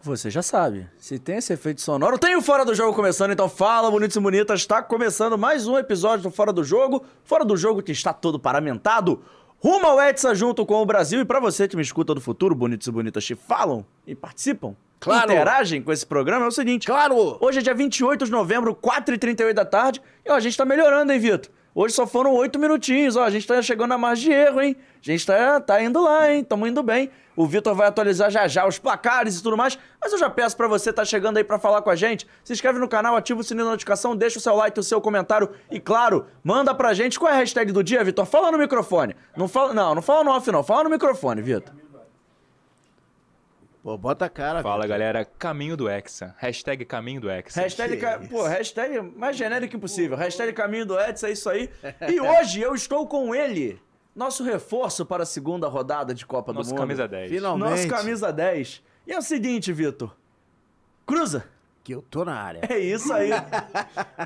Você já sabe. Se tem esse efeito sonoro, tem o Fora do Jogo começando. Então fala, bonitos e bonitas. Está começando mais um episódio do Fora do Jogo. Fora do Jogo que está todo paramentado. Rumo ao Etsa junto com o Brasil. E para você que me escuta do futuro, bonitos e bonitas que falam e participam, Claro. interagem com esse programa, é o seguinte. Claro! Hoje é dia 28 de novembro, 4h38 da tarde. E ó, a gente tá melhorando, hein, Vitor? Hoje só foram oito minutinhos, ó. A gente tá chegando na margem de erro, hein? A gente tá, tá indo lá, hein? Tamo indo bem. O Vitor vai atualizar já já os placares e tudo mais. Mas eu já peço pra você tá chegando aí pra falar com a gente. Se inscreve no canal, ativa o sininho da notificação, deixa o seu like, o seu comentário. E claro, manda pra gente qual é a hashtag do dia, Vitor. Fala no microfone. Não, fala, não, não fala no off, não. Fala no microfone, Vitor. Pô, bota a cara. Fala galera, caminho do Hexa. Hashtag caminho do Hexa. Hashtag, Que ca- isso. pô, hashtag mais genérico impossível. Hashtag caminho do Edson, é isso aí. E hoje eu estou com ele, nosso reforço para a segunda rodada de Copa Nosso do Mundo. camisa 10. Finalmente. Nosso camisa 10. E é o seguinte, Vitor. Cruza. Que eu tô na área. É isso aí.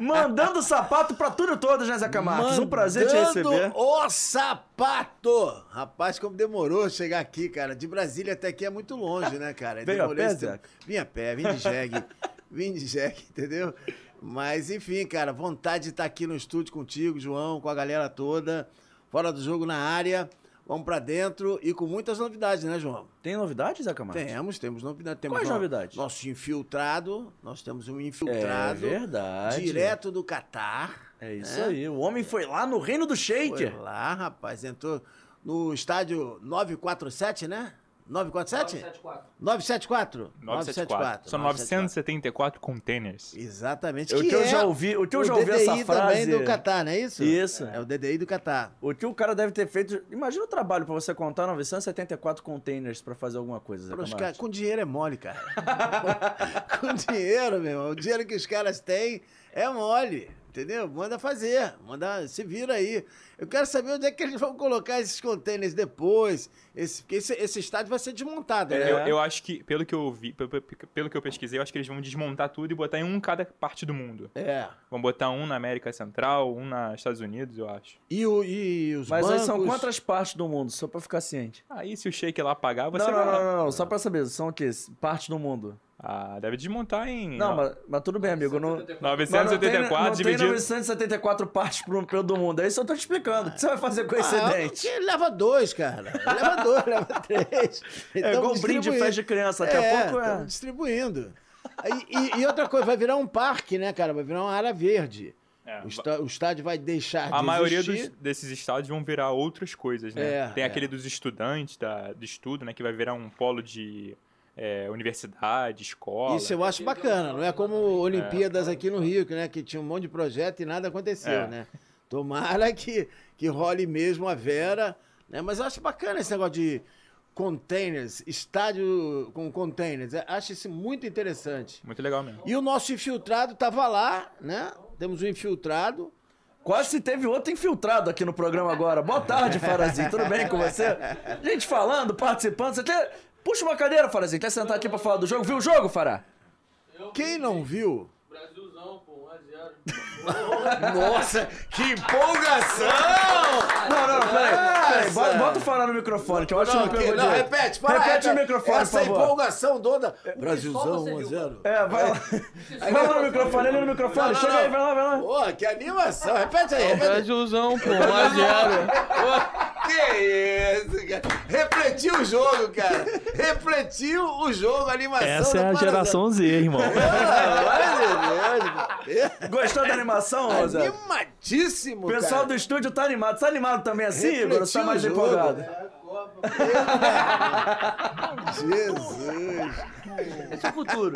Mandando sapato pra tudo e todas, né, Zé Camargo? Um prazer te Mandando receber. O sapato! Rapaz, como demorou chegar aqui, cara. De Brasília até aqui é muito longe, né, cara? Veio a Demorou pé, esse tempo. Zeca? Vim a pé, vim de jegue. vim de jegue, entendeu? Mas enfim, cara, vontade de estar aqui no estúdio contigo, João, com a galera toda. Fora do jogo na área. Vamos pra dentro e com muitas novidades, né, João? Tem novidade, Zé Camargo? Temos, temos novidades. Temos Quais no- novidades? Nosso infiltrado. Nós temos um É infiltrado. verdade. Direto do Catar. É isso aí. O homem foi lá no reino Foi do shaker. lá, rapaz. Entrou no estádio 947, né? 947? 974. 974. São 974 containers. Exatamente. O que que eu é já ouvi- o que eu já ouvi DDI essa frase. também do Catar, não é isso? Isso. É o DDI do Catar. O que o cara deve ter feito. Imagina o trabalho pra você contar 974 containers pra fazer alguma coisa. Zé Pô, os Camargo. caras- com dinheiro é mole, cara. com, com dinheiro, meu irmão. O dinheiro que os caras têm é mole. Entendeu? Manda fazer, manda, se vira aí. Eu quero saber onde é que eles vão colocar esses containers depois. Esse, porque esse, esse estádio vai ser desmontado, né? É. Eu, eu acho que, pelo que eu vi, pe- pe- pe- pelo que eu pesquisei, eu acho que eles vão desmontar tudo e botar em um em cada parte do mundo. É. Vão botar um na América Central, um nos Estados Unidos, eu acho. E, o, e os Mas aí bancos... são quantas partes do mundo? Só pra ficar ciente. Aí se o Shake lá pagar, Não, você não, vai lá. não, não, não, Só pra saber. São o quê? Partes do mundo. Ah, deve desmontar em Não, mas, mas tudo bem, amigo. Não, mas não tem- 974 não tem, dividido. 974 partes pro pelo do mundo. É isso que eu tô te explicando. O que você vai fazer com esse Ah, dente? que leva dois, cara. Leva dois, leva três. É igual um brinde de festa de criança. Daqui a pouco tamo é. distribuindo. Aí, E, e outra coisa, vai virar um parque, né, cara? Vai virar uma área verde. É, o, está- o estádio vai deixar de A maioria dos- existir. desses estádios vão virar outras coisas, né? É, Tem é. aquele dos estudantes, da, do estudo, né? Que vai virar um polo de é, universidade, escola. Isso eu acho bacana. Não é como Olimpíadas aqui no Rio, que, né, que tinha um monte de projeto e nada aconteceu, É. né? Tomara que, que role mesmo a Vera, né? Mas eu acho bacana esse negócio de containers, estádio com containers. Eu Acho isso muito interessante. Muito legal mesmo. E o nosso infiltrado estava lá, né? Temos um infiltrado. Quase se teve outro infiltrado aqui no programa agora. Boa tarde, Farazinho. Tudo bem com você? Gente falando, participando. Você quer. Puxa uma cadeira, Farazinho. Quer sentar aqui pra falar do jogo? Viu o jogo, Fará? Quem não viu? Brasilzão, pô, 1x0. Nossa, que empolgação! Não, não, não, peraí. peraí Nossa! bota, bota o Fará no microfone, que eu acho Não, que que- eu não, repete, fala Repete essa- o microfone, Essa por favor. empolgação toda. Brasilzão você viu, 1 a 0. É, vai lá. Vai lá no microfone, ele no Não, microfone. não, Chega não. aí, vai lá, vai lá. Pô, que animação! Repete aí, repete. Brasilzão, pô, 1x0. Que isso, cara? Refletiu o jogo, cara. Refletiu o jogo, a animação. Essa é do a Paraná. geração Z, irmão. Ai, meu Deus, cara. Gostou da animação, Zé? Animadíssimo, O pessoal do Tá cara. estúdio tá animado. Você tá animado também assim, Igor? Ou Você Refletiu tá mais o jogo. empolgado? Jesus. Esse é o futuro.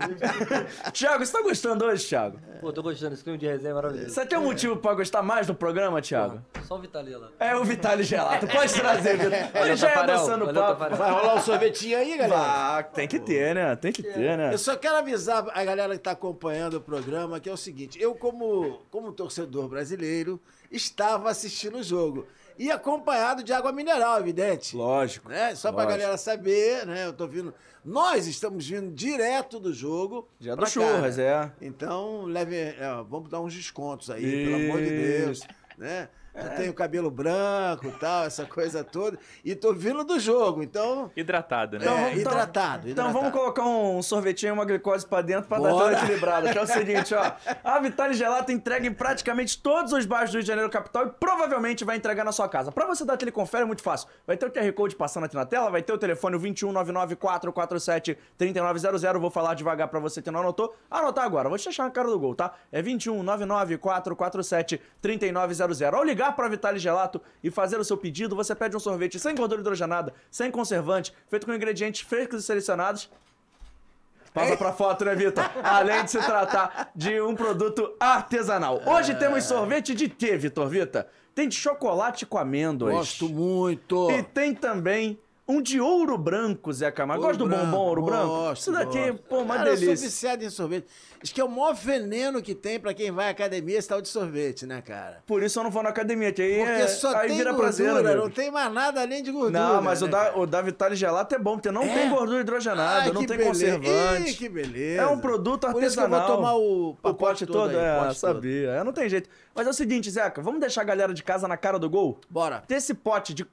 Thiago, você tá gostando hoje, Thiago? pô, tô gostando, esse clima de resenha é maravilhoso. Você tem um motivo pra gostar mais do programa, Thiago? Só o Vitalila. É o Vitali Gelato. Pode trazer, Vitali. Ele Valeu, já é Tafarel. adoçando o Valeu, papo. Tafarel. Vai rolar o sorvetinho aí, galera? Ah, tem que ter, né? Tem que ter, né? Eu só quero avisar a galera que está acompanhando o programa que é o seguinte: eu, como, como torcedor brasileiro, estava assistindo o jogo. E acompanhado de água mineral, evidente. Lógico. né? Só pra Lógico. galera saber, né? Eu tô vindo. Nós estamos vindo direto do jogo. Já do pra cá, churras, né? é. Então, leve, é, vamos dar uns descontos aí, pelo amor de Deus, Isso. né? Já tenho cabelo branco e tal, essa coisa toda. E tô vindo do jogo, então. Hidratada, né? Então, vamos- hidratado, Então vamos hidratado. colocar um sorvetinho e uma glicose pra dentro pra dar Bora. tudo equilibrado. Que é o seguinte, ó. A Vitale Gelato entrega em praticamente todos os bairros do Rio de Janeiro capital e provavelmente vai entregar na sua casa. Pra você dar aquele confere é muito fácil. Vai ter o QR Code passando aqui na tela, vai ter o telefone 21994473900. Vou falar devagar pra você que não anotou. Anotar agora, vou te deixar na cara do gol, tá? É 21994473900. Ao ligar pra Vitale Gelato e fazer o seu pedido, você pede um sorvete sem gordura hidrogenada, sem conservante, feito com ingredientes frescos e selecionados Passa pra foto, né, Vitor? Além de se tratar de um produto artesanal. Hoje É. temos sorvete de quê, Vitor Vita? Tem de chocolate com amêndoas. Gosto muito. E tem também um de ouro branco, Zé Camargo. Ouro Gosta do bombom ouro branco? gosto, Isso daqui, é, gosto. pô, uma Cara, Eu sou delícia. viciado em sorvete. Acho que é o maior veneno que tem pra quem vai à academia esse tal de sorvete, né, cara? Por isso eu não vou na academia, que aí, Porque é, só aí tem vira gordura, prazer. né, não tem mais nada além de gordura. Não, mas o né, da, cara? o da Vitale Gelato é bom, porque não É? tem gordura hidrogenada, Ai, não que tem beleza. conservante. Ih, que beleza. É um produto Por isso que eu vou artesanal. tomar o O pacote pote todo? aí, o é, pote todo. sabia. É, não tem jeito. Mas é o seguinte, Zeca, vamos deixar a galera de casa na cara do gol? Bora. Tem esse pote de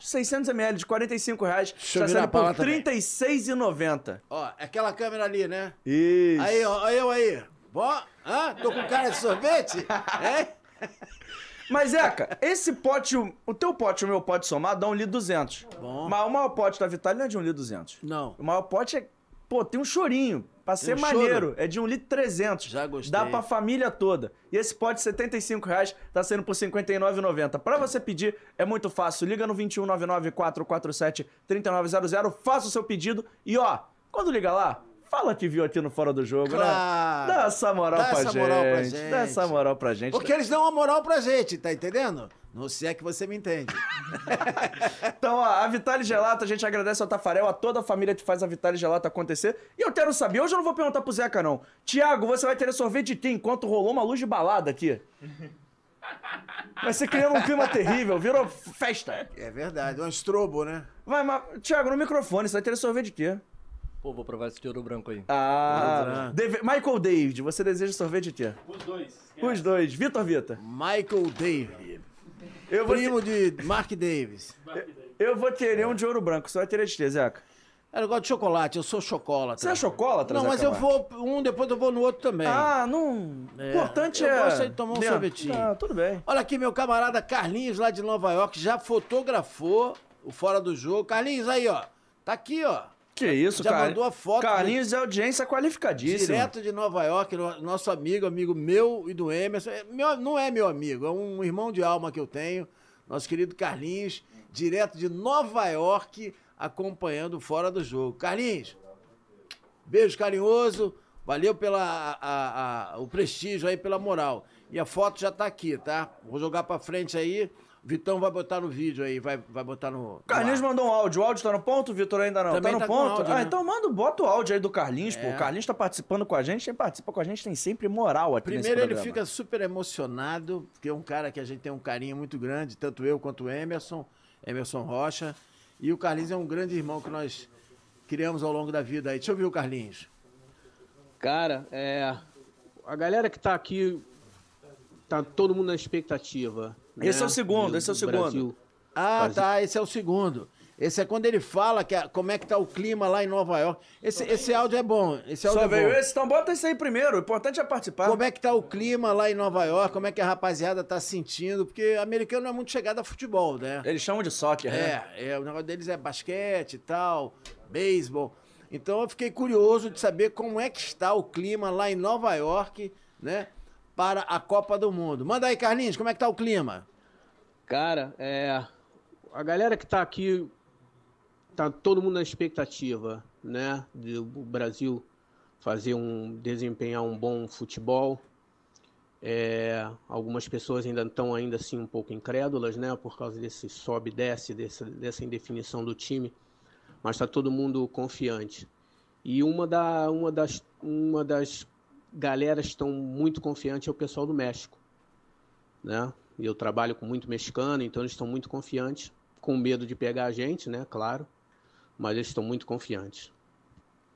600ml de 45 reais, eu está virar saindo pra por lá também. R$36,90. Ó, é aquela câmera ali, né? Isso. Aí, ó, eu aí. Bom, hã? Tô com cara de sorvete? É? Mas, Zeca, esse pote, o o teu pote e o meu pote somado dá um litro 200. Bom. Mas o maior pote da Vitale não é de um litro 200. Não. O maior pote é... Pô, tem um chorinho. Pra ser um maneiro, choro? é de um litro 300. Já gostei. Dá pra família toda. E esse pote, R$ 75 reais, tá sendo por R$ 59,90. Pra você pedir, é muito fácil. Liga no 21994473900, faça o seu pedido e, ó, quando liga lá, fala que viu aqui no Fora do Jogo, Claro. né? Dá essa moral, Dá pra, essa gente, moral pra gente. Dá essa moral pra gente. Porque eles dão uma moral pra gente, tá entendendo? Não sei é que você me entende. Então, ó, a Vitale Gelato, a gente agradece ao Tafarel, a toda a família que faz a Vitale Gelato acontecer. E eu quero saber, hoje eu não vou perguntar pro Zeca, não. Tiago, você vai querer sorvete de quê enquanto rolou uma luz de balada aqui? Vai ser criando um clima terrível, virou festa. É verdade, é um estrobo, né? Vai, mas, Tiago, no microfone, você vai querer sorvete de quê? Pô, vou provar esse ouro branco aí. Ah, deve- Michael David, você deseja sorvete de quê? Os dois. Os dois, Vitor Vita. Michael Davis. Eu vou, Primo de Mark Davis. eu vou querer um de ouro branco, você vai querer de quê, Zeca? Cara, eu gosto de chocolate, eu sou chocolate. Você é chocolatra, Não, Zeca mas eu Marques? vou um, depois eu vou no outro também. Ah, não. O importante Eu é. gosto é de tomar um Leandro. sorvetinho. Ah, tudo bem. Olha aqui, meu camarada Carlinhos, lá de Nova York, já fotografou o Fora do Jogo. Carlinhos, aí, ó. Tá aqui, ó. Que isso, Já cara. mandou a foto Carlinhos é audiência qualificadíssima. Direto de Nova York, no- nosso amigo, amigo meu e do Emerson. É meu- não é meu amigo, é um irmão de alma que eu tenho. Nosso querido Carlinhos, direto de Nova York, acompanhando o fora do jogo. Carlinhos, beijo carinhoso. Valeu pela a- a- a- o prestígio aí, pela moral. E a foto já tá aqui, tá? Vou jogar pra frente aí. Vitão vai botar no vídeo aí, vai, vai botar no. no Carlinhos ar. mandou um áudio. O áudio tá no ponto, o Vitor ainda não. Também tá no tá com ponto? áudio, ah, né? É. então manda, bota o áudio aí do Carlinhos, pô. O Carlinhos tá participando com a gente. Quem participa com a gente tem sempre moral aqui nesse Primeiro ele programa. fica super emocionado, porque é um cara que a gente tem um carinho muito grande, tanto eu quanto o Emerson, Emerson Rocha. E o Carlinhos é um grande irmão que nós criamos ao longo da vida aí. Deixa eu ver o Carlinhos. Cara, é. A galera que tá aqui. Tá todo mundo na expectativa. né, Esse é o segundo, do esse é o segundo. Brasil. Ah, Quase. tá, esse é o segundo. Esse é quando ele fala que a- como é que tá o clima lá em Nova York. Esse, esse áudio é bom. Esse áudio Só é veio bom. esse, então bota esse aí primeiro. O importante é participar. Como é que tá o clima lá em Nova York? Como é que a rapaziada tá sentindo? Porque americano não é muito chegado a futebol, né? Eles chamam de soccer, né? É, é, o negócio deles é basquete e tal, beisebol. Então eu fiquei curioso de saber como é que está o clima lá em Nova York, né? Para a Copa do Mundo. Manda aí, Carlinhos, como é que tá o clima? Cara, é. A galera que tá aqui. Tá todo mundo na expectativa, né? De o Brasil fazer um. desempenhar um bom futebol. É, algumas pessoas ainda estão ainda assim um pouco incrédulas, né? Por causa desse sobe e desce, dessa, dessa indefinição do time. Mas está todo mundo confiante. E uma, da, uma, das, uma das galeras que estão muito confiante é o pessoal do México. Né? E eu trabalho com muito mexicano, então eles estão muito confiantes. Com medo de pegar a gente, né? Claro. Mas eles estão muito confiantes.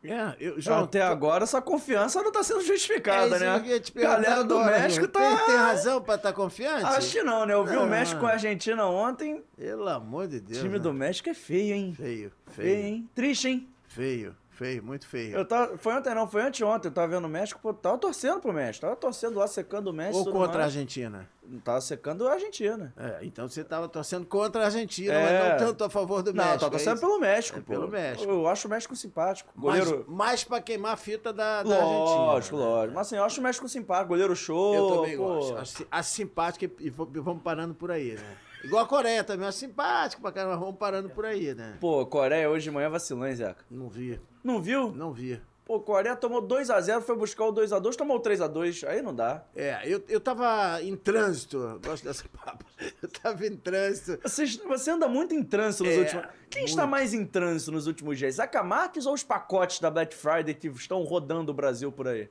É, eu, João, Até agora, essa confiança não tá sendo justificada, É isso que eu ia né? te perguntar Galera do agora, México João. Tem, tá. tem razão pra estar confiante? Acho que não, né? Eu vi Não, o México com a mano. Argentina ontem. Pelo amor de O Deus. time né? do México é feio, hein? Feio, Feio, feio, hein? Triste, hein? feio, feio, muito feio. Eu tava, foi ontem não, foi anteontem. Eu tava vendo o México, pô, tava torcendo pro México. Tava torcendo lá, secando o México. Ou tudo contra a mais. Argentina. Tava secando a Argentina. É, então você estava torcendo contra a Argentina, É. mas não tanto a favor do não, México. tava torcendo é isso? pelo México, É, pô. pelo México. Eu acho o México simpático. Mas- Goleiro. Mais pra queimar a fita da, da Argentina. lógico, né? lógico. Mas assim, eu acho o México simpático. Goleiro show. Eu também pô. gosto. Acho si- Acho simpático e, e v- vamos parando por aí, né? Igual a Coreia também, acho simpático pra caramba, mas vamos parando por aí, né? Pô, Coreia hoje de manhã vacilou, hein, Zeca? Não vi, Não viu? não vi. Pô, Coreia tomou 2x0, foi buscar o 2x2, tomou 3x2. Aí não dá. É, eu, eu tava em trânsito, gosto dessa papo. Eu tava em trânsito. Você, você anda muito em trânsito nos É, últimos... Quem está muito. mais em trânsito nos últimos dias? Zeca Marques ou os pacotes da Black Friday que estão rodando o Brasil por aí?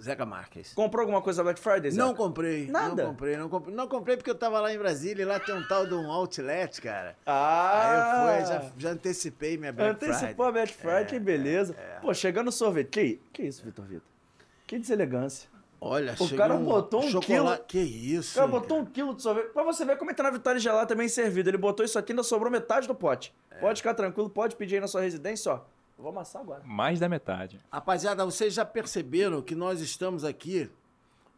Zeca Marques. Comprou alguma coisa da Black Friday, Zeca? Não comprei. Nada? Não comprei, não comprei. Não comprei porque eu tava lá em Brasília e lá tem um tal de um outlet, cara. Ah! Aí eu fui, já, já antecipei minha Black Antecipou Friday. a Black Friday, É, que beleza. Pô, chegando o sorvete. Que, que isso, Vitor Vitor? Que deselegância. Olha, O chegou cara botou um chocolate. Que isso? O cara hein, botou um quilo de sorvete. Pra você ver como é que tá na Vitória Gelada também servido. Ele botou isso aqui e ainda sobrou metade do pote. Pode ficar tranquilo, pode pedir aí na sua residência, ó. Eu vou amassar agora. Mais da metade. Rapaziada, vocês já perceberam que nós estamos aqui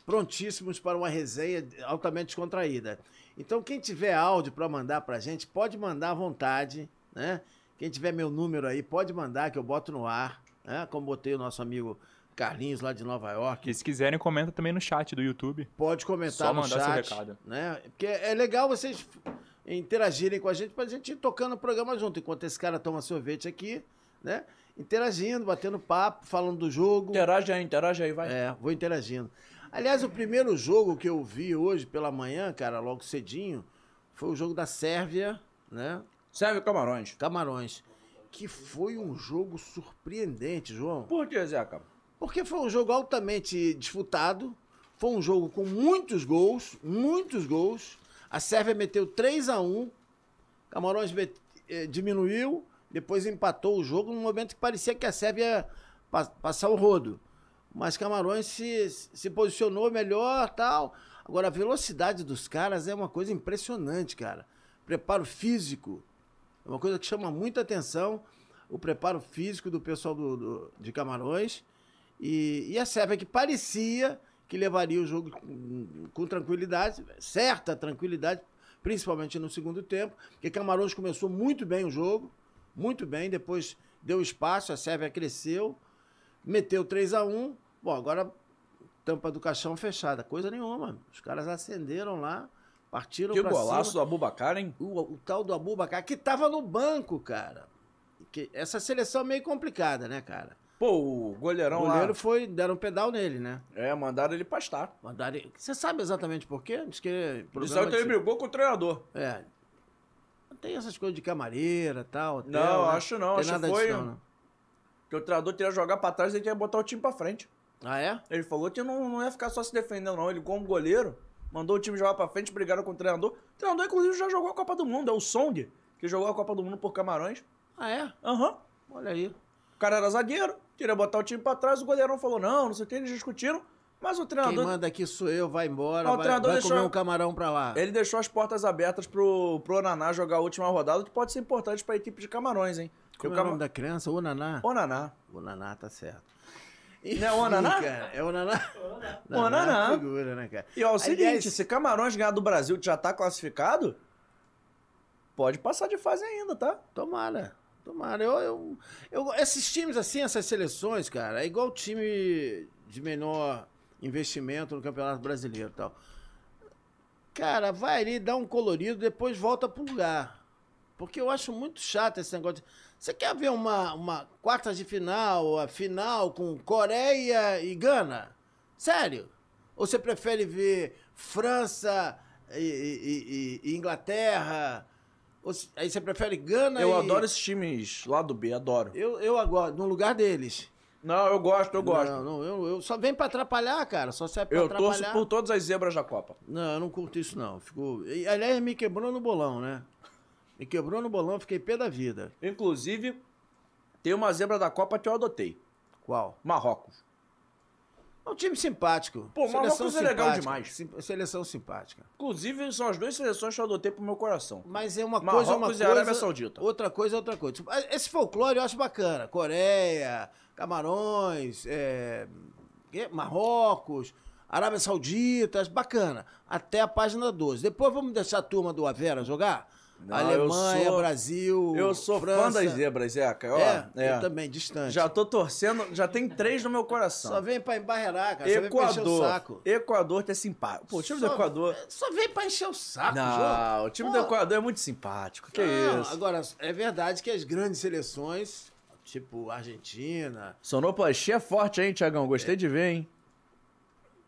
prontíssimos para uma resenha altamente descontraída. Então, quem tiver áudio para mandar para gente, pode mandar à vontade, né? Quem tiver meu número aí, pode mandar que eu boto no ar, né? Como botei o nosso amigo Carlinhos lá de Nova York. Que se quiserem, comenta também no chat do YouTube. Pode comentar Só no mandar seu chat, recado. né? Porque é legal vocês interagirem com a gente pra gente ir tocando o programa junto, enquanto esse cara toma sorvete aqui, né? Interagindo, batendo papo, falando do jogo. Interage aí, interage aí, vai. É, vou interagindo. Aliás, o primeiro jogo que eu vi hoje pela manhã, cara, logo cedinho, foi o jogo da Sérvia, né? Serve camarões. Camarões. Que foi um jogo surpreendente, João. Por que, Zeca? Porque foi um jogo altamente disputado. Foi um jogo com muitos gols, muitos gols. A Sérvia meteu 3 a 1 Camarões met- eh, diminuiu, depois empatou o jogo num momento que parecia que a Sérvia ia pa- passar o rodo. Mas Camarões se, se posicionou melhor tal. Agora, a velocidade dos caras é uma coisa impressionante, cara. Preparo físico é uma coisa que chama muita atenção. O preparo físico do pessoal do, do- de Camarões. E, e a Sérvia que parecia que levaria o jogo com, com tranquilidade, certa tranquilidade, principalmente no segundo tempo, porque Camarões começou muito bem o jogo, muito bem, depois deu espaço, a Sérvia cresceu, meteu 3 a 1 Bom, agora tampa do caixão fechada, coisa nenhuma. Os caras acenderam lá, partiram Que pra golaço cima. do Abubacar, hein? O, o tal do Abubacar, que tava no banco, cara. Que, essa seleção é meio complicada, né, cara? Pô, o O goleirão goleiro lá. foi, deram um pedal nele, né? É, mandaram ele pastar. Mandaram ele- Você sabe exatamente por quê? Diz que é Por problema isso que ele de- brigou com o treinador. É. Tem essas coisas de camareira e tal. hotel, Não, né? acho não, Tem acho nada que foi- um disso, não, né? Que o treinador queria jogar pra trás e ele queria botar o time pra frente. Ah, é? Ele falou que não, não ia ficar só se defendendo, não. Ele, como goleiro, mandou o time jogar pra frente, brigaram com o treinador. O treinador, inclusive, já jogou a Copa do Mundo. É o Song, que jogou a Copa do Mundo por Camarões. Ah, é? Aham. Olha aí. O cara era zagueiro, queria botar o time pra trás. O goleirão falou, não, não sei o que. Eles discutiram, mas o Quem treinador... manda aqui sou eu, vai embora, Ah, o vai, treinador vai deixou- comer um camarão pra lá. Ele deixou as portas abertas pro, pro Onaná jogar a última rodada, que pode ser importante pra equipe de Camarões, hein? Porque Como o é o Cama- nome da criança? Onaná? Onaná. Onaná tá certo. Não é Onaná? Ih, cara, É Onaná? Onaná. é Figura, né, cara? E ó, é o seguinte, Aliás- se Camarões ganhar do Brasil que já tá classificado, pode passar de fase ainda, tá? Tomara. Tomara. Eu, eu, eu- esses times assim, essas seleções, cara, é igual time de menor investimento no Campeonato Brasileiro e tal. Cara, vai ali, dá um colorido, depois volta pro lugar. Porque eu acho muito chato esse negócio. de- Você quer ver uma, uma quarta de final, a final com Coreia e Gana? Sério? Ou você prefere ver França e, e- e- e Inglaterra? Ou se- aí você prefere Gana Eu e... adoro esses times lá do B, adoro. Eu, eu agora, no lugar deles. Não, eu gosto, eu gosto. Não, não, eu, eu só vem pra atrapalhar, cara. Só serve pra eu torço atrapalhar. por todas as zebras da Copa. Não, eu não curto isso, não. Ficou... e, Aliás, me quebrou no bolão, né? Me quebrou no bolão, fiquei pé da vida. Inclusive, tem uma zebra da Copa que eu adotei. Qual? Marrocos. É um time simpático. Pô, Marrocos é legal simpática. demais. Sim- Seleção simpática. Inclusive, são as duas seleções que eu adotei pro meu coração. Mas é uma Marrocos coisa, é uma e coisa. Arábia Saudita. Outra coisa, é outra coisa. Tipo, Esse folclore eu acho bacana. Coreia, Camarões, é, que- Marrocos, Arábia Saudita, acho bacana. Até a página 12. Depois vamos deixar a turma do Avera jogar? Não, Alemanha, eu sou- Brasil. Eu sou França. fã das zebras, Zeca. Ó, É, é. eu também, distante. Já tô torcendo, já tem três no meu coração. Só vem pra embarrear, cara. Só vem pra encher o Equador. saco. Equador é simpático. Pô, o time do Só- Equador. Só vem pra encher o saco, jogo. Não, o time do Pô, Equador é muito simpático. Que Não, isso? Agora, é verdade que as grandes seleções, tipo Argentina, Sonoplastia é forte, hein, Tiagão? Gostei de ver, hein?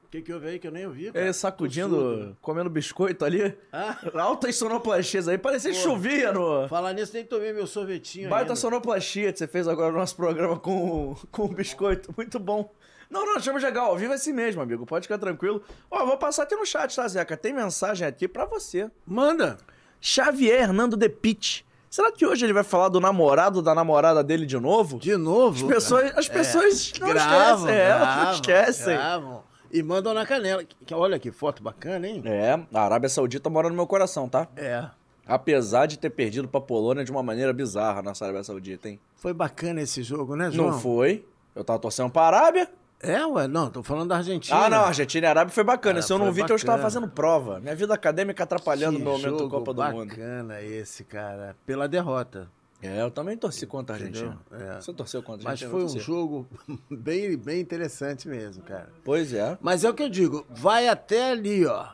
o que, que houve aí que eu nem ouvi? cara? Ele sacudindo, Absurdo. comendo biscoito ali. Ah, Altas sonoplastias aí. Parecia que chovia no. falar nisso, nem tomei meu sorvetinho Baita ainda. sonoplastia que você fez agora no nosso programa com, o- com o biscoito. Muito bom. Não, não, chama legal. Ao vivo é assim mesmo, amigo. Pode ficar tranquilo. Ó, vou passar aqui no chat, tá, Zeca? Tem mensagem aqui pra você. Manda! Xavier Hernando De Pitt. Será que hoje ele vai falar do namorado da namorada dele de novo? De novo? As cara. pessoas, as É. pessoas não gravam, esquecem. É, elas não gravam, esquecem. gravam. E mandam na canela. Que- que- Olha que foto bacana, hein? É, a Arábia Saudita mora no meu coração, tá? É. Apesar de ter perdido pra Polônia de uma maneira bizarra nossa Arábia Saudita, hein? Foi bacana esse jogo, né, João? Não foi. Eu tava torcendo pra Arábia. É, ué? Não, tô falando da Argentina. Ah, não, Argentina e Arábia foi bacana. Ah, Se eu não foi vi, que eu estava bacana. fazendo prova. Minha vida acadêmica atrapalhando o Que meu tá momento jogo Copa do Mundo. bacana esse, cara. Pela derrota. É, eu também torci contra a Argentina. Entendeu? É. Você torceu contra a Mas Argentina? foi eu um torci. jogo bem, bem interessante mesmo, cara. Pois é. Mas é o que eu digo, vai até ali, ó.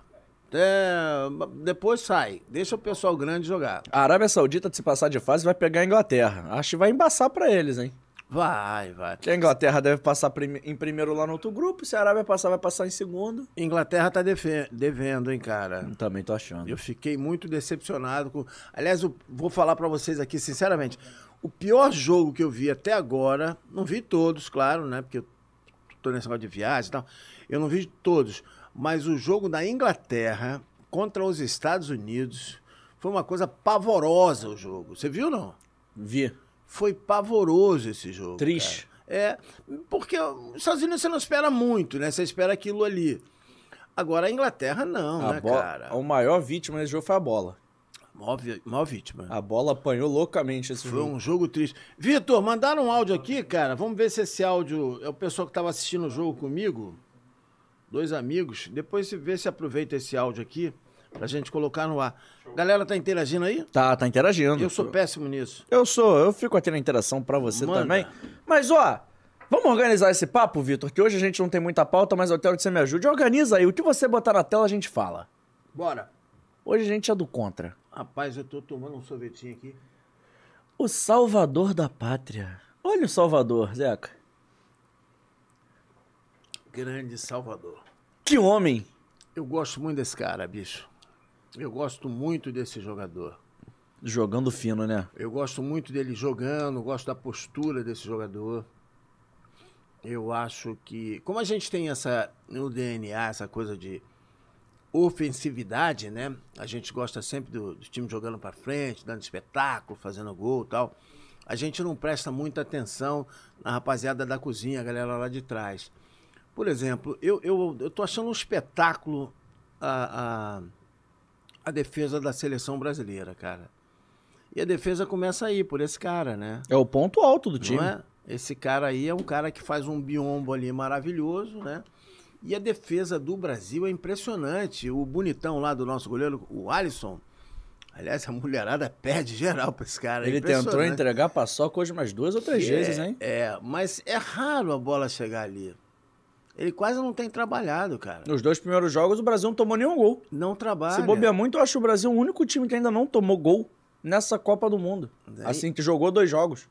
Até- Depois sai. Deixa o pessoal grande jogar. A Arábia Saudita, se passar de fase, vai pegar a Inglaterra. Acho que vai embaçar pra eles, hein? Vai, vai. Que a Inglaterra deve passar prime- em primeiro lá no outro grupo. Se a Arábia passar, vai passar em segundo. Inglaterra tá defe- devendo, hein, cara. Também tô achando. Eu fiquei muito decepcionado com. Aliás, eu vou falar pra vocês aqui, sinceramente. O pior jogo que eu vi até agora, não vi todos, claro, né? Porque eu tô nesse negócio de viagem e tal. Eu não vi todos. Mas o jogo da Inglaterra contra os Estados Unidos foi uma coisa pavorosa o jogo. Você viu, não? Vi. Foi pavoroso esse jogo. Triste. cara. É, porque os Estados Unidos você não espera muito, né? Você espera aquilo ali. Agora a Inglaterra não, a um- né, bola- cara? O maior vítima desse jogo foi a bola. Maior, vi- maior vítima. A bola apanhou loucamente esse Foi jogo. um jogo triste. Vitor, mandaram um áudio aqui, cara. Vamos ver se esse áudio é o pessoal que estava assistindo o jogo comigo. Dois amigos. Depois se vê se aproveita esse áudio aqui pra gente colocar no ar. Galera tá interagindo aí? Tá, tá interagindo. Eu sou péssimo nisso. Eu sou, eu fico aqui na interação pra você Manda. também. Mas, ó, vamos organizar esse papo, Vitor, que hoje a gente não tem muita pauta, mas eu quero que você me ajude. Organiza aí, o que você botar na tela a gente fala. Bora. Hoje a gente é do contra. Rapaz, eu tô tomando um sorvetinho aqui. O salvador da pátria. Olha o salvador, Zeca. Grande Salvador. Que homem. Eu gosto muito desse cara, bicho. Eu gosto muito desse jogador. Jogando fino, né? Eu gosto muito dele jogando, gosto da postura desse jogador. Eu acho que. Como a gente tem essa. no DNA, essa coisa de ofensividade, né? A gente gosta sempre do, do time jogando pra frente, dando espetáculo, fazendo gol e tal. A gente não presta muita atenção na rapaziada da cozinha, a galera lá de trás. Por exemplo, eu, eu, eu tô achando um espetáculo a, a, a defesa da seleção brasileira, cara. E a defesa começa aí, por esse cara, né? É o ponto alto do Não time. é? Esse cara aí é um cara que faz um biombo ali maravilhoso, né? E a defesa do Brasil é impressionante. O bonitão lá do nosso goleiro, o Alisson. Aliás, a mulherada perde geral pra esse cara. é Ele tentou impressionante. entregar paçoca hoje mais duas ou três vezes, hein? É, mas é raro a bola chegar ali. Ele quase não tem trabalhado, cara. Nos dois primeiros jogos, o Brasil não tomou nenhum gol. Não trabalha. Se bobear muito, eu acho o Brasil o único time que ainda não tomou gol nessa Copa do Mundo. Daí- Assim, que jogou dois jogos.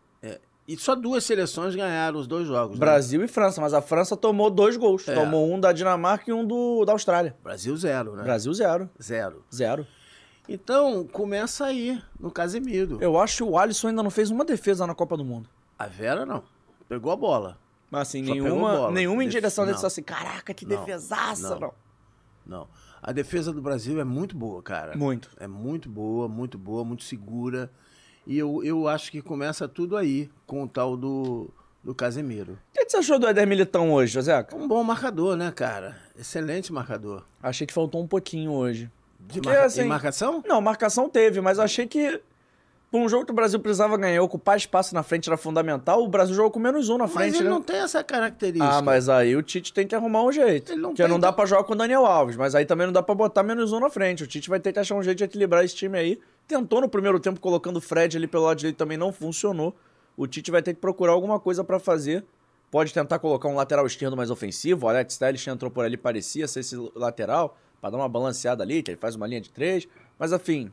E só duas seleções ganharam os dois jogos. né? Brasil e França, mas a França tomou dois gols. É. Tomou um da Dinamarca e um do, da Austrália. Brasil zero, né? Brasil zero. Zero. Zero. Então, começa aí, no Casemiro. Eu acho que o Alisson ainda não fez uma defesa na Copa do Mundo. A Vera não. Pegou a bola. Mas assim, Só pegou nenhuma, bola. nenhuma em Def- direção dele não. só assim, caraca, que Não, defesaça, não. não. Não. A defesa do Brasil é muito boa, cara. Muito. É muito boa, muito boa, muito segura. E eu, eu acho que começa tudo aí, com o tal do, do Casemiro. O que que você achou do Éder Militão hoje, Joseca? Um bom marcador, né, cara? Excelente marcador. Achei que faltou um pouquinho hoje. De Porque, marca- assim, Em marcação? Não, marcação teve, mas achei que pra um jogo que o Brasil precisava ganhar, ocupar espaço na frente era fundamental, o Brasil jogou com menos um na mas frente, ele né? não tem essa característica. Ah, mas aí o Tite tem que arrumar um jeito. Ele não Porque tem- não dá pra jogar com o Daniel Alves, mas aí também não dá pra botar menos um na frente. O Tite vai ter que achar um jeito de equilibrar esse time aí. Tentou no primeiro tempo colocando o Fred ali pelo lado direito, também não funcionou. O Tite vai ter que procurar alguma coisa pra fazer. Pode tentar colocar um lateral esquerdo mais ofensivo. O Alex Telles entrou por ali, parecia ser esse lateral, pra dar uma balanceada ali, que ele faz uma linha de três. Mas, enfim,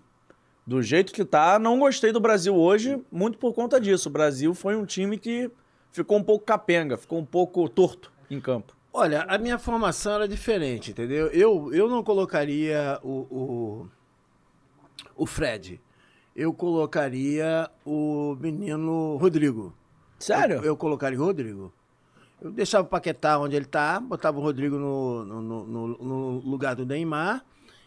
do jeito que tá, não gostei do Brasil hoje, muito por conta disso. O Brasil foi um time que ficou um pouco capenga, ficou um pouco torto em campo. Olha, a minha formação era diferente, entendeu? Eu, eu não colocaria o, o, o Fred. Eu colocaria o menino Rodrigo. Sério? Eu, eu colocaria o Rodrigo. Eu deixava o Paquetá onde ele tá, botava o Rodrigo no, no- no- no- no lugar do Neymar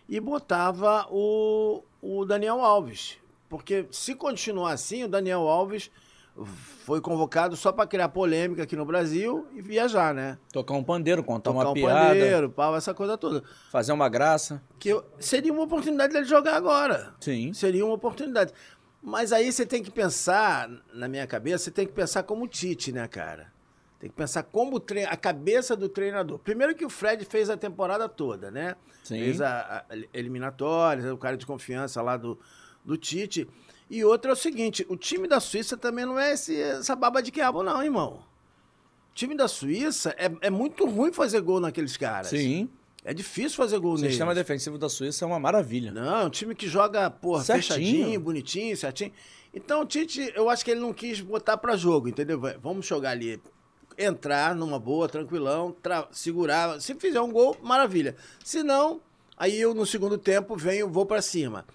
e botava o, o Daniel Alves. Porque se continuar assim, o Daniel Alves foi convocado só para criar polêmica aqui no Brasil e viajar, né? Tocar um pandeiro, contar Tocar uma um piada, pandeiro, pau, essa coisa toda. fazer uma graça. Que eu- seria uma oportunidade dele jogar agora. Sim. Seria uma oportunidade. Mas aí você tem que pensar, na minha cabeça, você tem que pensar como o Tite, né, cara? Tem que pensar como o tre- a cabeça do treinador. Primeiro que o Fred fez a temporada toda, né? Sim. Fez a, a eliminatórias, é o cara de confiança lá do, do Tite. E outro é o seguinte, o time da Suíça também não é esse- essa baba de quiabo não, irmão. O time da Suíça, é, é muito ruim fazer gol naqueles caras. Sim. É difícil fazer gol O neles. sistema defensivo da Suíça é uma maravilha. Não, um time que joga, porra, Certinho. fechadinho, bonitinho, certinho. Então, o Tite, eu acho que ele não quis botar pra jogo, entendeu? Vai, Vamos jogar ali, entrar numa boa, tranquilão, tra- segurar. Se fizer um gol, maravilha. Se não, aí eu no segundo tempo venho, vou pra cima.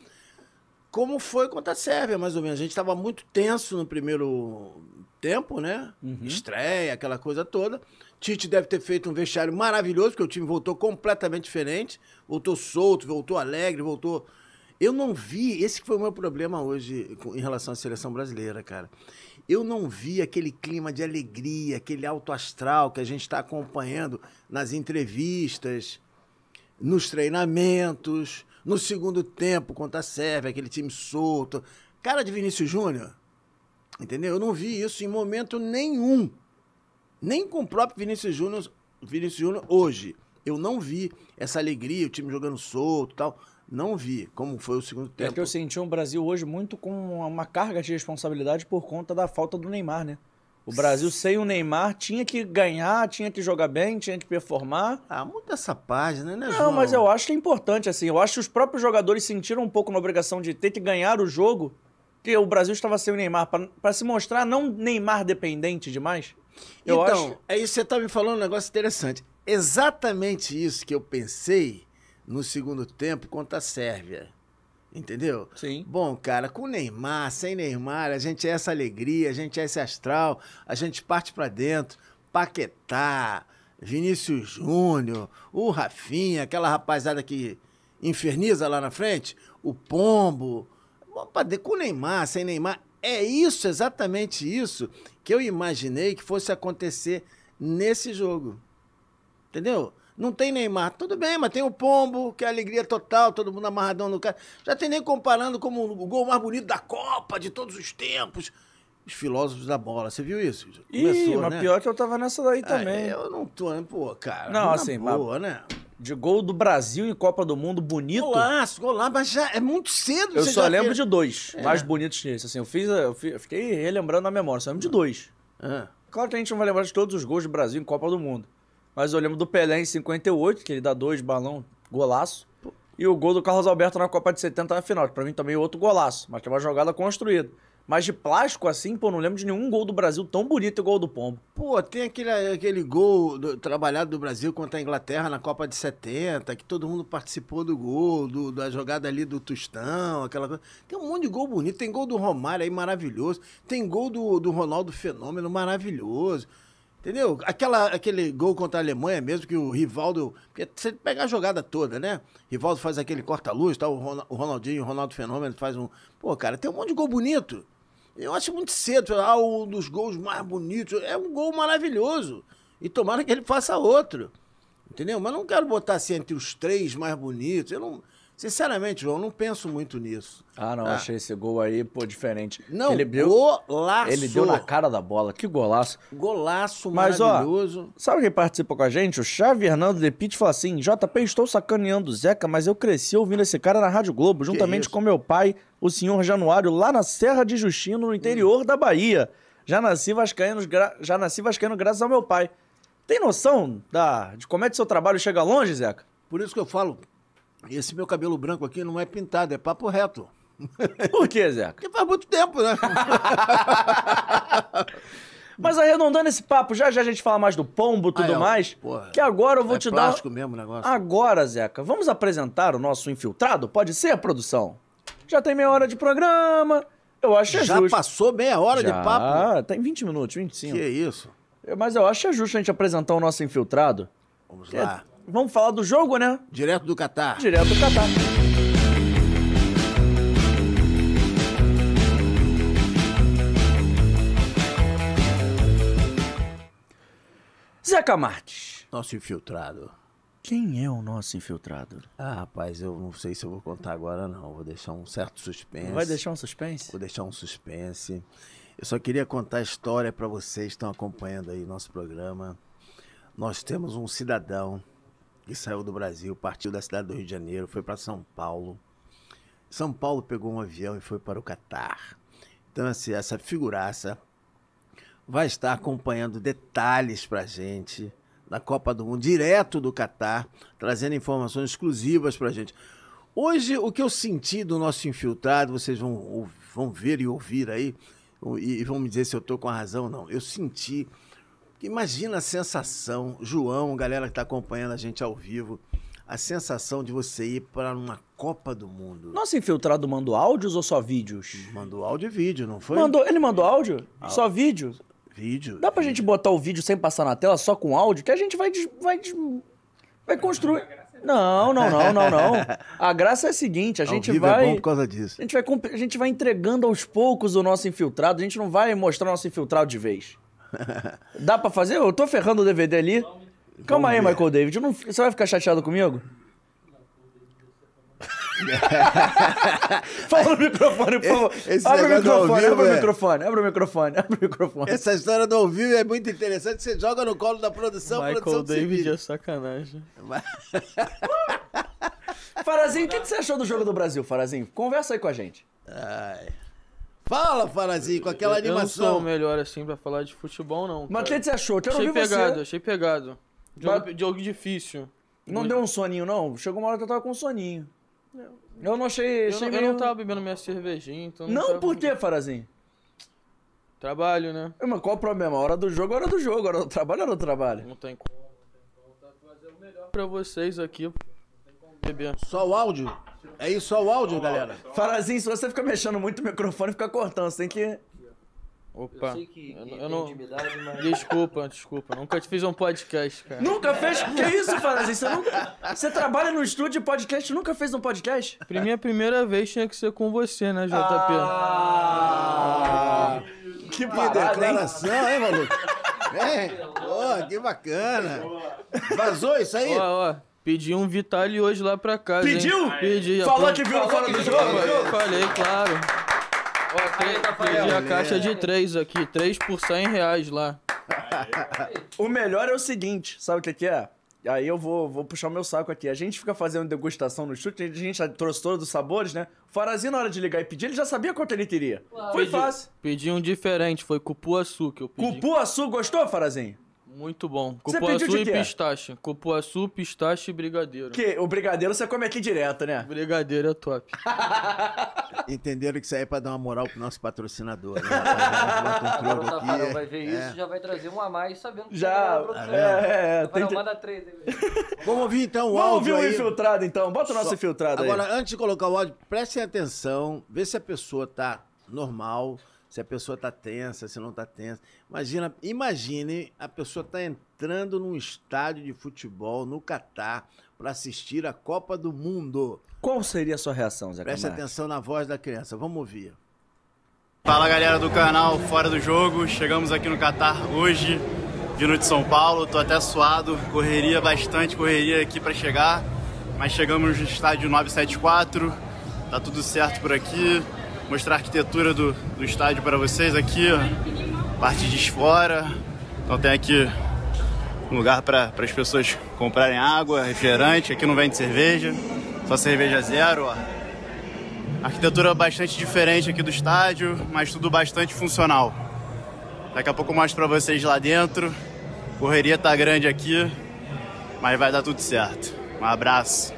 Como foi contra a Sérvia, mais ou menos. A gente tava muito tenso no primeiro tempo, né? Estreia, aquela coisa toda. Tite deve ter feito um vestiário maravilhoso, porque o time voltou completamente diferente. Voltou solto, voltou alegre, voltou. Eu não vi, esse que foi o meu problema hoje com- em relação à seleção brasileira, cara. Eu não vi aquele clima de alegria, aquele alto astral que a gente está acompanhando nas entrevistas, nos treinamentos, no segundo tempo contra a Sérvia, aquele time solto. Cara de Vinícius Júnior, entendeu? Eu não vi isso em momento nenhum. Nem com o próprio Vinícius Júnior, Vinícius Júnior hoje. Eu não vi essa alegria, o time jogando solto e tal. Não vi como foi o segundo É tempo. que eu senti um Brasil hoje muito com uma carga de responsabilidade por conta da falta do Neymar, né? O Brasil sem o Neymar tinha que ganhar, tinha que jogar bem, tinha que performar. Ah, muda essa página, né, João? Não, mas eu acho que é importante, assim. Eu acho que os próprios jogadores sentiram um pouco na obrigação de ter que ganhar o jogo, que o Brasil estava sem o Neymar, pra- pra se mostrar não Neymar dependente demais. Eu então, acho. é isso, você tá me falando um negócio interessante. Exatamente isso que eu pensei no segundo tempo contra a Sérvia. Entendeu? Sim. Bom, cara, com Neymar, sem Neymar, a gente é essa alegria, a gente é esse astral, a gente parte pra dentro. Paquetá, Vinícius Júnior, o Rafinha, aquela rapazada que inferniza lá na frente, o Pombo. Bom, pra de- Com Neymar, sem Neymar, é isso, exatamente isso que eu imaginei que fosse acontecer nesse jogo. Entendeu? Não tem Neymar. Tudo bem, mas tem o Pombo, que é alegria total, todo mundo amarradão no cara. Já tem nem comparando como o gol mais bonito da Copa de todos os tempos. Os filósofos da bola, você viu isso? né? Ih, mas pior que eu tava nessa daí Ah, também. eu não tô, né? Pô, cara. Não, na assim, boa, né? é, De gol do Brasil em Copa do Mundo, bonito. Golaço, golaço, mas já é muito cedo. Eu você só já lembro ter- de um dois mais bonitos que esse. Assim, eu, fiz, eu fi- eu fiquei relembrando na memória, só lembro de dois. Ah, Claro que a gente não vai lembrar de todos os gols do Brasil em Copa do Mundo. Mas eu lembro do Pelé em 58, que ele dá dois balão, golaço. E o gol do Carlos Alberto na Copa de 70 na final, que pra mim também é outro golaço, mas que é uma jogada construída. Mas de plástico assim, pô, não lembro de nenhum gol do Brasil tão bonito igual o do Pombo. Pô, tem aquele, aquele gol do- trabalhado do Brasil contra a Inglaterra na Copa de 70, que todo mundo participou do gol, do- da jogada ali do Tostão, aquela coisa. Tem um monte de gol bonito. Tem gol do Romário aí maravilhoso. Tem gol do, do Ronaldo Fenômeno maravilhoso. Entendeu? Aquela, aquele gol contra a Alemanha mesmo, que o Rivaldo. Porque você pega a jogada toda, né? Rivaldo faz aquele corta-luz, tá? o Ron- o Ronaldinho, o Ronaldo Fenômeno faz um. Pô, cara, tem um monte de gol bonito. Eu acho muito cedo. Ah, um dos gols mais bonitos. É um gol maravilhoso. E tomara que ele faça outro. Entendeu? Mas não quero botar assim entre os três mais bonitos. Eu não. Sinceramente, João, não penso muito nisso. Ah, não, Ah. achei esse gol aí, pô, diferente. Não, ele deu, golaço. ele deu na cara da bola, que golaço. Golaço Mas, ó, maravilhoso. Sabe quem participa com a gente? O Xavi Hernando de Pitt fala assim: JP, estou sacaneando o Zeca, mas eu cresci ouvindo esse cara na Rádio Globo, juntamente isso? com meu pai, o senhor Januário, lá na Serra de Justino, no interior Hum. da Bahia. Já nasci, vascaíno, gra- Já nasci vascaíno graças ao meu pai. Tem noção da... de como é que seu trabalho chega longe, Zeca? Por isso que eu falo, esse meu cabelo branco aqui não é pintado, é papo reto. Por quê, Zeca? Porque faz muito tempo, né? Mas arredondando esse papo, já já a gente fala mais do pombo e tudo Ah, é, mais. porra. que agora eu vou é te dar. Ah, plástico mesmo o negócio. Agora, Zeca, vamos apresentar o nosso infiltrado? Pode ser, produção? Já tem meia hora de programa. Eu acho que é Já justo. passou meia hora Já, de papo. tem 20 minutos, 25. Que isso? Eu- Mas eu acho que é justo a gente apresentar o nosso infiltrado. Vamos Que- lá. Vamos falar do jogo, né? Direto do Catar. Direto do Catar. Zeca Marques, Nosso infiltrado. quem é o nosso infiltrado? Ah, rapaz, eu não sei se eu vou contar agora, não. Vou deixar um certo suspense. Vai deixar um suspense? Vou deixar um suspense. Eu só queria contar a história para vocês que estão acompanhando aí nosso programa. Nós temos um cidadão que saiu do Brasil, partiu da cidade do Rio de Janeiro, foi para São Paulo. São Paulo pegou um avião e foi para o Catar. Então, assim, essa figuraça vai estar acompanhando detalhes para gente da Copa do Mundo, direto do Catar, trazendo informações exclusivas para gente. Hoje, o que eu senti do nosso infiltrado, vocês vão, ou- vão ver e ouvir aí, ou- e, e vão me dizer se eu estou com a razão ou não. Eu senti, imagina a sensação, João, galera que está acompanhando a gente ao vivo, a sensação de você ir para uma Copa do Mundo. Nosso infiltrado mandou áudios ou só vídeos? Mandou áudio e vídeo, não foi? Ah. Mandou, ele mandou áudio? Só vídeo? Vídeo. Dá pra gente botar o vídeo sem passar na tela, só com áudio, que a gente vai des- vai des- vai construir. Não, não, não, não, não. A graça é a seguinte, a Ao gente vivo é vai bom por causa disso. a gente vai comp- a gente vai entregando aos poucos o nosso infiltrado, a gente não vai mostrar o nosso infiltrado de vez. Dá pra fazer? Eu tô ferrando o DVD ali. Calma aí, ver. Michael David, eu não- você vai ficar chateado comigo? Fala no microfone, por favor. Esse abre o negócio ao microfone, vivo abre o é- microfone, abre o microfone, abre o microfone. Essa história do ao vivo é muito interessante. Você joga no colo da produção, a Michael produção de David é sacanagem. Farazinho, o que, que você achou do jogo do Brasil, Farazinho? Conversa aí com a gente. Fala, Farazinho, com aquela eu não sou o animação. melhor assim pra falar de futebol, não. Mas o que, cara. que você achou? Eu Quero Achei ouvir pegado, você. achei pegado. Jogo, jogo difícil. Não deu um soninho, não? Chegou uma hora que eu tava com um soninho. Eu não achei... Eu achei não, eu meio- não tava bebendo minha cervejinha, então. Não, tava- por quê, Farazinho? Trabalho, né? Mas qual o problema? A hora do jogo, a hora do jogo. A hora do trabalho, a hora do trabalho. Não tem como. Então, Pra vocês aqui, beber. Só o áudio? É isso, só o áudio, galera? Farazinho, se você fica mexendo muito o microfone, fica cortando. Você tem que... Opa. Sei que, que Eu não- tem eu não- intimidade, mas... Desculpa, desculpa. Nunca te fiz um podcast, cara. Nunca fez... Que isso, Farazinho? Você, nunca... você trabalha no estúdio de podcast, nunca fez um podcast? Pra minha primeira vez tinha que ser com você, Ah, né, JP? Que parada, hein? declaração, hein, maluco? É, pô, que bacana. Vazou isso aí? Ó, ó. Pedi um Vitale hoje lá pra casa. hein? Pediu? Pedi. Falou aponta- que viu fora do Falei, jogo? falei, claro. Pedi a Valeu. caixa de 3 aqui, 3 por 100 reais lá. O melhor é o seguinte, sabe o que que é? Aí eu vou, vou puxar o meu saco aqui. A gente fica fazendo degustação no chute, a gente já trouxe todos os sabores, né? O Farazinho, na hora de ligar e pedir, ele já sabia quanto ele teria. Foi fácil. Pedi um diferente, foi cupuaçu que eu pedi. Cupuaçu, gostou, Farazinho? Muito bom. Você Cupuaçu pediu de e quê? pistache. Cupuaçu, pistache e brigadeiro. Que o brigadeiro você come aqui direto, né? Brigadeiro é top. Entenderam que isso aí é pra dar uma moral pro nosso patrocinador. Né? Bota um O troco Tafarão vai ver é. isso, já vai trazer um a mais sabendo que Já. vai ganhar a produção. É, é, tem Tafarão, que... manda três aí. Vamos ouvir então o Vamos ouvir áudio o aí. infiltrado, então. Bota o nosso Só- infiltrado aí. Agora, antes de colocar o áudio, prestem atenção, vê se a pessoa tá normal, se a pessoa tá tensa, se não tá tensa. Imagina, imagine a pessoa tá entrando num estádio de futebol no Catar para assistir a Copa do Mundo. Qual seria a sua reação, Zé Preste Camargo? atenção na voz da criança. Vamos ouvir. Fala galera do canal Fora do Jogo, chegamos aqui no Catar hoje, vindo de São Paulo, tô até suado, correria bastante, correria aqui para chegar, mas chegamos no estádio 974, tá tudo certo por aqui, mostrar a arquitetura do, do estádio para vocês aqui, ó, parte de fora, então tem aqui um lugar para as pessoas comprarem água, refrigerante, aqui não vende cerveja, só cerveja zero, ó. Arquitetura bastante diferente aqui do estádio, mas tudo bastante funcional. Daqui a pouco eu mostro pra vocês lá dentro. Correria tá grande aqui, mas vai dar tudo certo. Um abraço.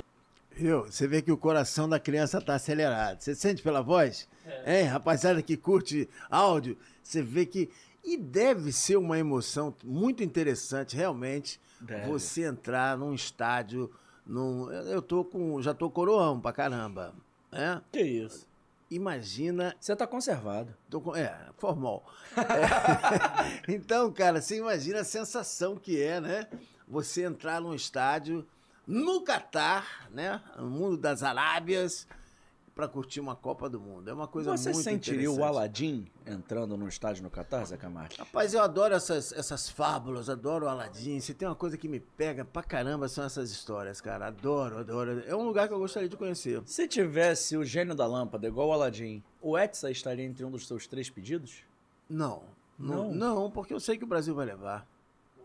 Viu? Você vê que o coração da criança tá acelerado. Você sente pela voz? É. Hein, rapaziada que curte áudio, você vê que. E deve ser uma emoção muito interessante, realmente, você entrar num estádio. Num... Eu eu tô com. Já tô coroão pra caramba. Né? Que isso. Imagina Você tá conservado. Tô com- é, formal. É. então, cara, você imagina a sensação que é, né? Você entrar num estádio no Catar, né? No mundo das Arábias, pra curtir uma Copa do Mundo. É uma coisa Você muito sentiria o interessante. Aladim entrando no estádio no Catar, Zé Camargo? Rapaz, eu adoro essas, essas fábulas, adoro o Aladim. Se tem uma coisa que me pega pra caramba são essas histórias, cara. Adoro, adoro. É um lugar que eu gostaria de conhecer. Se tivesse o gênio da lâmpada igual o Aladim, o Hexa estaria entre um dos seus três pedidos? Não. Não, Não? não, porque eu sei que o Brasil vai levar.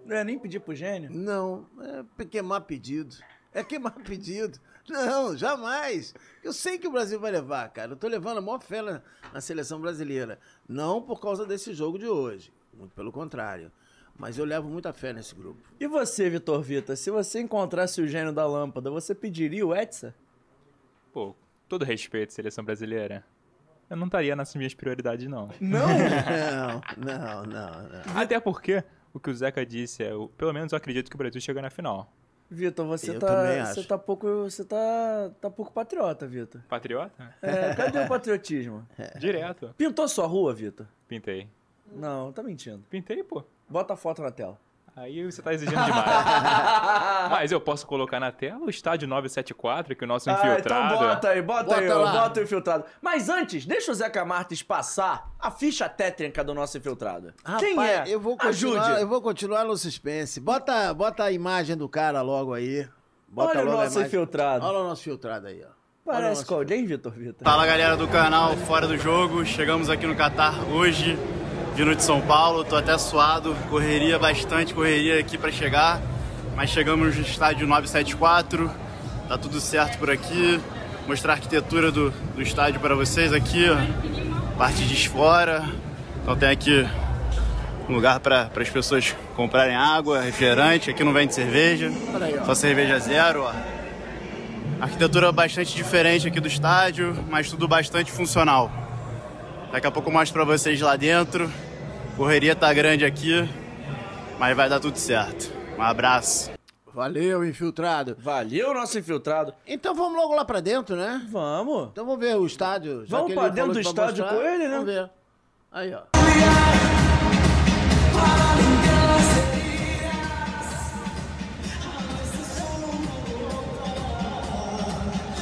Não é nem pedir pro gênio? Não, é pe- queimar pedido. É queimar pedido. Não, jamais. Eu sei que o Brasil vai levar, cara. Eu tô levando a maior fé na, na seleção brasileira. Não por causa desse jogo de hoje. Muito pelo contrário. Mas eu levo muita fé nesse grupo. E você, Vitor Vita, se você encontrasse o gênio da lâmpada, você pediria o Hexa? Pô, todo respeito, seleção brasileira. Eu não estaria nas minhas prioridades, não. Não, não, não, não. Até porque o que o Zeca disse é, o- pelo menos eu acredito que o Brasil chega na final. Vitor, você Eu também tá. acho. Você tá pouco. Você tá. tá pouco patriota, Vitor. Patriota? É, cadê o patriotismo? É. Direto. Pintou sua rua, Vitor? Pintei. Não, tá mentindo. Pintei, pô. Bota a foto na tela. Aí você tá exigindo demais. Mas eu posso colocar na tela o estádio 974, que é o nosso Ah, então infiltrado. bota aí, bota, Bota aí, lá. bota o infiltrado. Mas antes, deixa o Zeca Martins passar a ficha técnica do nosso infiltrado. Quem Rapaz, é? Eu vou continuar, Ajude. eu vou continuar no suspense. Bota, bota a imagem do cara logo aí. Bota Olha o logo a nosso imagem. infiltrado. Olha o nosso filtrado aí, ó. Olha o Parece nosso com alguém, Vitor Vitor? Fala galera do canal Fora do Jogo, chegamos aqui no Catar hoje, vindo de São Paulo, tô até suado, correria bastante, correria aqui para chegar, mas chegamos no estádio 974, tá tudo certo por aqui, mostrar a arquitetura do, do estádio para vocês aqui, ó, parte de fora, então tem aqui um lugar para as pessoas comprarem água, refrigerante, aqui não vende cerveja, só cerveja zero, ó. Arquitetura bastante diferente aqui do estádio, mas tudo bastante funcional. Daqui a pouco eu mostro pra vocês lá dentro. Correria tá grande aqui, mas vai dar tudo certo. Um abraço. Valeu, infiltrado. Valeu, nosso infiltrado. Então vamos logo lá pra dentro, né? Vamos. Então vamos ver o estádio. já Vamos que pra ele dentro falou do que vai estádio mostrar, com ele, né? Vamos ver. Aí, ó.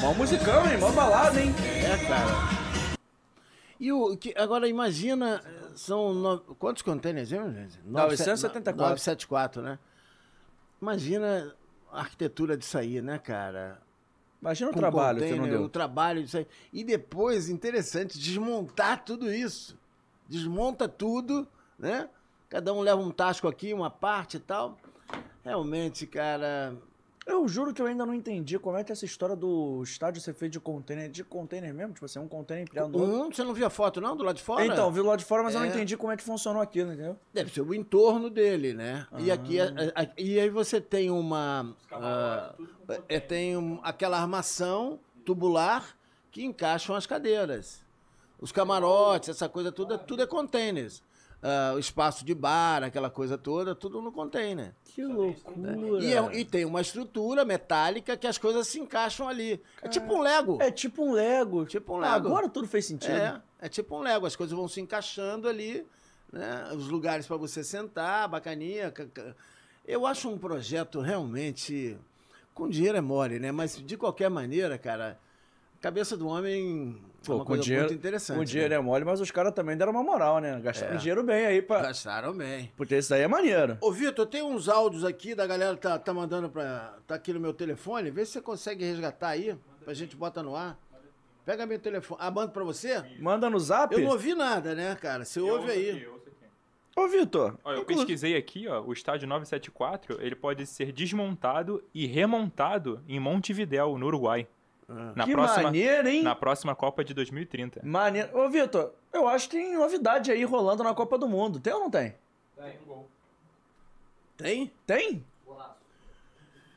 Mó musicão, hein? Mó balada, hein? É, cara. E o que, agora imagina, eh, são no- quantos containers, hein, gente? 974. 974, né? Imagina a arquitetura disso aí, né, cara? Imagina o Com trabalho que não container, O deu. trabalho disso aí. E depois, interessante, desmontar tudo isso. Desmonta tudo, né? Cada um leva um tasco aqui, uma parte e tal. Realmente, cara, Eu juro que eu ainda não entendi como é que essa história do estádio ser feito de container, de container mesmo, tipo assim, um container empilhado no outro. Um, você não viu a foto, não, do lado de fora? Então, vi lá de fora, mas eu não É. entendi como é que funcionou aquilo, entendeu? Deve ser o entorno dele, né? E, Ah. aqui, a- a- e aí você tem uma. ah, é, tem um- aquela armação tubular que encaixam as cadeiras. Os camarotes, essa coisa toda, tudo é containers. Ah, o espaço de bar, aquela coisa toda, tudo no container. Que loucura. E, é- e tem uma estrutura metálica que as coisas se encaixam ali. É tipo um Lego. É tipo um Lego. Tipo um Ah, Lego. Agora tudo fez sentido. É, é tipo um Lego, as coisas vão se encaixando ali, né? Os lugares para você sentar, bacaninha. ca- ca- Eu acho um projeto realmente. Com dinheiro é mole, né? Mas de qualquer maneira, cara, Cabeça do homem é Pô, uma com coisa dinheiro, muito interessante. né? com dinheiro é mole, mas os caras também deram uma moral, né? Gastaram É. dinheiro bem aí né? pra. Gastaram bem. Porque isso daí é maneiro. Ô, Vitor, tem uns áudios aqui da galera tá, tá mandando pra. tá aqui no meu telefone. Vê se você consegue resgatar aí, pra gente botar no ar. Pega meu telefone. Ah, manda pra você? Manda no zap. Eu não ouvi nada, né, cara? Você ouve aí. Ô, Vitor. Ó, eu inclu- pesquisei aqui, ó, o estádio 974, ele pode ser desmontado e remontado em Montevidéu, no Uruguai. Na Ah. que próxima maneiro, hein? na próxima Copa de 2030. Maneiro. Ô, Vitor, eu acho que tem novidade aí rolando na Copa do Mundo. Tem ou não tem? Tem? Tem?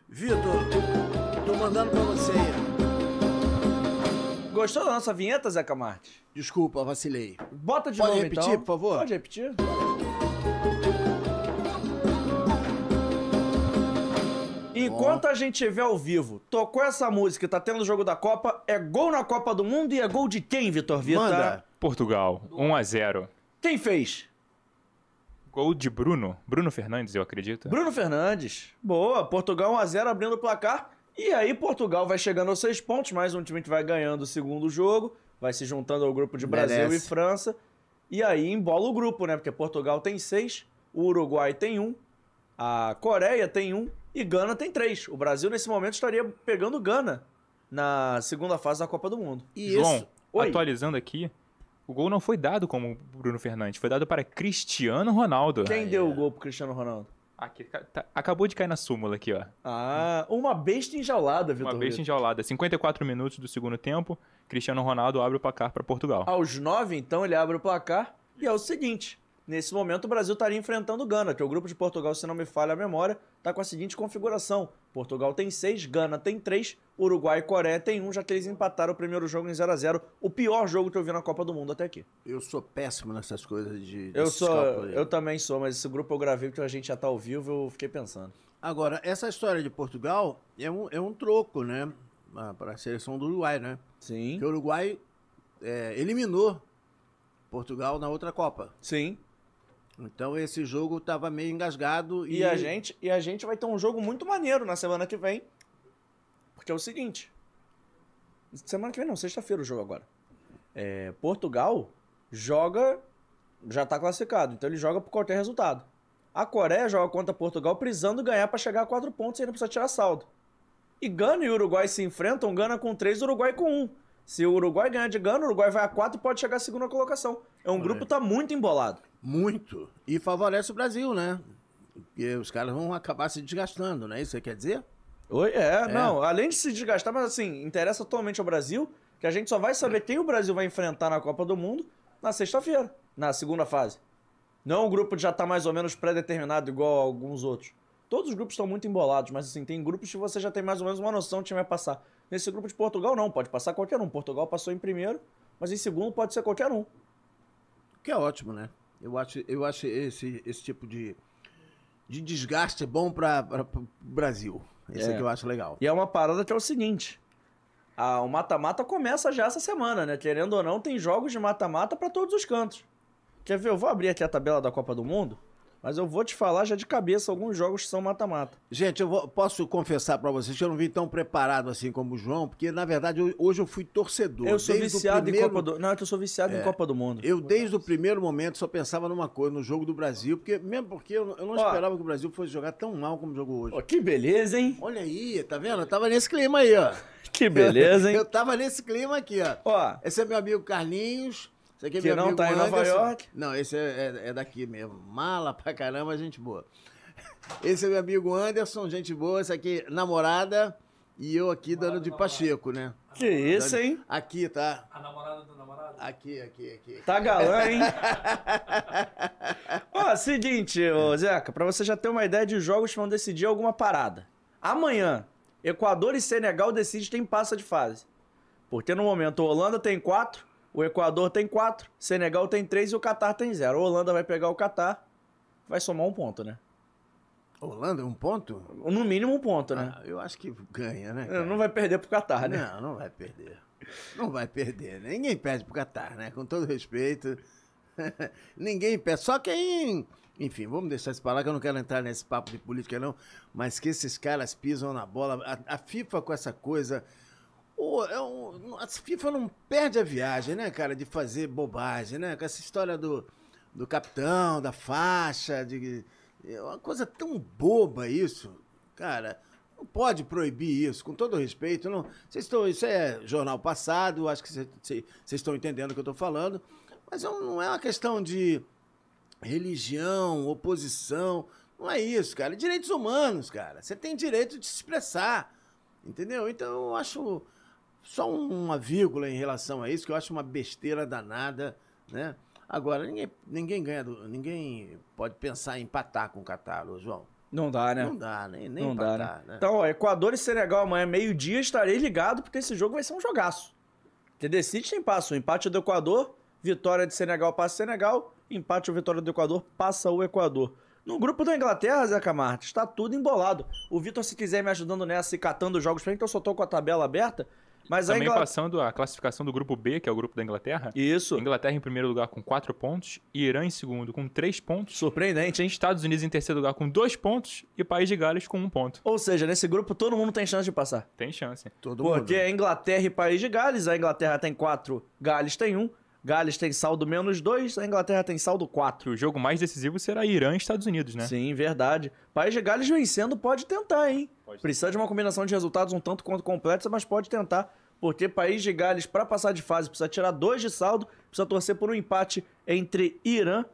Vitor, tô, tô mandando pra você aí. Gostou da nossa vinheta, Zeca Marte? Desculpa, vacilei. Bota de Pode novo, repetir, então. por favor? Pode repetir. Enquanto a gente estiver ao vivo, tocou essa música e tá tendo o jogo da Copa, é gol na Copa do Mundo e é gol de quem, Vitor Vita? Manda. Portugal, 1 a 0. Quem fez? Gol de Bruno, Bruno Fernandes, eu acredito. Bruno Fernandes. Boa, Portugal 1x0 abrindo o placar. E aí Portugal vai chegando aos seis pontos, mais um time que vai ganhando o segundo jogo, vai se juntando ao grupo de Brasil Merece. e França. E aí embola o grupo, né? Porque Portugal tem seis, o Uruguai tem um, a Coreia tem um e Gana tem três. O Brasil, nesse momento, estaria pegando Gana na segunda fase da Copa do Mundo. E João, Oi. atualizando aqui, o gol não foi dado como Bruno Fernandes, foi dado para Cristiano Ronaldo. Quem deu o gol pro Cristiano Ronaldo? Aqui, ca- tá- acabou de cair na súmula aqui, ó. Ah, uma besta enjaulada, Vitor. Uma besta Hugo. enjaulada. 54 minutos do segundo tempo, Cristiano Ronaldo abre o placar para Portugal. Aos nove, então, ele abre o placar. E é o seguinte: nesse momento, o Brasil estaria enfrentando o Gana, que é o grupo de Portugal, se não me falha a memória, está com a seguinte configuração: Portugal tem seis, Gana tem três, Uruguai e Coreia tem um, já que eles empataram o primeiro jogo em 0 a 0 o pior jogo que eu vi na Copa do Mundo até aqui. Eu sou péssimo nessas coisas de. Eu desses sou, cálculos aí. eu também sou, mas esse grupo eu gravei porque a gente já tá ao vivo, eu fiquei pensando. Agora, essa história de Portugal é um, é um troco, né? Para a seleção do Uruguai, né? Sim. Porque o Uruguai é, eliminou Portugal na outra Copa. Sim. Então esse jogo estava meio engasgado e, E a gente, e a gente vai ter um jogo muito maneiro na semana que vem. Porque é o seguinte. Semana que vem não, sexta-feira o jogo agora. É, Portugal joga já tá classificado, então ele joga por qualquer resultado. A Coreia joga contra Portugal precisando ganhar pra chegar a quatro pontos e ainda precisa tirar saldo. E Gana e Uruguai se enfrentam, Gana com três, Uruguai com um. Se o Uruguai ganhar de Gana, o Uruguai vai a quatro e pode chegar à segunda colocação. É um grupo que tá muito embolado. muito. E favorece o Brasil, né? Porque os caras vão acabar se desgastando, não é isso que quer dizer? Oi, é, não. Além de se desgastar, mas assim, interessa totalmente ao Brasil, que a gente só vai saber quem o Brasil vai enfrentar na Copa do Mundo na sexta-feira, na segunda fase. Não o grupo já tá mais ou menos pré-determinado igual a alguns outros. Todos os grupos estão muito embolados, mas assim, tem grupos que você já tem mais ou menos uma noção de quem vai passar. Nesse grupo de Portugal não, pode passar qualquer um. Portugal passou em primeiro, mas em segundo pode ser qualquer um. Que é ótimo, né? Eu acho, eu acho esse, esse tipo de, de desgaste bom para o Brasil. Isso É. é que eu acho legal. E é uma parada que é o seguinte: a- o mata-mata começa já essa semana, né? Querendo ou não, tem jogos de mata-mata pra todos os cantos. Quer ver? Eu vou abrir aqui a tabela da Copa do Mundo, mas eu vou te falar já de cabeça alguns jogos que são mata-mata. Gente, eu vou- posso confessar pra vocês que eu não vim tão preparado assim como o João, porque na verdade eu- hoje eu fui torcedor. Eu sou Desde o viciado primeiro- em Copa do Não, é que eu sou viciado em Copa do Mundo. Eu desde o primeiro momento só pensava numa coisa, no jogo do Brasil, porque mesmo porque eu, eu não Ó. esperava que o Brasil fosse jogar tão mal como jogou hoje. Ó, que beleza, hein? Olha aí, tá vendo? Eu tava nesse clima aí, ó. Que beleza, Eu hein? tava nesse clima aqui, ó. Ó, Esse é meu amigo Carlinhos. Esse aqui é Que meu não amigo tá em Nova Anderson. York. Não, esse é, é- é daqui mesmo. Mala pra caramba, gente boa. Esse é meu amigo Anderson, gente boa. Esse aqui, namorada. E eu aqui dando de Pacheco, né? que isso, hein? Aqui, tá? A namorada do namorado? Aqui, aqui, aqui. Tá galã, hein? Ó, seguinte, ô Zeca, pra você já ter uma ideia de jogos que vão decidir alguma parada. Amanhã, Equador e Senegal decidem quem passa de fase. Porque no momento, a Holanda tem 4, o Equador tem 4, Senegal tem 3 e o Catar tem 0. A Holanda vai pegar o Catar, vai somar um ponto, né? Holanda, um ponto? No mínimo um ponto, né? Ah, eu acho que ganha, né? cara? Não vai perder pro Catar, né? Não, não vai perder. Não vai perder. né? Ninguém perde pro Catar, né? Com todo respeito. Ninguém perde. Só quem. Enfim, vamos deixar isso pra lá, que eu não quero entrar nesse papo de política, não. Mas que esses caras pisam na bola. A, a FIFA com essa coisa. Pô, é um, a FIFA não perde a viagem, né, cara, de fazer bobagem, né? Com essa história do, do capitão, da faixa, de, é uma coisa tão boba isso, cara. Não pode proibir isso, com todo respeito. Não, vocês estão, isso é jornal passado, acho que vocês- vocês vocês estão entendendo o que eu estou falando. Mas eu- não é uma questão de religião, oposição. Não é isso, cara. É Direitos humanos, cara. Você tem direito de se expressar. Entendeu? Então eu acho só um, uma vírgula em relação a isso, que eu acho uma besteira danada, né? Agora, ninguém, ninguém ganha, do- ninguém pode pensar em empatar com o Catar, ô João. Não dá, né? Não dá, nem, nem Não dá, empatar, né? né? Então, ó, Equador e Senegal amanhã, meio-dia, estarei ligado, porque esse jogo vai ser um jogaço. Porque decide quem passa. O empate é do Equador, vitória de Senegal passa Senegal, empate ou vitória do Equador passa o Equador. No grupo da Inglaterra, Zé Camargo, está tudo embolado. O Vitor, se quiser me ajudando nessa e catando os jogos pra mim, então eu só tô com a tabela aberta. Mas a Também Inglaterra. passando a classificação do grupo B, que é o grupo da Inglaterra. é Isso. Inglaterra em primeiro lugar com 4 pontos, Irã em segundo com 3 pontos, Surpreendente, tem hein? Estados Unidos em terceiro lugar com 2 pontos e País de Gales com 1 ponto. Ou seja, nesse grupo todo mundo tem chance de passar. Tem chance. Todo Porque é Inglaterra e País de Gales, a Inglaterra tem 4, Gales tem 1, um, Gales tem saldo menos 2, a Inglaterra tem saldo 4. Que o jogo mais decisivo será Irã e Estados Unidos, né? Sim, verdade. País de Gales vencendo pode tentar, hein? Pode. Precisa de uma combinação de resultados um tanto quanto complexa, mas pode tentar. Porque País de Gales, para passar de fase, precisa tirar 2 de saldo, precisa torcer por um empate entre Irã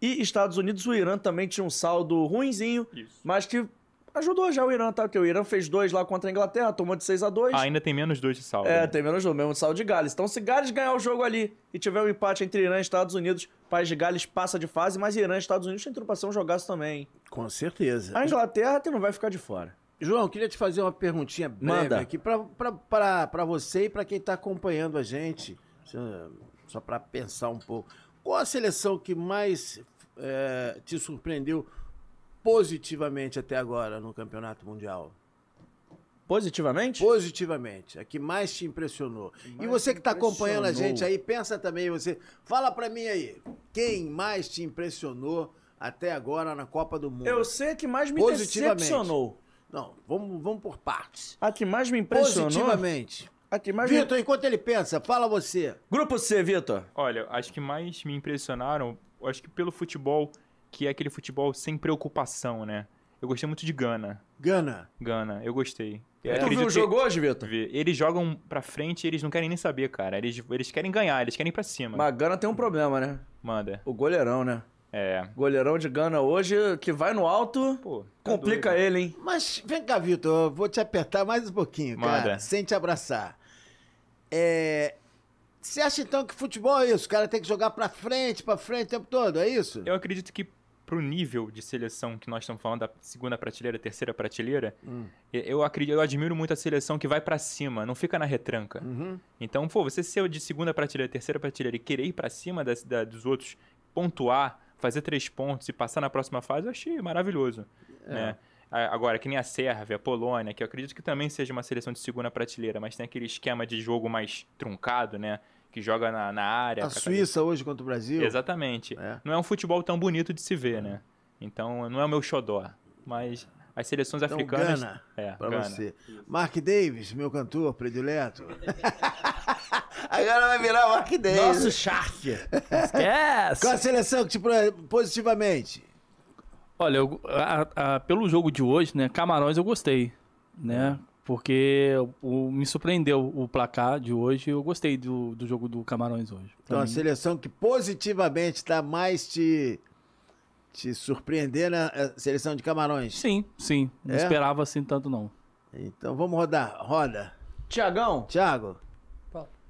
e Estados Unidos. O Irã também tinha um saldo ruinzinho, Isso. mas que ajudou já o Irã, tá? Porque o Irã fez 2 lá contra a Inglaterra, tomou de 6 a 2 Ah, ainda tem menos 2 de saldo. É, né? tem menos do mesmo saldo de Gales. Então, se Gales ganhar o jogo ali e tiver um empate entre Irã e Estados Unidos, País de Gales passa de fase, mas Irã e Estados Unidos tem tudo pra ser um jogaço também. hein? Com certeza. A Inglaterra tu não vai ficar de fora. João, queria te fazer uma perguntinha breve Manda. aqui pra- pra pra- pra você e pra quem tá acompanhando a gente, só, só pra pensar um pouco. Qual a seleção que mais eh, te surpreendeu positivamente até agora no Campeonato Mundial? Positivamente? Positivamente, a que mais te impressionou. e você que tá acompanhando a impressionou. gente aí, pensa também você. Fala pra mim aí, quem mais te impressionou até agora na Copa do Mundo? Eu sei a que mais me Positivamente. decepcionou. Não, vamos, vamos por partes. A que mais me impressionou. Positivamente. A que mais me... Vitor, enquanto ele pensa, fala você. Grupo C, Vitor. Olha, acho que mais me impressionaram, eu acho que pelo futebol, que é aquele futebol sem preocupação, né? Eu gostei muito de Gana. Gana. Gana, eu gostei. Eu É. tu viu É, acredito o que- jogo hoje, Vitor? Vê, Eles jogam pra frente e eles não querem nem saber, cara. Eles, eles querem ganhar, eles querem ir pra cima. Mas Gana tem um problema, né? Manda. O goleirão, né? É. Goleirão de Gana hoje, que vai no alto, Pô, tá complica doido. ele, hein? Mas vem cá, Vitor, eu vou te apertar mais um pouquinho, cara, Manda. sem te abraçar. É, Você acha então que futebol é isso? O cara tem que jogar pra frente, pra frente o tempo todo, é isso? Eu acredito que pro nível de seleção que nós estamos falando, da segunda prateleira, terceira prateleira, Hum. eu- eu acredito, eu admiro muito a seleção que vai pra cima, não fica na retranca. Uhum. Então, pô, você ser de segunda prateleira, terceira prateleira e querer ir pra cima das- da- dos outros, pontuar, fazer três pontos e passar na próxima fase, eu achei maravilhoso. É. né? A- Agora, que nem a Sérvia, a Polônia, que eu acredito que também seja uma seleção de segunda prateleira, mas tem aquele esquema de jogo mais truncado, né? Que joga na, na área. A pra cada- Suíça hoje contra o Brasil? Exatamente. É. Não é um futebol tão bonito de se ver, né? Então, não é o meu xodó. Mas as seleções Então, africanas... Gana, é, pra Gana. você. Mark Davis, meu cantor predileto. Agora vai virar Mark Davis. Nosso Shark! Esquece! Qual a seleção que te pro- positivamente? Olha, eu- a- a- pelo jogo de hoje, né, Camarões eu gostei, né? Porque o- me surpreendeu o placar de hoje. Eu gostei do, do jogo do Camarões hoje. Pra Então, a Uhum. mim, seleção que positivamente está mais te, te surpreendendo é a seleção de Camarões. Sim, sim. Não É? esperava assim tanto, não. Então, vamos rodar. Roda. Tiagão, Thiago,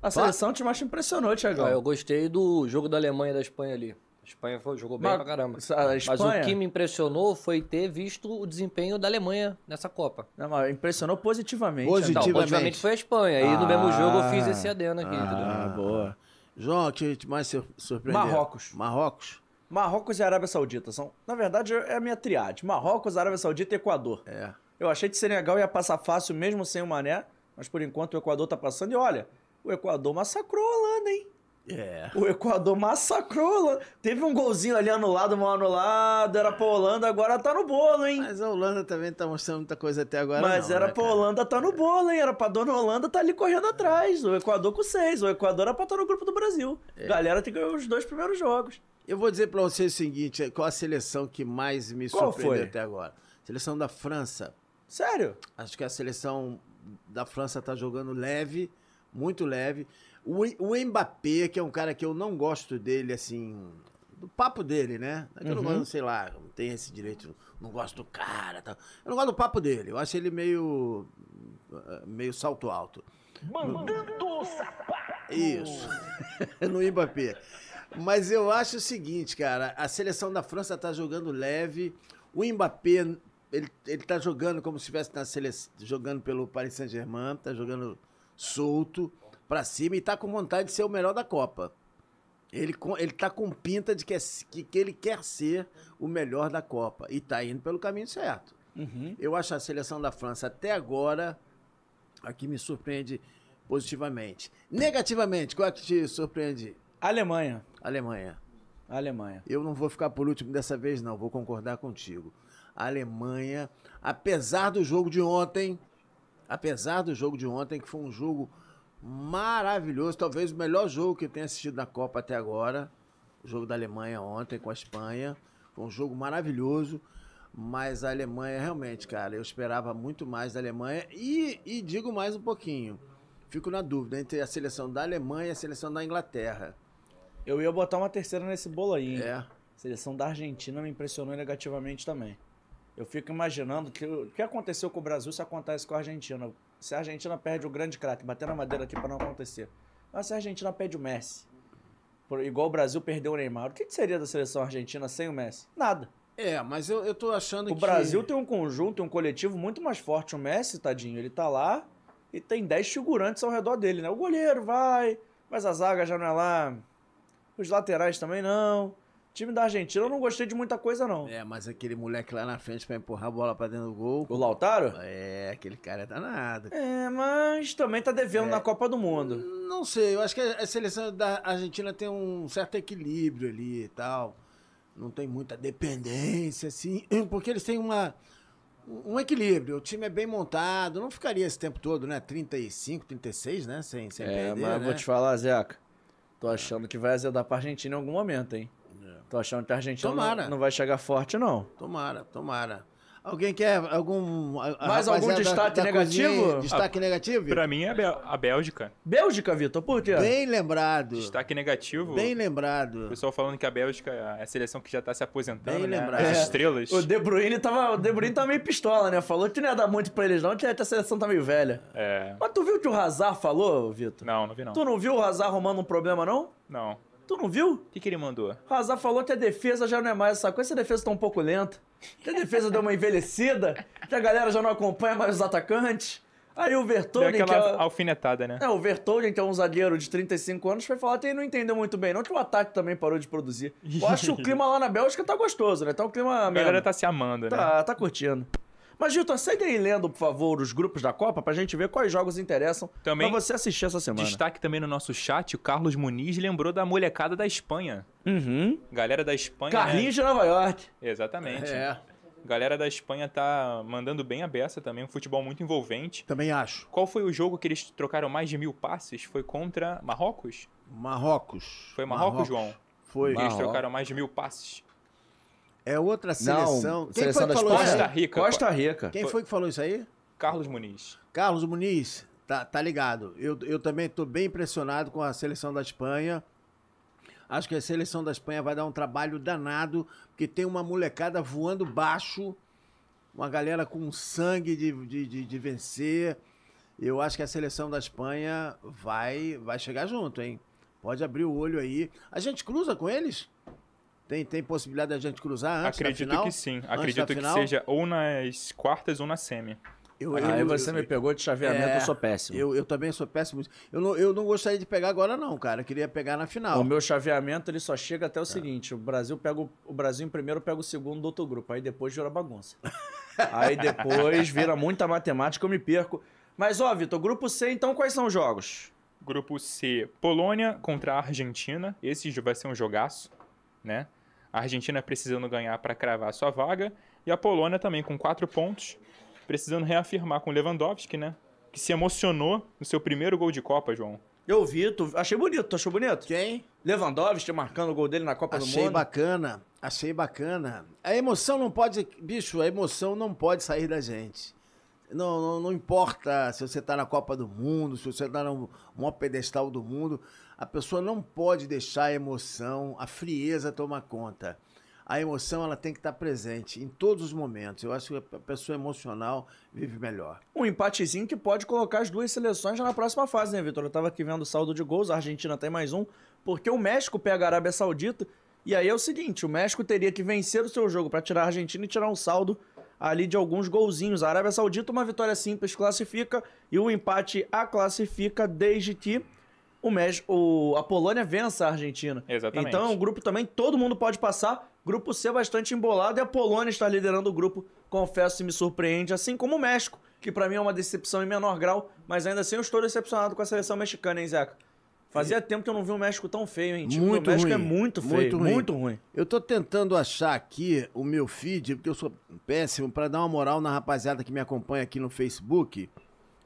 a seleção te mais impressionou, Tiagão. Ah, eu gostei do jogo da Alemanha e da Espanha ali. A Espanha foi- jogou bem Mas- pra caramba. a Mas Espanha- o que me impressionou foi ter visto o desempenho da Alemanha nessa Copa. Não, mas impressionou positivamente. Posi- Então, Adão. Positivamente. positivamente foi a Espanha. E no mesmo jogo eu fiz esse adeno aqui, Ah, entendeu? boa. João, que te mais sur- surpreendeu? Marrocos. Marrocos? Marrocos e Arábia Saudita são, na verdade, é a minha triade. Marrocos, Arábia Saudita e Equador. É. Eu achei que Senegal ia passar fácil mesmo sem o Mané, mas por enquanto o Equador tá passando. E olha, o Equador massacrou a Holanda, hein? É. O Equador massacrou. lá. Teve um golzinho ali anulado, mal anulado. Era pra Holanda, agora tá no bolo, hein? Mas a Holanda também tá mostrando muita coisa até agora. Mas não, era né, pra cara? Holanda tá no bolo, hein? Era pra dona Holanda tá ali correndo atrás. O Equador com seis. O Equador era pra estar no grupo do Brasil. Galera tem que ganhar os dois primeiros jogos. Eu vou dizer pra vocês o seguinte: é qual a seleção que mais me Qual surpreendeu foi? até agora? Seleção da França. Sério? Acho que a seleção da França tá jogando leve, muito leve. O, o Mbappé, que é um cara que eu não gosto dele, assim, do papo dele, né? É que Eu não gosto, sei lá, não tem esse direito, não gosto do cara. Tal. Eu não gosto do papo dele, eu acho ele meio. eh, meio salto alto. Mandando o sapato! Isso, no Mbappé. Mas eu acho o seguinte, cara, a seleção da França tá jogando leve. O Mbappé, ele, ele tá jogando como se estivesse na seleção, jogando pelo Paris Saint-Germain, tá jogando solto pra cima e tá com vontade de ser o melhor da Copa. Ele, com- ele tá com pinta de que, é- que, que ele quer ser o melhor da Copa e tá indo pelo caminho certo. Eu acho a seleção da França até agora a que me surpreende positivamente. Negativamente, qual é que te surpreende? Alemanha. Alemanha. Alemanha. Eu não vou ficar por último dessa vez, não. Vou concordar contigo. A Alemanha, apesar do jogo de ontem, apesar do jogo de ontem, que foi um jogo maravilhoso, talvez o melhor jogo que eu tenha assistido na Copa até agora. O jogo da Alemanha ontem com a Espanha. Foi um jogo maravilhoso. Mas a Alemanha, realmente, cara, eu esperava muito mais da Alemanha. E, e digo mais um pouquinho. Fico na dúvida entre a seleção da Alemanha e a seleção da Inglaterra. Eu ia botar uma terceira nesse bolo aí. hein? É. Seleção da Argentina me impressionou negativamente também. Eu fico imaginando que o o que aconteceu com o Brasil se acontece com a Argentina. Se a Argentina perde o grande craque, bater na madeira aqui pra não acontecer. Mas se a Argentina perde o Messi, por- igual o Brasil perdeu o Neymar, o que, que seria da seleção argentina sem o Messi? Nada. É, mas eu, eu tô achando O que. Brasil tem um conjunto, um coletivo muito mais forte. O Messi, tadinho, ele tá lá e tem 10 figurantes ao redor dele, né? O goleiro vai, mas a zaga já não é lá. Os laterais também não. O time da Argentina eu não gostei de muita coisa, não. É, mas aquele moleque lá na frente pra empurrar a bola pra dentro do gol. O Lautaro? É, aquele cara é danado. É, mas também tá devendo na Copa do Mundo. Não sei, eu acho que a a seleção da Argentina tem um certo equilíbrio ali e tal. Não tem muita dependência, assim, porque eles têm uma, um equilíbrio. O time é bem montado, não ficaria esse tempo todo, né? 35, 36, né? Sem, É, sem perder, né? falar, Zeca. Tô achando que vai azedar pra Argentina em algum momento, hein? Tô achando que a Argentina não- É. Tomara. não vai chegar forte, não. Tomara, tomara. Alguém quer algum... a- a Mais algum rapaziada destaque cozinha aí? negativo? Destaque negativo? Pra mim, é a, Bel- a Bélgica. Bélgica, Vitor, por quê? Bem lembrado. Destaque negativo. Bem O lembrado. pessoal falando que a Bélgica é a seleção que já tá se aposentando, Bem né? lembrado. As É. estrelas. O De Bruyne tava, o De Bruyne tava meio pistola, né? Falou que não ia dar muito pra eles não, que a seleção tá meio velha. É. Mas tu viu o que o Hazard falou, Vitor? Não, não vi não. Tu não viu o Hazard arrumando um problema, não? Não. Tu não viu? O que, que ele mandou? O Hazard falou que a defesa já não é mais essa coisa, que a defesa tá um pouco lenta, que a defesa deu uma envelhecida, que a galera já não acompanha mais os atacantes. Aí o Deu Vertonghen, que aquela é... alfinetada, né? É, o Vertonghen, que é um zagueiro de 35 anos, foi falar que ele não entendeu muito bem, não que o ataque também parou de produzir. Eu acho que o clima lá na Bélgica tá gostoso, né? Tá um clima A galera tá se amando, né? Tá, tá curtindo. Mas, Gilton, segue aí lendo, por favor, os grupos da Copa pra gente ver quais jogos interessam Também- pra você assistir essa semana. Destaque também no nosso chat, o Carlos Muniz lembrou da molecada da Espanha. Uhum. Galera da Espanha. Carlinhos de Nova York. Né? Exatamente. É, Galera da Espanha tá mandando bem a beça também, um futebol muito envolvente. também acho. Qual foi o jogo que eles trocaram mais de mil passes? Foi contra Marrocos? Marrocos. Foi Marrocos, João? Foi. Que eles trocaram mais de mil passes. É outra seleção. Quem foi seleção que da falou Espanha? isso Costa aí? Rica. é. Costa Rica. Quem foi que falou isso aí? Carlos Muniz. Carlos Muniz, tá, tá ligado. Eu, eu também tô bem impressionado com a seleção da Espanha. Acho que a seleção da Espanha vai dar um trabalho danado, porque tem uma molecada voando baixo, uma galera com sangue de, de, de, de vencer. Eu acho que a seleção da Espanha vai, vai chegar junto, hein? Pode abrir o olho aí. A gente cruza com eles? Tem, tem possibilidade da gente cruzar antes Acredito da final? que sim. da Acredito que final? seja ou nas quartas ou na semi. Eu, Aí eu- você me pegou de chaveamento, É, eu sou péssimo. Eu, eu também sou péssimo. Eu não, eu não gostaria de pegar agora, não, cara. Eu queria pegar na final. O meu chaveamento ele só chega até o seguinte: o Brasil pega o, o Brasil em primeiro pega o segundo do outro grupo, aí depois vira bagunça. aí depois vira muita matemática, eu me perco. Mas ó, Vitor, grupo C, então quais são os jogos? Grupo C, Polônia contra a Argentina. Esse jo- vai ser um jogaço, né? A Argentina precisando ganhar para cravar a sua vaga. E a Polônia também com quatro pontos, precisando reafirmar com o Lewandowski, né? Que se emocionou no seu primeiro gol de Copa, João. Eu vi, tu... achei bonito, tu achou bonito? Quem? Lewandowski marcando o gol dele na Copa do Achei Mundo. bacana, achei bacana. A emoção não pode, bicho, a emoção não pode sair da gente. Não, não, não importa se você tá na Copa do Mundo, se você tá no maior pedestal do mundo, a pessoa não pode deixar a emoção, a frieza tomar conta. A emoção ela tem que estar presente em todos os momentos. Eu acho que a pessoa emocional vive melhor. Um empatezinho que pode colocar as duas seleções já na próxima fase, né, Vitor? Eu tava aqui vendo o saldo de gols, a Argentina tem mais um, porque o México pega a Arábia Saudita. E aí é o seguinte: o México teria que vencer o seu jogo pra tirar a Argentina e tirar um saldo ali de alguns golzinhos. A Arábia Saudita, uma vitória simples, classifica, e o empate a classifica desde que o México, o- a Polônia vença a Argentina. Exatamente. Então, o grupo também, todo mundo pode passar. Grupo C bastante embolado e a Polônia está liderando o grupo, confesso, me surpreende, assim como o México, que pra mim é uma decepção em menor grau, mas ainda assim eu estou decepcionado com a seleção mexicana, hein, Zeca? Fazia tempo que eu não vi um México tão feio, hein? O time Muito do México ruim. é muito feio, Muito muito ruim. ruim. Eu tô tentando achar aqui o meu feed, porque eu sou péssimo, pra dar uma moral na rapaziada que me acompanha aqui no Facebook,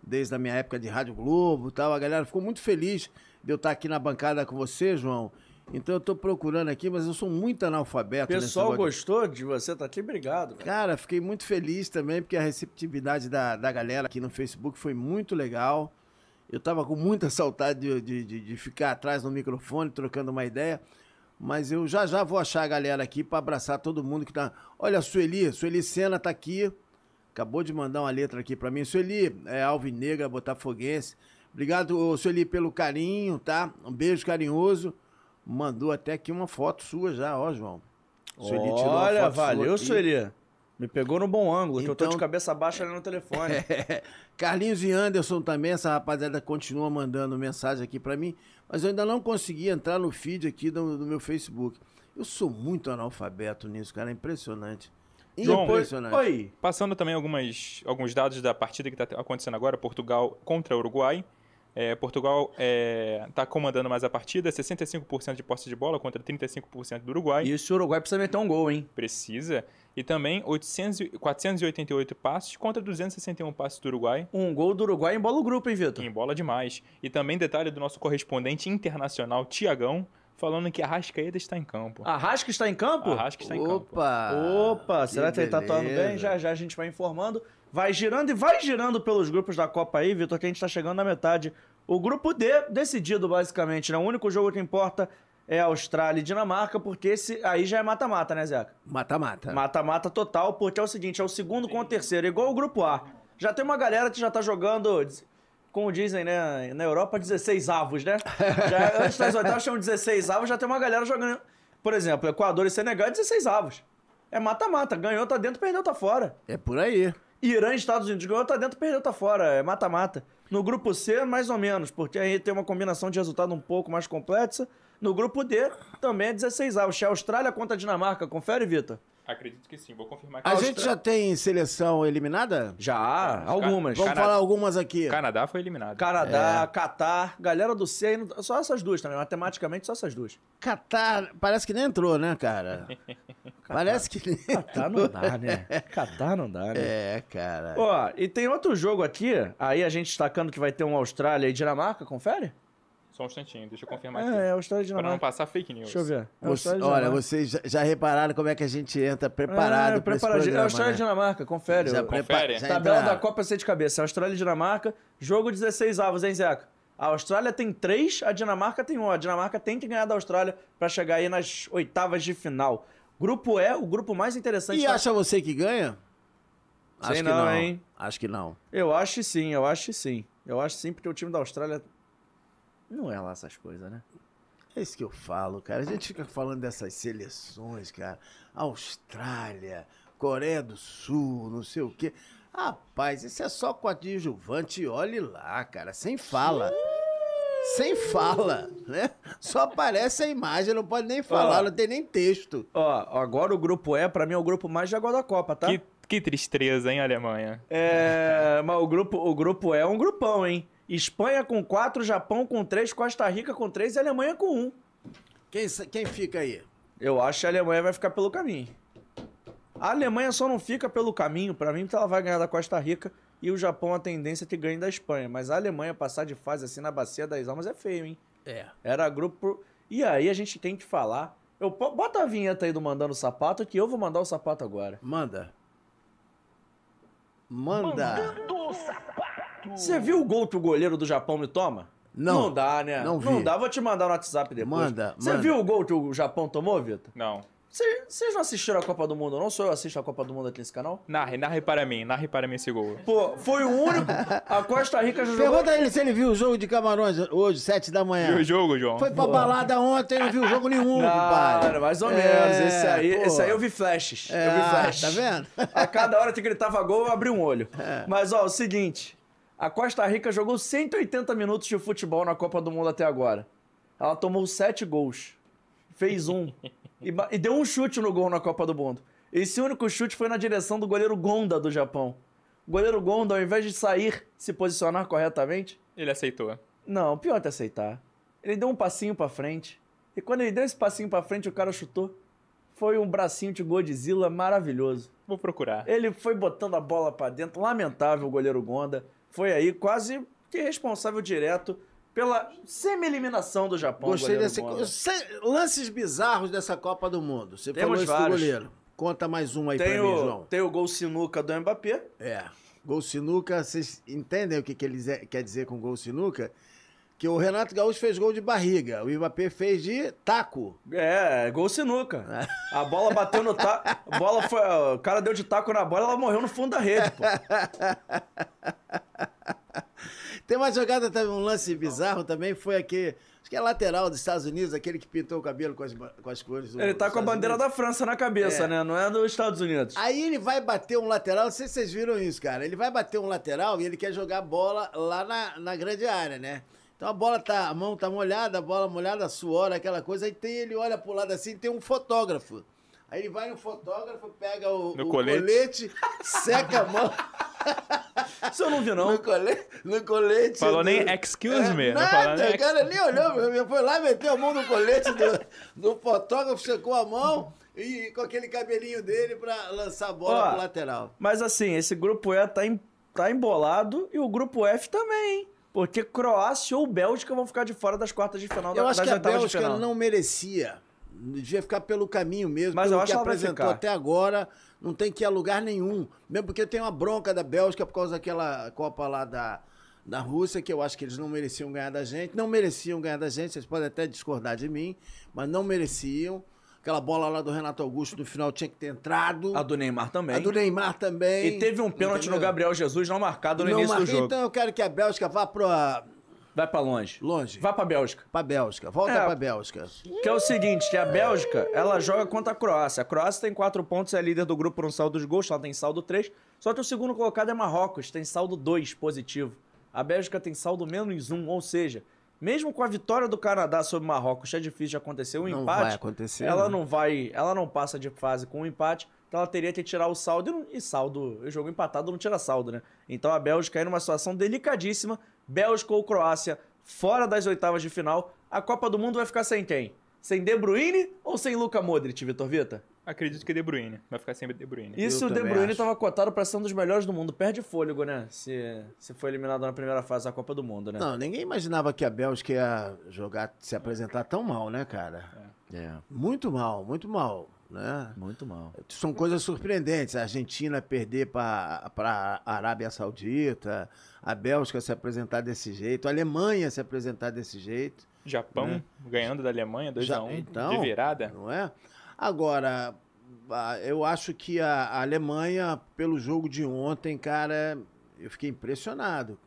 desde a minha época de Rádio Globo e tal. A galera ficou muito feliz de eu estar aqui na bancada com você, João. Então eu tô procurando aqui, mas eu sou muito O analfabeto. nesse pessoal negócio de gostou de você, tá aqui, obrigado. velho. Cara, fiquei muito feliz também, porque a receptividade da, da galera aqui no Facebook foi muito legal. Eu tava com muita saudade de, de, de- de ficar atrás no microfone, trocando uma ideia. Mas eu já já vou achar a galera aqui para abraçar todo mundo que tá. Olha, a Sueli, Sueli Sena tá aqui. Acabou de mandar uma letra aqui para mim. Sueli, é alvinegra, botafoguense. Obrigado, ô, Sueli, pelo carinho, tá? Um beijo carinhoso. Mandou até aqui uma foto sua já, ó, João. Olha, sua valeu, aqui. Sueli. Me pegou no bom ângulo, que eu tô Então- É, de cabeça baixa ali no telefone. Carlinhos e Anderson também, essa rapaziada continua mandando mensagem aqui pra mim, mas eu ainda não consegui entrar no feed aqui do, do meu Facebook. Eu sou muito analfabeto nisso, cara, é impressionante. João, Impressionante. Oi. Passando também algumas, alguns dados da partida que está acontecendo agora, Portugal contra Uruguai. É, Portugal está comandando mais a partida, 65% de posse de bola contra 35% do Uruguai. E esse Uruguai precisa meter um gol, hein? Precisa. E também 800, e- 488 passes contra 261 passes do Uruguai. Um gol do Uruguai embola o grupo, hein, Tá. Vitor? Em bola demais. E também detalhe do nosso correspondente internacional, Tiagão, falando que a Rascaeta está em campo. Arrasca está em campo? Arrasca está tá em campo. Ah, Opa! Opa, será que ele tá atuando bem? beleza. Já já a gente vai informando. Vai girando e vai girando pelos grupos da Copa aí, Vitor, que a gente tá chegando na metade. O grupo D decidido, basicamente, né? O único jogo que importa é Austrália e Dinamarca, porque esse aí já é mata-mata, né, Zeca? Mata-mata. Mata-mata total, porque é o seguinte, é o segundo com o terceiro, igual o grupo A. Já tem uma galera que já tá jogando, como dizem, né, na Europa, 16 avos, né? Já, antes das oitavas chamam 16 avos, já tem uma galera jogando, por exemplo, Equador e Senegal é 16 avos. É mata-mata, ganhou, tá dentro, perdeu, tá fora. É por aí. Irã e Estados Unidos ganhou, tá dentro, perdeu, tá fora. É mata-mata. No grupo C, mais ou menos, porque aí tem uma combinação de resultado um pouco mais complexa. No grupo D, também é 16 avos. É Austrália contra a Dinamarca, confere, Vitor. Acredito que sim, vou confirmar A gente já tem seleção eliminada? Já, algumas. Vamos Cara- falar algumas aqui. Canadá foi eliminado. Canadá, é. Catar, galera do C, aí não- só essas duas também, matematicamente só essas duas. Catar, parece que nem entrou, né, cara? parece que nem. Catar não dá, né? Catar não dá, né? É, cara. Ó, e tem outro jogo aqui, aí a gente destacando que vai ter um Austrália e Dinamarca, confere? Só um instantinho, deixa eu confirmar aqui. É, é Austrália e Para não Dinamarca. passar fake news. Deixa eu ver. Você- É Austrália e olha, Dinamarca. vocês já, já repararam como é que a gente entra É, preparado para esse preparado. É programa, Austrália e né? Dinamarca, confere. Já Eu- prepa- confere. já Tabela entra- da Copa eu sei de cabeça. Austrália e Dinamarca. Jogo 16 avos, hein, Zeca? A Austrália tem 3, a Dinamarca tem 1. A Dinamarca tem que ganhar da Austrália pra chegar aí nas oitavas de final. Grupo E, o grupo mais interessante. E da- acha você que ganha? Sei não, hein? Acho que não. Eu acho sim, eu acho sim. Eu acho sim, porque o time da Austrália. Não é lá essas coisas, né? É isso que eu falo, cara. A gente fica falando dessas seleções, cara. Austrália, Coreia do Sul, não sei o quê. Rapaz, isso é só coadjuvante. e Olhe lá, cara. Sem fala. Sem fala, né? Só aparece a imagem, não pode nem falar, Ó. não tem nem texto. Ó, agora o grupo E, pra mim, é o grupo mais jogado da Copa, tá? Que, que tristeza, hein, Alemanha? É. Mas o grupo, o grupo E é um grupão, hein? Espanha com 4, Japão com 3, Costa Rica com 3 e Alemanha com 1. Quem, sa- quem fica aí? Eu acho que a Alemanha vai ficar pelo caminho. A Alemanha só não fica pelo caminho, pra mim, porque ela vai ganhar da Costa Rica e o Japão a tendência é que ganhe da Espanha. Mas a Alemanha passar de fase assim na bacia das almas é feio, hein? É. Era grupo. E aí a gente tem que falar. Eu po- bota a vinheta aí do mandando o sapato que eu vou mandar o sapato agora. Manda. Manda. Você viu o gol que o goleiro do Japão me toma? Hum. Não. Não dá, né? Não vi. dá. Vou te mandar no WhatsApp depois. Manda, Você manda. viu o gol que o Japão tomou, Vitor? Não. Vocês vocês não assistiram a Copa do Mundo, não? Sou eu que assisto a Copa do Mundo aqui nesse canal? Narre, narre para mim, narre para mim esse gol. Pô, foi o único. A Costa Rica já jogou. Pergunta a ele se ele viu o jogo de Camarões hoje, sete da É. manhã. Viu o jogo, João? Foi pra balada ontem, não viu jogo nenhum, compadre. Cara, mais ou É, menos. esse, aí, pô. esse aí eu vi flashes. É, eu vi flashes. tá vendo? É. A cada hora que gritava gol, eu abri um olho. Mas, ó, o seguinte. A Costa Rica jogou 180 minutos de futebol na Copa do Mundo até agora. Ela tomou sete gols. Fez um. e, ba- e deu um chute no gol na Copa do Mundo. Esse único chute foi na direção do goleiro Gonda do Japão. O goleiro Gonda, ao invés de sair, se posicionar corretamente, Ele aceitou. Não, pior até aceitar. Ele deu um passinho pra frente. E quando ele deu esse passinho pra frente, o cara chutou. Foi um bracinho de Godzilla maravilhoso. Vou procurar. Ele foi botando a bola pra dentro. Lamentável o goleiro Gonda. Foi aí quase que responsável direto pela semi-eliminação do Japão. Gostei goleiro desse. Gonda. Se- Lances bizarros dessa Copa do Mundo. Você Temos falou isso vários. do goleiro. Conta mais um aí Tem pra mim, o, João. tem o gol sinuca do Mbappé. É. Gol sinuca, vocês entendem o que, que ele ze- quer dizer com gol sinuca? Que o Renato Gaúcho fez gol de barriga, o Mbappé fez de taco. É, gol sinuca. É. A bola bateu no taco. A bola foi. O cara deu de taco na bola ela morreu no fundo da rede, pô. Tem uma jogada também, um lance bizarro também, foi aquele. Acho que é lateral dos Estados Unidos, aquele que pintou o cabelo com as, ba- com as cores do. Ele tá dos com a Estados bandeira Unidos. da França na cabeça, É. né? Não é dos Estados Unidos. Aí ele vai bater um lateral, não sei se vocês viram isso, cara. Ele vai bater um lateral e ele quer jogar a bola lá na, na grande área, né? Então a bola tá, a mão tá molhada, a bola molhada, suor, aquela coisa. Aí tem, ele olha pro lado assim, tem um fotógrafo. Aí ele vai no fotógrafo, pega o, No o colete. colete, seca a mão Ah. Isso eu não vi, não. no colete. No colete Falou do- nem excuse me. não né? falou É Nada, nem o cara nem olhou, meu amigo. foi lá, meteu a mão no colete do, do fotógrafo, secou a mão e com aquele cabelinho dele pra lançar a bola Ó, pro lateral. Mas assim, esse grupo E tá, em- tá embolado e o grupo F também, hein? Porque Croácia ou Bélgica vão ficar de fora das quartas de final Eu da, acho das que a oitavas de Bélgica final. não merecia. Devia ficar pelo caminho mesmo. Mas pelo eu acho que que ela vai apresentou ficar. até agora, não tem que ir a lugar nenhum. Mesmo porque eu tenho uma bronca da Bélgica por causa daquela Copa lá da, da Rússia, que eu acho que eles não mereciam ganhar da gente. Não mereciam ganhar da gente, vocês podem até discordar de mim, mas não mereciam. Aquela bola lá do Renato Augusto no final tinha que ter entrado. A do Neymar também. A do Neymar também. E teve um pênalti no entendeu? Gabriel Jesus não marcado no Não início marca- do jogo. Então eu quero que a Bélgica vá pra Vai pra longe. longe. Vai pra Bélgica. Pra Bélgica. Volta É. pra Bélgica. Que é o seguinte, que a Bélgica, ela joga contra a Croácia. A Croácia tem quatro pontos, é líder do grupo por um saldo de gols, ela tem saldo três. Só que o segundo colocado é Marrocos, tem saldo dois positivo. A Bélgica tem saldo menos um, ou seja, mesmo com a vitória do Canadá sobre Marrocos, é difícil de acontecer um Não empate. vai acontecer, Ela né? não vai, ela não passa de fase com um empate, então ela teria que tirar o saldo e, não- e saldo, e jogo empatado não tira saldo, né? Então a Bélgica aí numa situação delicadíssima, Bélgica ou Croácia fora das oitavas de final, a Copa do Mundo vai ficar sem quem? Sem De Bruyne ou sem Luka Modric, Vitor Vita? Acredito que De Bruyne. Vai ficar sempre De Bruyne. E se o De também Bruyne acho. tava cotado pra ser um dos melhores do mundo, perde fôlego, né? Se, se foi eliminado na primeira fase da Copa do Mundo, né? Não, ninguém imaginava que a Bélgica ia jogar, se apresentar tão mal, né, cara? É, Muito mal, muito mal, né? muito mal. São coisas surpreendentes. A Argentina perder para a Arábia Saudita, a Bélgica se apresentar desse jeito, a Alemanha se apresentar desse jeito, Né? Japão ganhando da Alemanha, 2x1. Já- então- de virada. não é? Agora, a- eu acho que a a Alemanha, pelo jogo de ontem, cara, eu fiquei impressionado.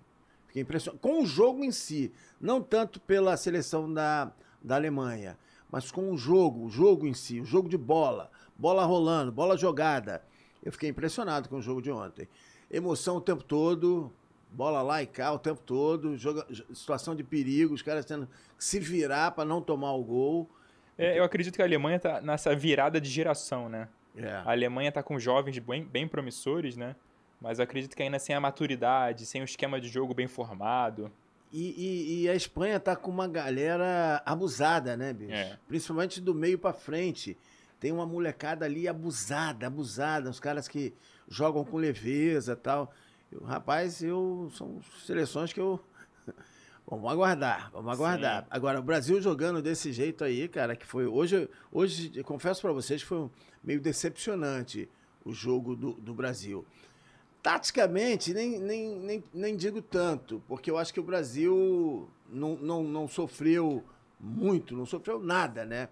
Fiquei impressionado com o jogo em si, não tanto pela seleção da, da Alemanha, mas com o jogo, o jogo em si, o jogo de bola, bola rolando, bola jogada. Eu fiquei impressionado com o jogo de ontem. Emoção o tempo todo, bola lá e cá o tempo todo, joga- j- situação de perigo, os caras tendo que se virar para não tomar o gol. É, eu acredito que a Alemanha tá nessa virada de geração, né? É. A Alemanha tá com jovens bem, bem promissores, né? Mas eu acredito que ainda sem a maturidade, sem o esquema de jogo bem formado. E, e- e a Espanha tá com uma galera abusada, né, bicho? É. Principalmente do meio pra frente. Tem uma molecada ali abusada, abusada. Os caras que jogam com leveza e tal. Eu, rapaz, eu são seleções que eu. Vamos aguardar, vamos aguardar. Agora, o Brasil jogando desse jeito aí, cara, que foi. Hoje, hoje eu confesso pra vocês que foi um- meio decepcionante o jogo do, do Brasil. Taticamente, nem, nem, nem, nem digo tanto, porque eu acho que o Brasil não, não, não sofreu muito, não sofreu nada, né?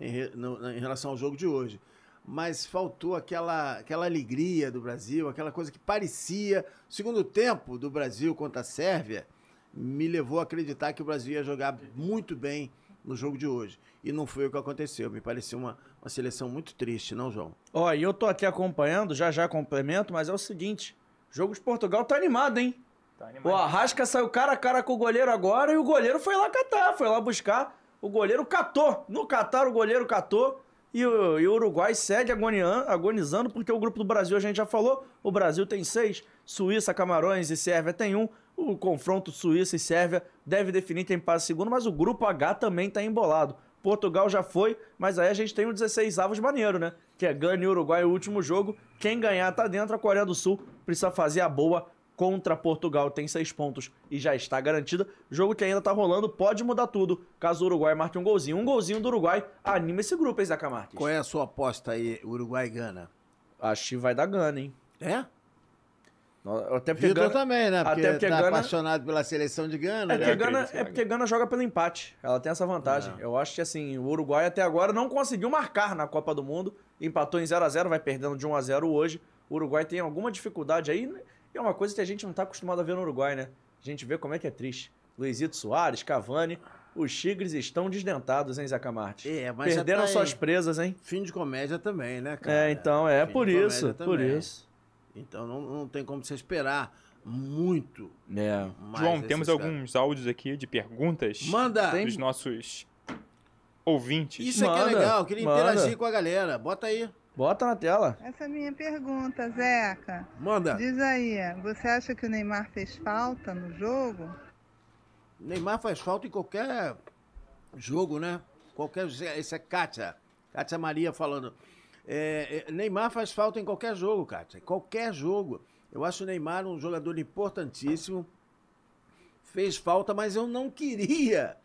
Em, re- no- em relação ao jogo de hoje. Mas faltou aquela, aquela alegria do Brasil, aquela coisa que parecia. O segundo tempo do Brasil contra a Sérvia me levou a acreditar que o Brasil ia jogar muito bem no jogo de hoje. E não foi o que aconteceu. Me pareceu uma, uma seleção muito triste, não, João? Ó, e eu tô aqui acompanhando, já já complemento, mas é o seguinte: o jogo de Portugal tá animado, hein? Tá animado. O Arrasca saiu cara a cara com o goleiro agora e o goleiro foi lá catar, foi lá buscar. O goleiro catou. No Catar, o goleiro catou. E o, e o Uruguai segue agonian- agonizando, porque o grupo do Brasil, a gente já falou, o Brasil tem seis, Suíça, Camarões e Sérvia tem um. O confronto Suíça e Sérvia deve definir quem passa segundo, mas o grupo H também tá embolado. Portugal já foi, mas aí a gente tem o 16 avos maneiro, né? Que é Gana e Uruguai o último jogo. Quem ganhar tá dentro, a Coreia do Sul precisa fazer a boa contra Portugal tem seis pontos e já está garantida. Jogo que ainda tá rolando, pode mudar tudo. Caso o Uruguai marque um golzinho, um golzinho do Uruguai anima esse grupo, hein, Zeca Marques? Qual é a sua aposta aí, Uruguai e Gana? Acho que vai dar Gana, hein? É? No- Até porque Vitor Gana... também, né? Porque, Até porque tá Gana- apaixonado pela seleção de Gana, É né? porque, Gana, é porque Gana joga pelo empate. Ela tem essa vantagem. É. Eu acho que assim, o Uruguai até agora não conseguiu marcar na Copa do Mundo. Empatou em 0 a 0 vai perdendo de 1 a 0 hoje. O Uruguai tem alguma dificuldade aí. né? E é uma coisa que a gente não tá acostumado a ver no Uruguai, né? A gente vê como é que é triste. Luizito Soares, Cavani, os Tigres estão desdentados, hein, Zeca Martins? É, mas já Perderam tá em suas presas, hein? Fim de comédia também, né, cara? É, então, é Fim de por comédia isso, por também. isso. Então não, não tem como você esperar muito É. mais. João, desses temos caras. alguns áudios aqui de perguntas Manda! Tem- dos nossos ouvintes. Isso aqui é Manda, legal, eu queria manda. interagir com a galera. Bota aí. Bota na tela. Essa é a minha pergunta, Zeca. Manda. Diz aí, você acha que o Neymar fez falta no jogo? Neymar faz falta em qualquer jogo, né? Qualquer. Isso é Kátia. Kátia Maria falando. É, é, Neymar faz falta em qualquer jogo, Kátia. Qualquer jogo. Eu acho o Neymar um jogador importantíssimo. Fez falta, mas eu não queria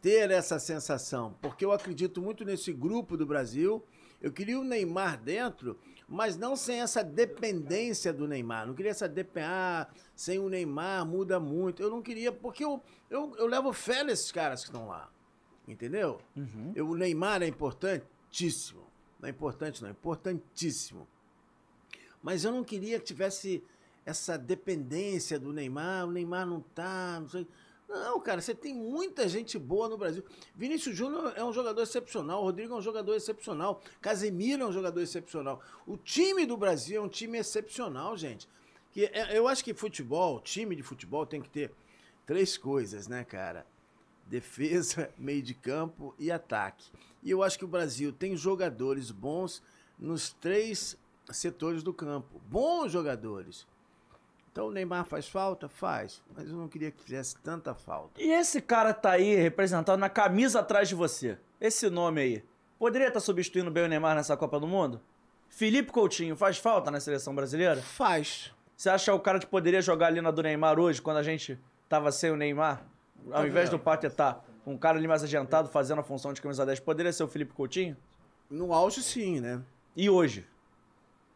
ter essa sensação, porque eu acredito muito nesse grupo do Brasil. Eu queria o Neymar dentro, mas não sem essa dependência do Neymar. Não queria essa DPA, sem o Neymar muda muito. Eu não queria, porque eu, eu, eu levo fé nesses caras que estão lá. Entendeu? Eu, o Neymar é importantíssimo. Não é importante, não, é importantíssimo. Mas eu não queria que tivesse essa dependência do Neymar, o Neymar não tá, não sei. Não, cara, você tem muita gente boa no Brasil. Vinícius Júnior é um jogador excepcional, o Rodrigo é um jogador excepcional, Casemiro é um jogador excepcional. O time do Brasil é um time excepcional, gente. Que é- eu acho que futebol, time de futebol tem que ter três coisas, né, cara? Defesa, meio de campo e ataque. E eu acho que o Brasil tem jogadores bons nos três setores do campo. Bons jogadores. Então o Neymar faz falta? Faz. Mas eu não queria que fizesse tanta falta. E esse cara tá aí representado na camisa atrás de você? Esse nome aí. Poderia estar substituindo bem o Neymar nessa Copa do Mundo? Felipe Coutinho faz falta na seleção brasileira? Faz. Você acha o cara que poderia jogar ali na do Neymar hoje, quando a gente tava sem o Neymar? Ao invés do Paquetá, um cara ali mais adiantado fazendo a função de camisa 10, poderia ser o Felipe Coutinho? No auge, sim, né? E hoje?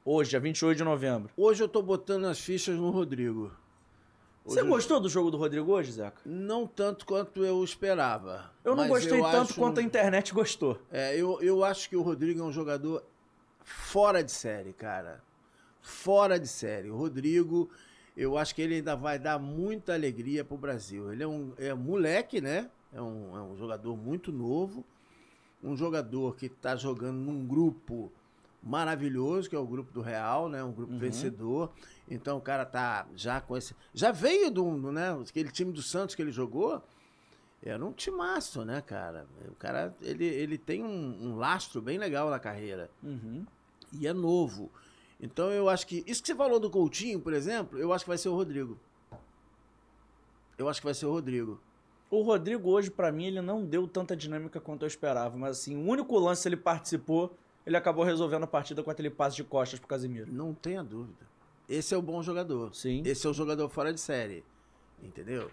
Hoje, é dia 28 de novembro. Hoje eu tô botando as fichas no Rodrigo. Hoje é Você eu- gostou do jogo do Rodrigo hoje, Zeca? Não tanto quanto eu esperava. Eu não mas gostei eu tanto acho- um quanto a internet gostou. É, eu, eu acho que o Rodrigo é um jogador fora de série, cara. Fora de série. O Rodrigo, eu acho que ele ainda vai dar muita alegria pro Brasil. Ele é um, é um moleque, né? É um, é um jogador muito novo. Um jogador que tá jogando num grupo maravilhoso, que é o grupo do Real, né? Um grupo vencedor. Então o cara tá já com esse. Já veio do, do, né? Aquele time do Santos que ele jogou. Era um timaço, né, cara? O cara, ele, ele tem um, um lastro bem legal na carreira. E é novo. Então eu acho que. Isso que você falou do Coutinho, por exemplo, eu acho que vai ser o Rodrigo. Eu acho que vai ser o Rodrigo. O Rodrigo hoje, pra mim, ele não deu tanta dinâmica quanto eu esperava. Mas assim, o único lance que ele participou, ele acabou resolvendo a partida com aquele passe de costas pro Casimiro. Não tenha dúvida. Esse é o bom jogador. Sim. Esse é o jogador fora de série. Entendeu?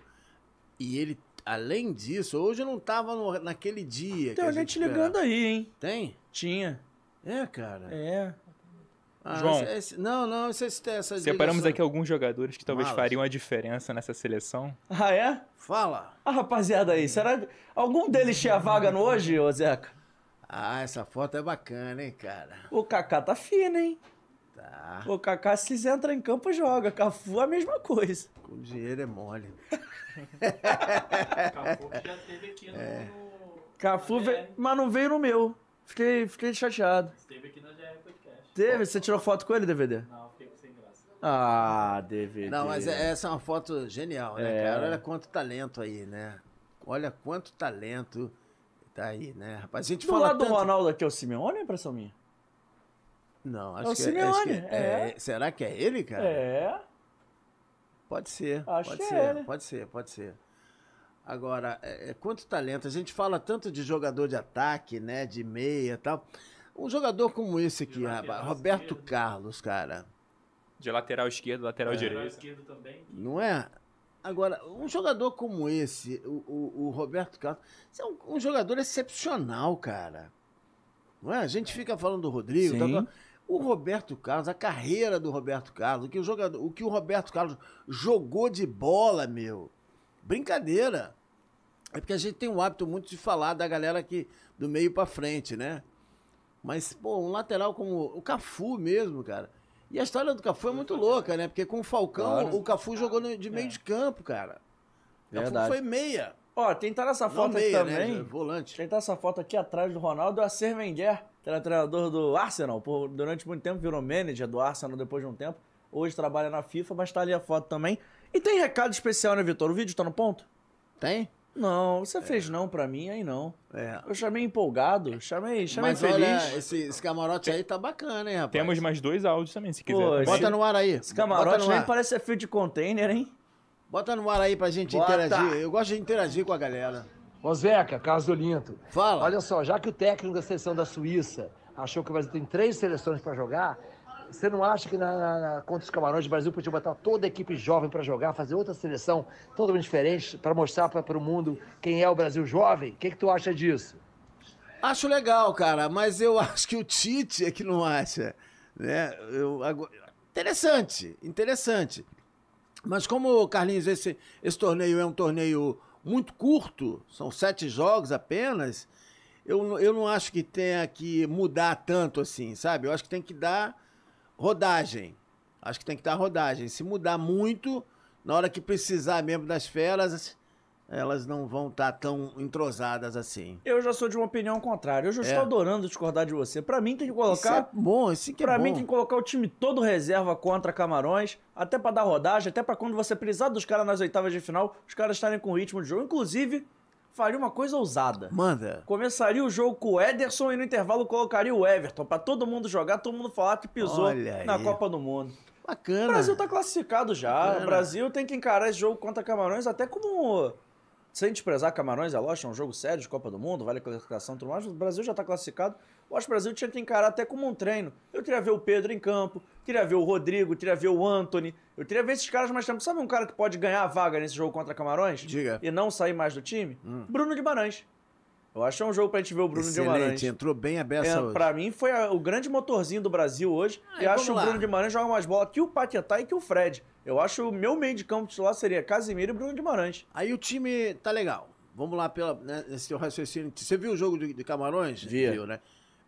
E ele, além disso, hoje não tava no- naquele dia. que Tem a alguém gente te ligando aí, hein? esperava. Tem? Tinha. É, cara. É. Ah, João. esse- esse- não, não, esse, esse, essa Separamos ligação- aqui alguns jogadores que talvez é Malas. fariam a diferença nessa seleção. Ah, é? Fala. Ah, rapaziada aí, será que algum deles tinha vaga no hoje, ô Zeca? Ah, essa foto é bacana, hein, cara. O Kaká tá fino, hein? Tá. O Kaká, se entra em campo, joga. Cafu, a mesma coisa. Com dinheiro é mole. Cafu, veio, mas não veio no meu. Fiquei, fiquei chateado. Teve, você tirou foto com ele, DVD? Não, fiquei sem graça. Ah, DVD. Não, mas é- essa é uma foto genial, né, É. cara? Olha quanto talento aí, né? Olha quanto talento tá aí, né, rapaz? A gente Do fala lado do tanto- Ronaldo aqui é Tipo, o Simeone, é impressão minha? Não, acho É o que é- acho que Simeone, é- Será que é ele, cara? É. Pode ser. Acho pode que ser, é ele. pode ser, pode ser. Agora, é, é, quanto talento. A gente fala tanto de jogador de ataque, né? De meia e tal. Um jogador como esse aqui, rapaz, Roberto Carlos, cara. De lateral esquerdo, É. lateral direito. Não é? Agora, um jogador como esse, o, o- o Roberto Carlos, você é um, um jogador excepcional, cara. Não é? A gente fica falando do Rodrigo. Sim. tá falando- o Roberto Carlos, a carreira do Roberto Carlos, o que o, jogador, o que o Roberto Carlos jogou de bola, meu. Brincadeira. É porque a gente tem um hábito muito de falar da galera que do meio pra frente, né? Mas, pô, um lateral como o Cafu mesmo, cara. E a história do Cafu é muito louca, né? Porque com o Falcão, Claro. É. o Cafu jogou no- de meio de campo, cara. O Cafu Verdade. foi meia. Ó, tem que estar nessa Não foto aqui meia, né? também. já- Volante. Tem que tá essa foto aqui atrás do Ronaldo é o Ser Wenger, que era treinador do Arsenal. Por, durante muito tempo virou manager do Arsenal depois de um tempo. Hoje trabalha na FIFA, mas tá ali a foto também. E tem recado especial, né, Vitor? O vídeo tá no ponto? Tem? Não, você fez não pra mim, aí não. É. Eu chamei empolgado, chamei, chamei Mas feliz. olha, esse, esse camarote aí tá bacana, hein, rapaz? Temos mais dois áudios também, se quiser. tá Pô, também. esse- Bota no ar aí. Esse Bota camarote no nem ar. parece ser fio de container, hein? Bota no ar aí pra gente Bota. interagir. Eu gosto de interagir com a galera. Ô Zeca, Carlos Olinto. Fala. Olha só, já que o técnico da seleção da Suíça achou que o Brasil tem três seleções para jogar, você não acha que na, na- na- contra os Camarões o Brasil podia botar toda a equipe jovem para jogar, fazer outra seleção totalmente diferente, para mostrar para o mundo quem é o Brasil jovem? O que, que tu acha disso? Acho legal, cara, mas eu acho que o Tite é que não acha. Né? Eu, agu- interessante, interessante. Mas como, Carlinhos, esse, esse torneio é um torneio muito curto, são sete jogos apenas, eu, n- eu não acho que tenha que mudar tanto assim, sabe? Eu acho que tem que dar rodagem. Acho que tem que dar rodagem. Se mudar muito, na hora que precisar mesmo das feras, elas não vão estar tão entrosadas assim. Eu já sou de uma opinião contrária. Eu já estou adorando discordar de você. Pra mim tem que colocar É. Isso é bom, isso que é Pra bom. mim tem que colocar o time todo reserva contra Camarões, até pra dar rodagem, até pra quando você precisar dos caras nas oitavas de final, os caras estarem com ritmo de jogo. Inclusive, faria uma coisa ousada. Manda. Começaria o jogo com o Ederson e no intervalo colocaria o Everton pra todo mundo jogar, todo mundo falar que pisou Olha na aí. Copa do Mundo. Bacana. O Brasil tá classificado É, já. né? O Brasil tem que encarar esse jogo contra Camarões até como sem desprezar Camarões, é lógico, é um jogo sério de Copa do Mundo, vale a classificação e tudo mais, mas o Brasil já está classificado. Eu acho que o Brasil tinha que encarar até como um treino. Eu queria ver o Pedro em campo, queria ver o Rodrigo, queria ver o Anthony, eu queria ver esses caras mais tempo. Sabe um cara que pode ganhar a vaga nesse jogo contra Camarões? Diga. Hum. E não sair mais do time? Bruno Guimarães. Eu acho que é um jogo pra gente ver o Bruno Guimarães. Excelente, entrou bem a beça É, hoje. pra mim foi a- o grande motorzinho do Brasil hoje. Ah, e vamos acho lá. o Bruno Guimarães joga mais bola que o Paquetá e que o Fred. Eu acho o meu meio de campo titular seria Casimiro e Bruno Guimarães. Aí o time tá legal. Vamos lá pela, né, esse teu raciocínio. Você viu o jogo de, de Camarões? Vi. Viu, né?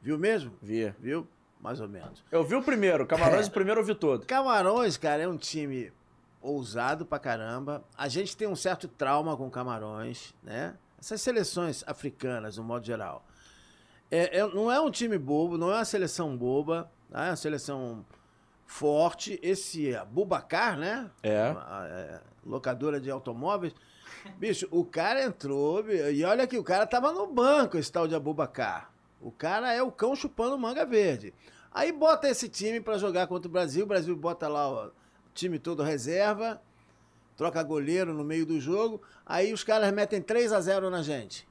Viu mesmo? Vi. Viu? Mais ou menos. Eu vi o primeiro, É. Camarões o primeiro eu vi todo. Camarões, cara, é um time ousado pra caramba. A gente tem um certo trauma com Camarões, né? Essas seleções africanas, no modo geral. É- é- não é um time bobo, não é uma seleção boba, tá? é uma seleção forte. Esse Bubacar, né? É. A- é, locadora de automóveis. Bicho, o cara entrou, bi- e olha que o cara tava no banco, esse tal de Abubacar. O cara é o cão chupando manga verde. Aí bota esse time pra jogar contra o Brasil, o Brasil bota lá ó, o time todo reserva, troca goleiro no meio do jogo. Aí os caras metem 3 a 0 na gente.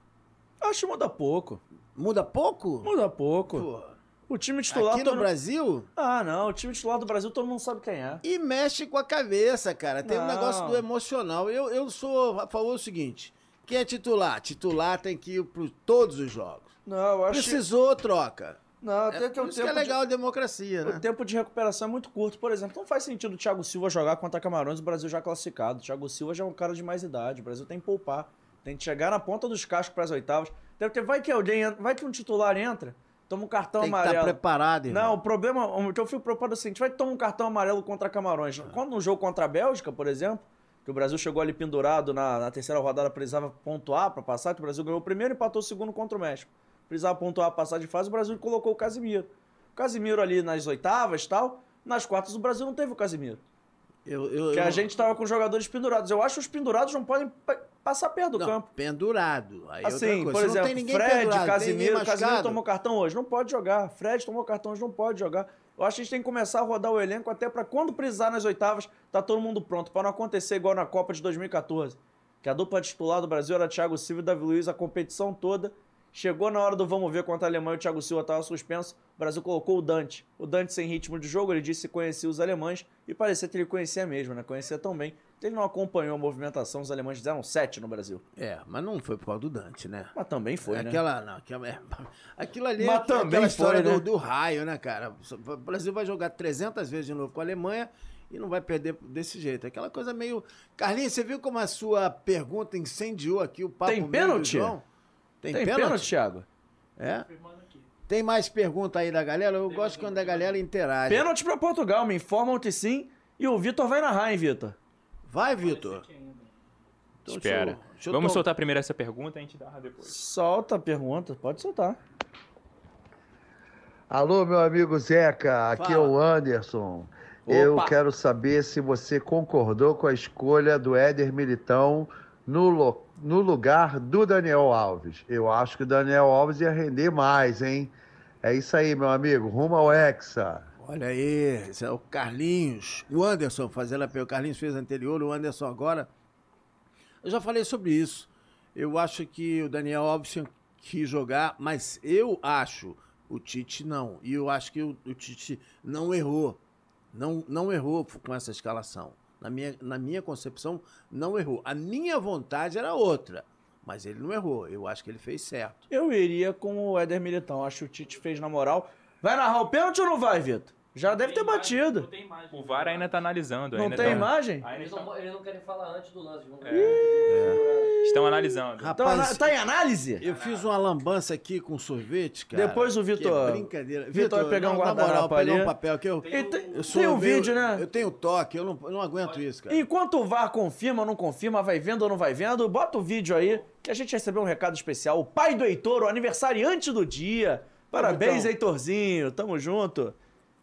Acho que muda pouco. Muda pouco? Muda pouco. Pô, O time titular. aqui todo no mundo- Brasil? Ah, não. O time titular do Brasil todo mundo sabe quem é. E mexe com a cabeça, cara. Tem um Não. negócio do emocional. Eu, eu sou a favor do seguinte: quem é titular? Titular tem que ir para todos os jogos. Não, eu acho. Precisou, troca. Não, É, até que por o isso que é tempo de- legal a democracia, O né? tempo de recuperação é muito curto, por exemplo. Não faz sentido o Thiago Silva jogar contra Camarões o Brasil já classificado. O Thiago Silva já é um cara de mais idade. O Brasil tem que poupar. Tem que chegar na ponta dos cascos para as oitavas. Deve ter, vai que alguém, en- vai que um titular entra, toma um cartão Tem que tá estar amarelo. preparado, irmão. Não, o problema, o que eu fico preocupado é o seguinte, vai que toma um cartão amarelo contra Camarões. É. Quando um jogo contra a Bélgica, por exemplo, que o Brasil chegou ali pendurado na, na terceira rodada, precisava pontuar para passar, que o Brasil ganhou o primeiro e empatou o segundo contra o México. Precisava pontuar, passar de fase, o Brasil colocou o Casimiro. O Casimiro ali nas oitavas e tal, nas quartas o Brasil não teve o Casimiro. Eu, eu, Porque eu- a gente tava com os jogadores pendurados. Eu acho que os pendurados não podem pa- passar perto do não, campo. pendurado. Aí Assim, outra coisa. Se por não exemplo, tem ninguém Fred, pendurado, tem ninguém Casimiro, Casimiro machucado, tomou cartão hoje, não pode jogar. Fred tomou cartão hoje, não pode jogar. Eu acho que a gente tem que começar a rodar o elenco até pra quando precisar nas oitavas, tá todo mundo pronto, Pra não acontecer igual na Copa de 2014, que a dupla titular do Brasil era Thiago Silva e Davi Luiz a competição toda. Chegou na hora do vamos ver contra a Alemanha, o Thiago Silva estava suspenso, o Brasil colocou o Dante. O Dante sem ritmo de jogo, ele disse que conhecia os alemães e parecia que ele conhecia mesmo, né? Conhecia tão bem. Ele não acompanhou a movimentação, os alemães fizeram sete no Brasil. É, mas não foi por causa do Dante, né? Mas também foi, né? aquela, não, aquela, é, aquilo ali Mas é aquela também história foi, do, né? do raio, né, cara? O Brasil vai jogar 300 vezes de novo com a Alemanha e não vai perder desse jeito. Aquela coisa meio... Carlinhos, você viu como a sua pergunta incendiou aqui o papo Tem meu pênalti? do João? Tem, Tem pênalti? pênalti, Thiago? É? Tem mais pergunta aí da galera? Eu gosto quando a galera interage. Pênalti pra Portugal, me informam que sim. E o Vitor vai narrar, hein, Vitor? Vai, Vitor. Então, deixa eu- Espera. deixa eu Vamos tom- soltar primeiro essa pergunta e a gente dá depois. Solta a pergunta, pode soltar. Alô, meu amigo Zeca, aqui é o Anderson. Eu Opa. quero saber se você concordou com a escolha do Éder Militão no, lo- no lugar do Daniel Alves. Eu acho que o Daniel Alves ia render mais, hein? É isso aí, meu amigo. Rumo ao Hexa. Olha aí, esse é o Carlinhos. O Anderson fazendo a pergunta. O Carlinhos fez anterior, o Anderson agora. Eu já falei sobre isso. Eu acho que o Daniel Alves tinha que jogar, mas eu acho, o Tite não. E eu acho que o, o Tite não errou. Não, não errou com essa escalação. Na minha, na minha concepção, não errou. A minha vontade era outra, mas ele não errou. Eu acho que ele fez certo. Eu iria com o Éder Militão, acho que o Tite fez na moral. Vai narrar o pênalti ou não vai, Vitor? Já deve ter batido. O VAR ainda tá analisando. Não ainda tem tá- imagem? Ainda Eles estão, não, eles não querem falar antes do lance. vão- estão analisando. Então, Rapaz, tá em análise? Eu fiz uma lambança aqui com sorvete, cara. Depois o Vitor- Que é brincadeira. Vitor vai pegar um não, na guardanapo moral, pegar ali. um papel que eu. E tem- eu sou tem um meio- vídeo, né? Eu tenho toque, eu não, eu não aguento isso, cara. Enquanto o VAR confirma ou não confirma, vai vendo ou não vai vendo, bota o vídeo aí que a gente recebeu um recado especial. O pai do Heitor, o aniversariante do dia. Parabéns, Vitão. Heitorzinho. Tamo junto.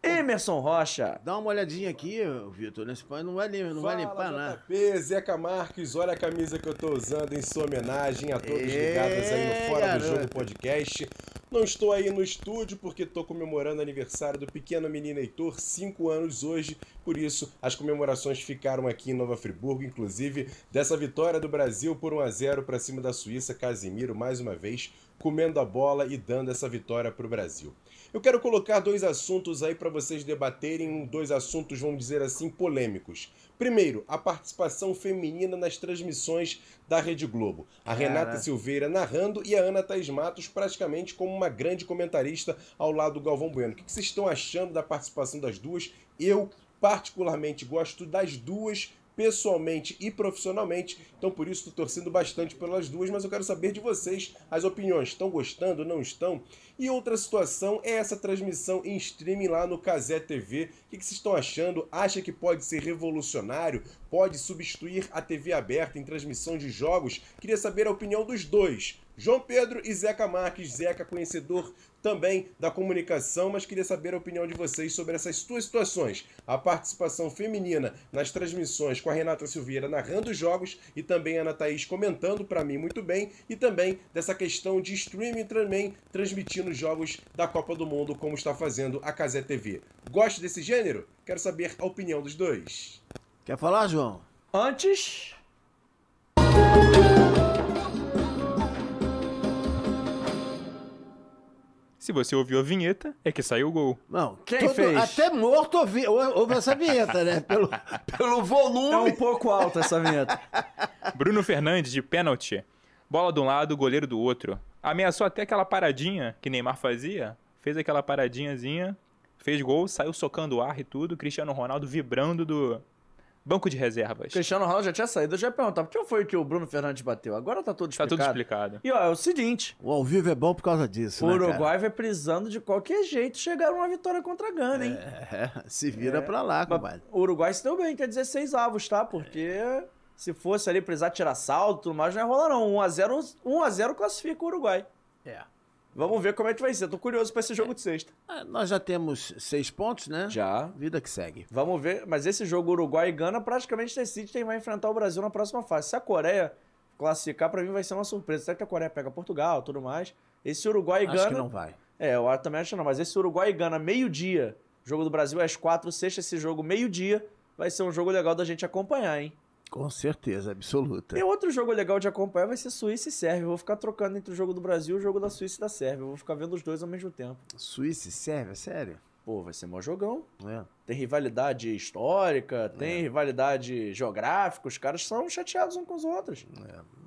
Emerson Rocha. Dá uma olhadinha aqui, Vitor, nesse pano não vai, lim- não vai limpar nada. JP, Zeca Marques, olha a camisa que eu tô usando em sua homenagem a todos Ê, ligados aí no Fora do garoto. Jogo Podcast. Não estou aí no estúdio porque estou comemorando o aniversário do pequeno menino Heitor, 5 anos hoje. Por isso, as comemorações ficaram aqui em Nova Friburgo, inclusive dessa vitória do Brasil por 1 a 0 para cima da Suíça. Casimiro, mais uma vez, comendo a bola e dando essa vitória para o Brasil. Eu quero colocar dois assuntos aí para vocês debaterem, dois assuntos, vamos dizer assim, polêmicos. Primeiro, a participação feminina nas transmissões da Rede Globo. A Cara. Renata Silveira narrando e a Ana Thaís Matos praticamente como uma grande comentarista ao lado do Galvão Bueno. O que que vocês estão achando da participação das duas? Eu, particularmente, gosto das duas, pessoalmente e profissionalmente. Então, por isso, estou torcendo bastante pelas duas, mas eu quero saber de vocês as opiniões. Estão gostando, não estão? E outra situação é essa transmissão em streaming lá no Casé TV. O que que vocês estão achando? Acha que pode ser revolucionário? Pode substituir a TV aberta em transmissão de jogos? Queria saber a opinião dos dois. João Pedro e Zeca Marques, Zeca, conhecedor também da comunicação, mas queria saber a opinião de vocês sobre essas duas situações: a participação feminina nas transmissões com a Renata Silveira narrando os jogos e também a Ana Thaís comentando para mim muito bem, e também dessa questão de streaming também transmitindo os jogos da Copa do Mundo, como está fazendo a Casé TV. Gosta desse gênero? Quero saber a opinião dos dois. Quer falar, João? Antes. Se você ouviu a vinheta, é que saiu o gol. Não, Quem fez? Até morto ouvi, ou- ouve essa vinheta, né? Pelo, pelo volume. É um pouco alta essa vinheta. Bruno Fernandes de pênalti. Bola de um lado, goleiro do outro. Ameaçou até aquela paradinha que Neymar fazia. Fez aquela paradinhazinha, fez gol, saiu socando o ar e tudo. Cristiano Ronaldo vibrando do banco de reservas. Tá Cristiano Ronaldo já tinha saído, eu já ia perguntar, por que foi que o Bruno Fernandes bateu? Agora tá tudo Tá explicado. tudo explicado. E ó, é o seguinte, O ao vivo é bom por causa disso, o né, cara? Uruguai vai precisando de qualquer jeito chegar a uma vitória contra a Gana, hein? É, se vira pra lá, compadre. O Uruguai se deu bem, que é 16 avos, tá? Porque se fosse ali precisar tirar salto e tudo mais, não ia rolar não. 1x0 1x0 classifica o Uruguai. É. Vamos ver como é que vai ser. Tô curioso pra esse jogo de sexta. Ah, Nós já temos seis pontos, né? Já. Vida que segue. Vamos ver. Mas esse jogo Uruguai e Gana praticamente decide quem vai enfrentar o Brasil na próxima fase. Se a Coreia classificar, pra mim vai ser uma surpresa. Será que a Coreia pega Portugal e tudo mais? Esse Uruguai e Acho Gana. que não vai. É, eu também acho que não. Mas esse Uruguai e Gana, meio-dia. Jogo do Brasil às quatro, sexta, esse jogo, meio-dia. Vai ser um jogo legal da gente acompanhar, hein? Com certeza, absoluta. E outro jogo legal de acompanhar vai ser Suíça e Sérvia. Eu vou ficar trocando entre o jogo do Brasil e o jogo da Suíça e da Sérvia. Eu vou ficar vendo os dois ao mesmo tempo. Suíça e Sérvia, sério? Pô, vai ser mó jogão. É. Tem rivalidade histórica, tem rivalidade geográfica. Os caras são chateados uns com os outros.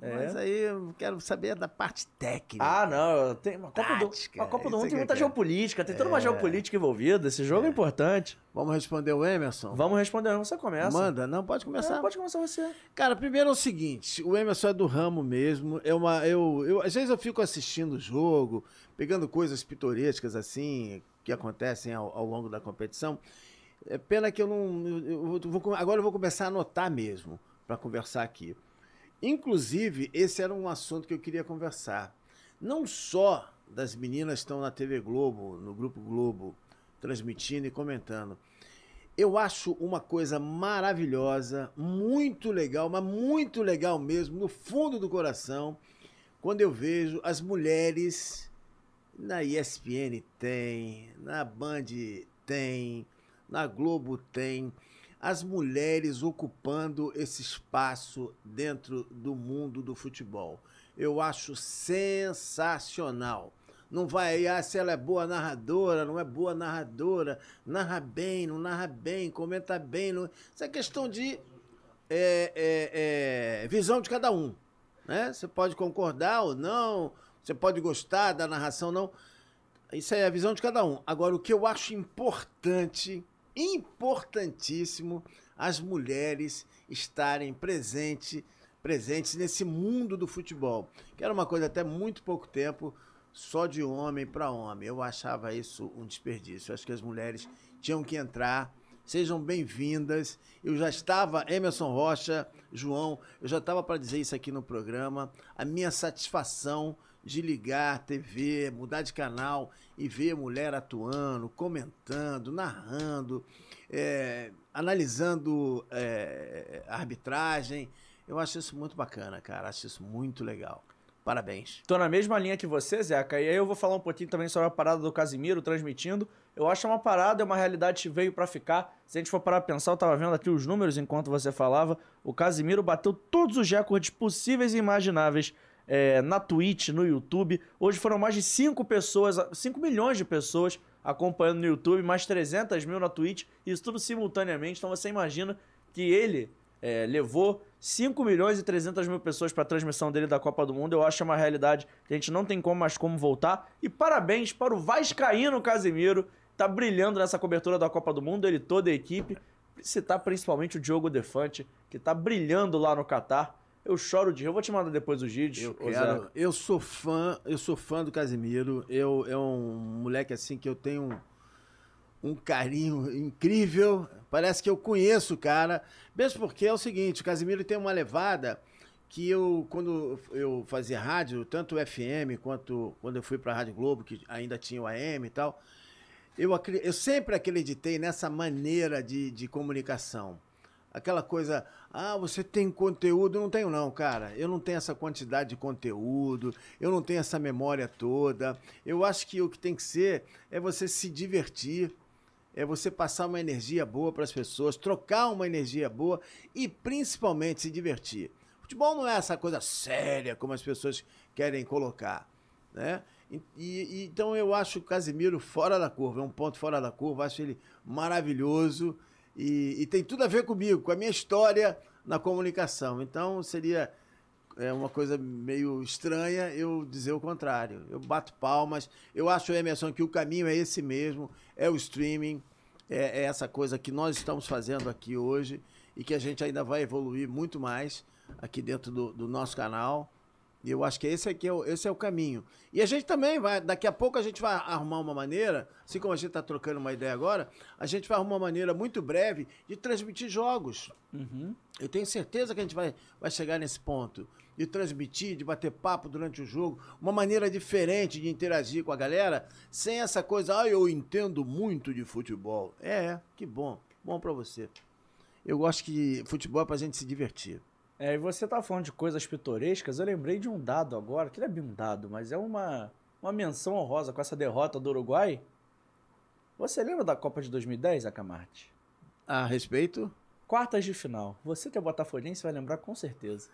É. Mas aí eu quero saber da parte técnica. Ah, não. Tem uma Copa do, Tática, uma Copa isso do Mundo que tem eu muita quero. geopolítica, tem toda uma geopolítica envolvida. Esse jogo é, importante. Vamos responder o Emerson? Vamos responder, você começa. Manda, não, pode começar. É, pode começar você. Cara, primeiro é o seguinte, o Emerson é do ramo mesmo. É uma, eu, eu, às vezes eu fico assistindo o jogo, pegando coisas pitorescas assim que acontecem ao, ao longo da competição. É pena que eu não. eu- eu vou- vou com- agora eu vou começar a anotar mesmo para conversar aqui. Inclusive, esse era um assunto que eu queria conversar. Não só das meninas que estão na TV Globo, no Grupo Globo, transmitindo e comentando. Eu acho uma coisa maravilhosa, muito legal, mas muito legal mesmo, no fundo do coração, quando eu vejo as mulheres na ESPN tem, na Band tem, na Globo tem, as mulheres ocupando esse espaço dentro do mundo do futebol. Eu acho sensacional. Não vai, ah, se ela é boa narradora, não é boa narradora, narra bem, não narra bem, comenta bem. Não... Isso é questão de é, é, é, visão de cada um. Né? Você pode concordar ou não, você pode gostar da narração ou não. Isso aí é a visão de cada um. Agora, o que eu acho importante, importantíssimo, as mulheres estarem presente, presentes nesse mundo do futebol, que era uma coisa até muito pouco tempo só de homem para homem. Eu achava isso um desperdício. Eu acho que as mulheres tinham que entrar. Sejam bem-vindas. Eu já estava, Emerson Rocha, João, eu já estava para dizer isso aqui no programa. A minha satisfação de ligar TV, mudar de canal e ver mulher atuando, comentando, narrando, é, analisando é, arbitragem. Eu acho isso muito bacana, cara. Acho isso muito legal. Parabéns. Tô na mesma linha que você, Zeca, e aí eu vou falar um pouquinho também sobre a parada do Casimiro transmitindo. Eu acho uma parada, é uma realidade que veio pra ficar. Se a gente for parar pra pensar, eu tava vendo aqui os números enquanto você falava. O Casimiro bateu todos os recordes possíveis e imagináveis é, na Twitch, no YouTube. Hoje foram mais de 5 pessoas, 5 milhões de pessoas acompanhando no YouTube, mais 300 mil na Twitch, isso tudo simultaneamente. Então você imagina que ele é, levou 5 milhões e 300 mil pessoas para a transmissão dele da Copa do Mundo. Eu acho que é uma realidade que a gente não tem como mais como voltar. E parabéns para o Vascaíno Casimiro, tá brilhando nessa cobertura da Copa do Mundo, ele toda a equipe. Citar principalmente o Diogo Defante, que tá brilhando lá no Catar. Eu choro de rir. Eu vou te mandar depois os vídeos. Eu ô quero. Zeca. Eu sou fã, eu sou fã do Casimiro. Eu é um moleque assim que eu tenho um, um carinho incrível. Parece que eu conheço o cara. Mesmo porque é o seguinte, o Casimiro tem uma levada que eu quando eu fazia rádio, tanto o FM quanto quando eu fui para a Rádio Globo, que ainda tinha o AM e tal, eu, acre- eu sempre acreditei nessa maneira de, de comunicação. Aquela coisa, ah, você tem conteúdo? Não tenho, não, cara. Eu não tenho essa quantidade de conteúdo, eu não tenho essa memória toda. Eu acho que o que tem que ser é você se divertir, é você passar uma energia boa para as pessoas, trocar uma energia boa e principalmente se divertir. Futebol não é essa coisa séria como as pessoas querem colocar, né? E- e- então eu acho o Casimiro fora da curva, é um ponto fora da curva, acho ele maravilhoso e, e tem tudo a ver comigo, com a minha história na comunicação. Então seria é uma coisa meio estranha eu dizer o contrário. Eu bato palmas. Eu acho, Emerson, que o caminho é esse mesmo. É o streaming. É, é essa coisa que nós estamos fazendo aqui hoje e que a gente ainda vai evoluir muito mais aqui dentro do, do nosso canal. E eu acho que esse aqui é o, esse é o caminho. E a gente também vai, daqui a pouco a gente vai arrumar uma maneira, assim como a gente está trocando uma ideia agora, a gente vai arrumar uma maneira muito breve de transmitir jogos. Eu tenho certeza que a gente vai, vai chegar nesse ponto. De transmitir, de bater papo durante o jogo, uma maneira diferente de interagir com a galera, sem essa coisa, ah, eu entendo muito de futebol. É, que bom. Bom pra você. Eu acho que futebol é pra gente se divertir. É, e você tá falando de coisas pitorescas, eu lembrei de um dado agora, que não é bem um dado, mas é uma, uma menção honrosa com essa derrota do Uruguai. Você lembra da Copa de 2010, Acamarte? A respeito? Quartas de final. Você que é botafoguense vai lembrar com certeza.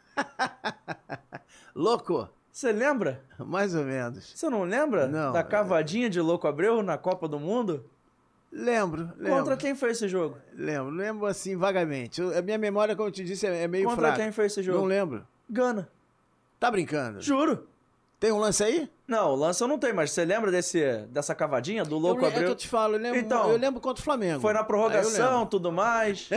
Louco! Você lembra? Mais ou menos. Você não lembra Não, é- da cavadinha de Louco Abreu na Copa do Mundo? Lembro, lembro. Contra quem foi esse jogo? Lembro, lembro assim vagamente. Eu- a minha memória, como eu te disse, é é meio Contra fraca. quem foi esse jogo? Não lembro. Gana. Tá brincando? Juro. Tem um lance aí? Não, o lance eu não tenho, mas você lembra desse, dessa cavadinha do Louco eu, é Abreu? que eu te falo, eu lembro, Então, eu lembro contra o Flamengo. Foi na Aí eu prorrogação, lembro. tudo mais.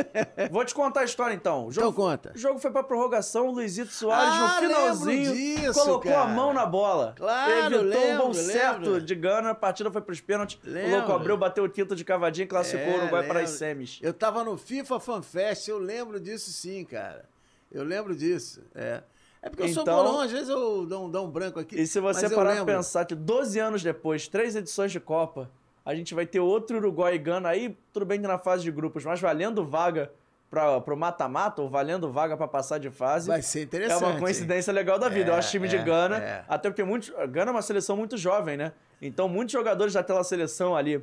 Vou te contar a história então. O jogo, Então conta. O jogo foi pra prorrogação, o Luizito Soares Ah, no lembro finalzinho disso, colocou a cara. mão na bola. Claro, Evitou um lembro, bom lembro. certo de Gana, a partida foi pros pênaltis. O Lembro. Louco Abreu bateu o quinto de cavadinha e classificou É, o Uruguai para as lembro. semis. Eu tava no FIFA Fan Fest, eu lembro disso sim, cara. Eu lembro disso, é. É porque eu sou Então- bolão, às vezes eu dou um, dou um branco aqui. E se você mas eu parar pra lembro. pensar que 12 anos depois, três edições de Copa, a gente vai ter outro Uruguai e Gana aí, tudo bem que na fase de grupos, mas valendo vaga pra, pro mata-mata ou valendo vaga pra passar de fase. Vai ser interessante. É uma coincidência legal da vida. É, eu acho time de é, Gana, é. até porque muitos, Gana é uma seleção muito jovem, né? Então muitos jogadores daquela seleção ali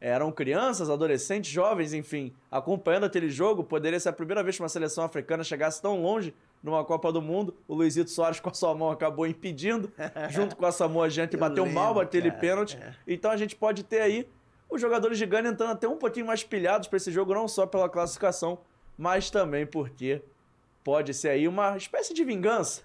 é, eram crianças, adolescentes, jovens, enfim, acompanhando aquele jogo. Poderia ser a primeira vez que uma seleção africana chegasse tão longe numa Copa do Mundo. O Luizito Soares com a sua mão acabou impedindo, junto com a Samoa Jean, que Eu bateu mal lembro, aquele cara, pênalti. é. Então a gente pode ter aí os jogadores de Gana entrando até um pouquinho mais pilhados para esse jogo, não só pela classificação, mas também porque pode ser aí uma espécie de vingança.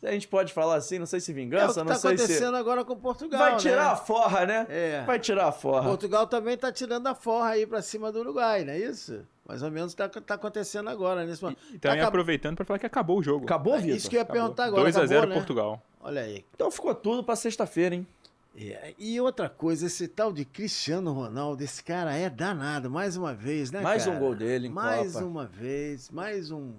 Se a gente pode falar assim, não sei se É o vingança, que não tá sei se. acontecendo agora com Portugal, Vai tirar a né? forra, né? É. Vai tirar a forra. Portugal também tá tirando a forra aí pra cima do Uruguai, não é isso? Mais ou menos tá, tá acontecendo agora, nesse momento. Tá Então, e acab- aproveitando pra falar que acabou o jogo. Acabou, Vitor? Isso que eu ia Acabou. perguntar agora. 2 a 0 acabou, né? Portugal. Olha aí. Então ficou tudo pra sexta-feira, hein? É, E outra coisa, esse tal de Cristiano Ronaldo, esse cara é danado, mais uma vez, né, Mais cara? um gol dele em Mais Copa. uma vez, mais um...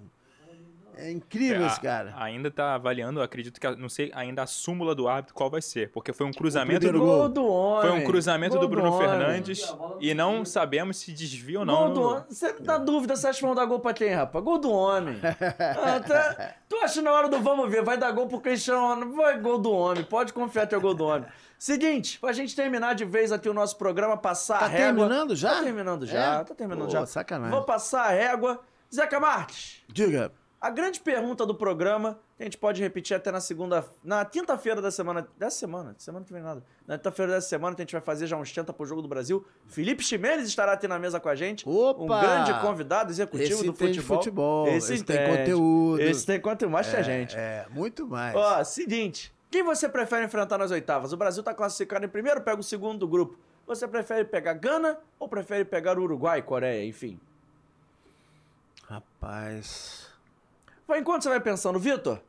É É, incrível a- esse Ah, cara. Ainda tá avaliando, eu acredito que, a- não sei ainda a súmula do árbitro qual vai ser, porque foi um cruzamento primeiro do, gol. é. Gol do homem. foi um cruzamento Gol do Bruno homem. Fernandes e não sabemos se desvia ou Gol não. do homem. Você tá dúvida se acha que vão dar gol pra quem, rapaz? Gol do homem. Ah, tá- Tu acha na hora do vamos ver, vai dar gol pro Cristiano Ronaldo. Vai gol do homem, pode confiar que é gol do homem. Seguinte, pra gente terminar de vez aqui o nosso programa, passar Tá a régua. terminando já? ah, Tá terminando já, É? tá terminando Pô, já. sacanagem. Vou passar a régua. Zeca Marques. Diga. A grande pergunta do programa, que a gente pode repetir até na segunda, na quinta-feira da semana, dessa semana, semana que vem nada. Na quinta-feira dessa semana que a gente vai fazer já um esquenta pro jogo do Brasil. Felipe Ximenes estará aqui na mesa com a gente. Opa! Um grande convidado executivo Esse do entende de futebol. futebol, esse tem entende. conteúdo. Esse tem conteúdo mais que a gente. É, muito mais. Ó, seguinte. Quem você prefere enfrentar nas oitavas? O Brasil tá classificado em primeiro, pega o segundo do grupo. Você prefere pegar Gana ou prefere pegar o Uruguai, Coreia, enfim? Rapaz... Vai enquanto você vai pensando, Vitor.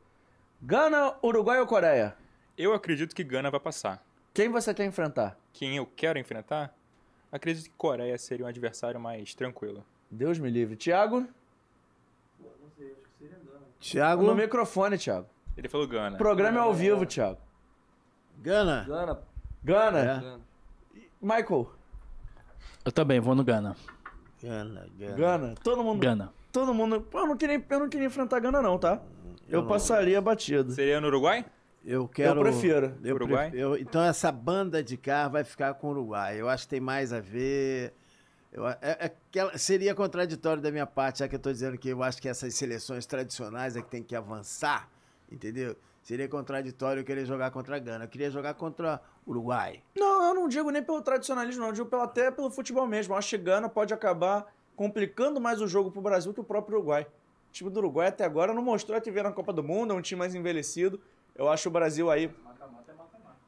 Gana, Uruguai ou Coreia? Eu acredito que Gana vai passar. Quem você quer enfrentar? Quem eu quero enfrentar? Acredito que Coreia seria um adversário mais tranquilo. Deus me livre. Tiago? Thiago... No microfone, Tiago. Ele falou Gana. Programa é ao vivo, Tiago. Gana. Gana, Gana? É. Michael? Eu também, vou no Gana. Gana, Gana. Gana? Todo mundo. Gana. Todo mundo. Pô, eu não queria, eu não queria enfrentar Gana, não, tá? Eu, passaria batido. Seria no Uruguai? Eu quero... Eu prefiro. Eu Uruguai? prefiro- eu- então essa banda de cá vai ficar com o Uruguai. Eu acho que tem mais a ver. Eu- é- é que ela- seria contraditório da minha parte, já que eu estou dizendo que eu acho que essas seleções tradicionais é que tem que avançar, entendeu? Seria contraditório eu querer jogar contra a Gana. Eu queria jogar contra o Uruguai. Não, eu não digo nem pelo tradicionalismo, não. Eu digo pelo, até pelo futebol mesmo. Eu acho que Gana pode acabar complicando mais o jogo pro Brasil que o próprio Uruguai. O time do Uruguai até agora não mostrou a TV na Copa do Mundo, é um time mais envelhecido. Eu acho o Brasil aí.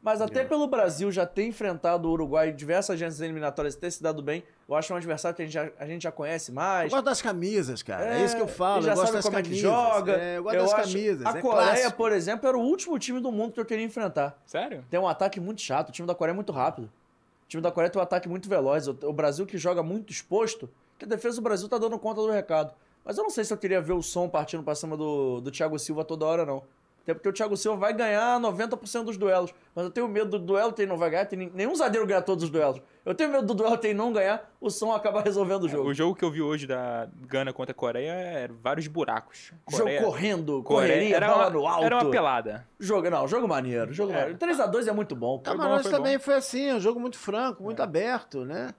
Mas até pelo Brasil já ter enfrentado o Uruguai em diversas agências eliminatórias e ter se dado bem, eu acho um adversário que a gente já, a gente já conhece mais. Eu gosto das camisas, cara. É, isso que eu falo. Já eu gosto sabe das como camisas. é que joga. É, eu gosto das acho- camisas. A é Coreia, clássico. por exemplo, era o último time do mundo que eu queria enfrentar. Sério? Tem um ataque muito chato. O time da Coreia é muito rápido. O time da Coreia tem um ataque muito veloz. O o Brasil que joga muito exposto, que a defesa do Brasil tá dando conta do recado. Mas eu não sei se eu queria ver o som partindo pra cima do, do Thiago Silva toda hora, não. Até porque o Thiago Silva vai ganhar 90% dos duelos. Mas eu tenho medo do duelo que ele não vai ganhar. Tem nin- nenhum zagueiro ganha todos os duelos. Eu tenho medo do duelo que ele não ganhar. O som acaba resolvendo o jogo. O jogo que eu vi hoje da Gana contra a Coreia era vários buracos. Coreia, Jogo correndo, Coreia- correria, era bola uma- no alto. Era uma pelada. Jogo, não, jogo maneiro. Jogo É. maneiro. 3x2 é muito bom. cara. Camarões Tá, também foi assim, um jogo muito franco, É. muito aberto, né?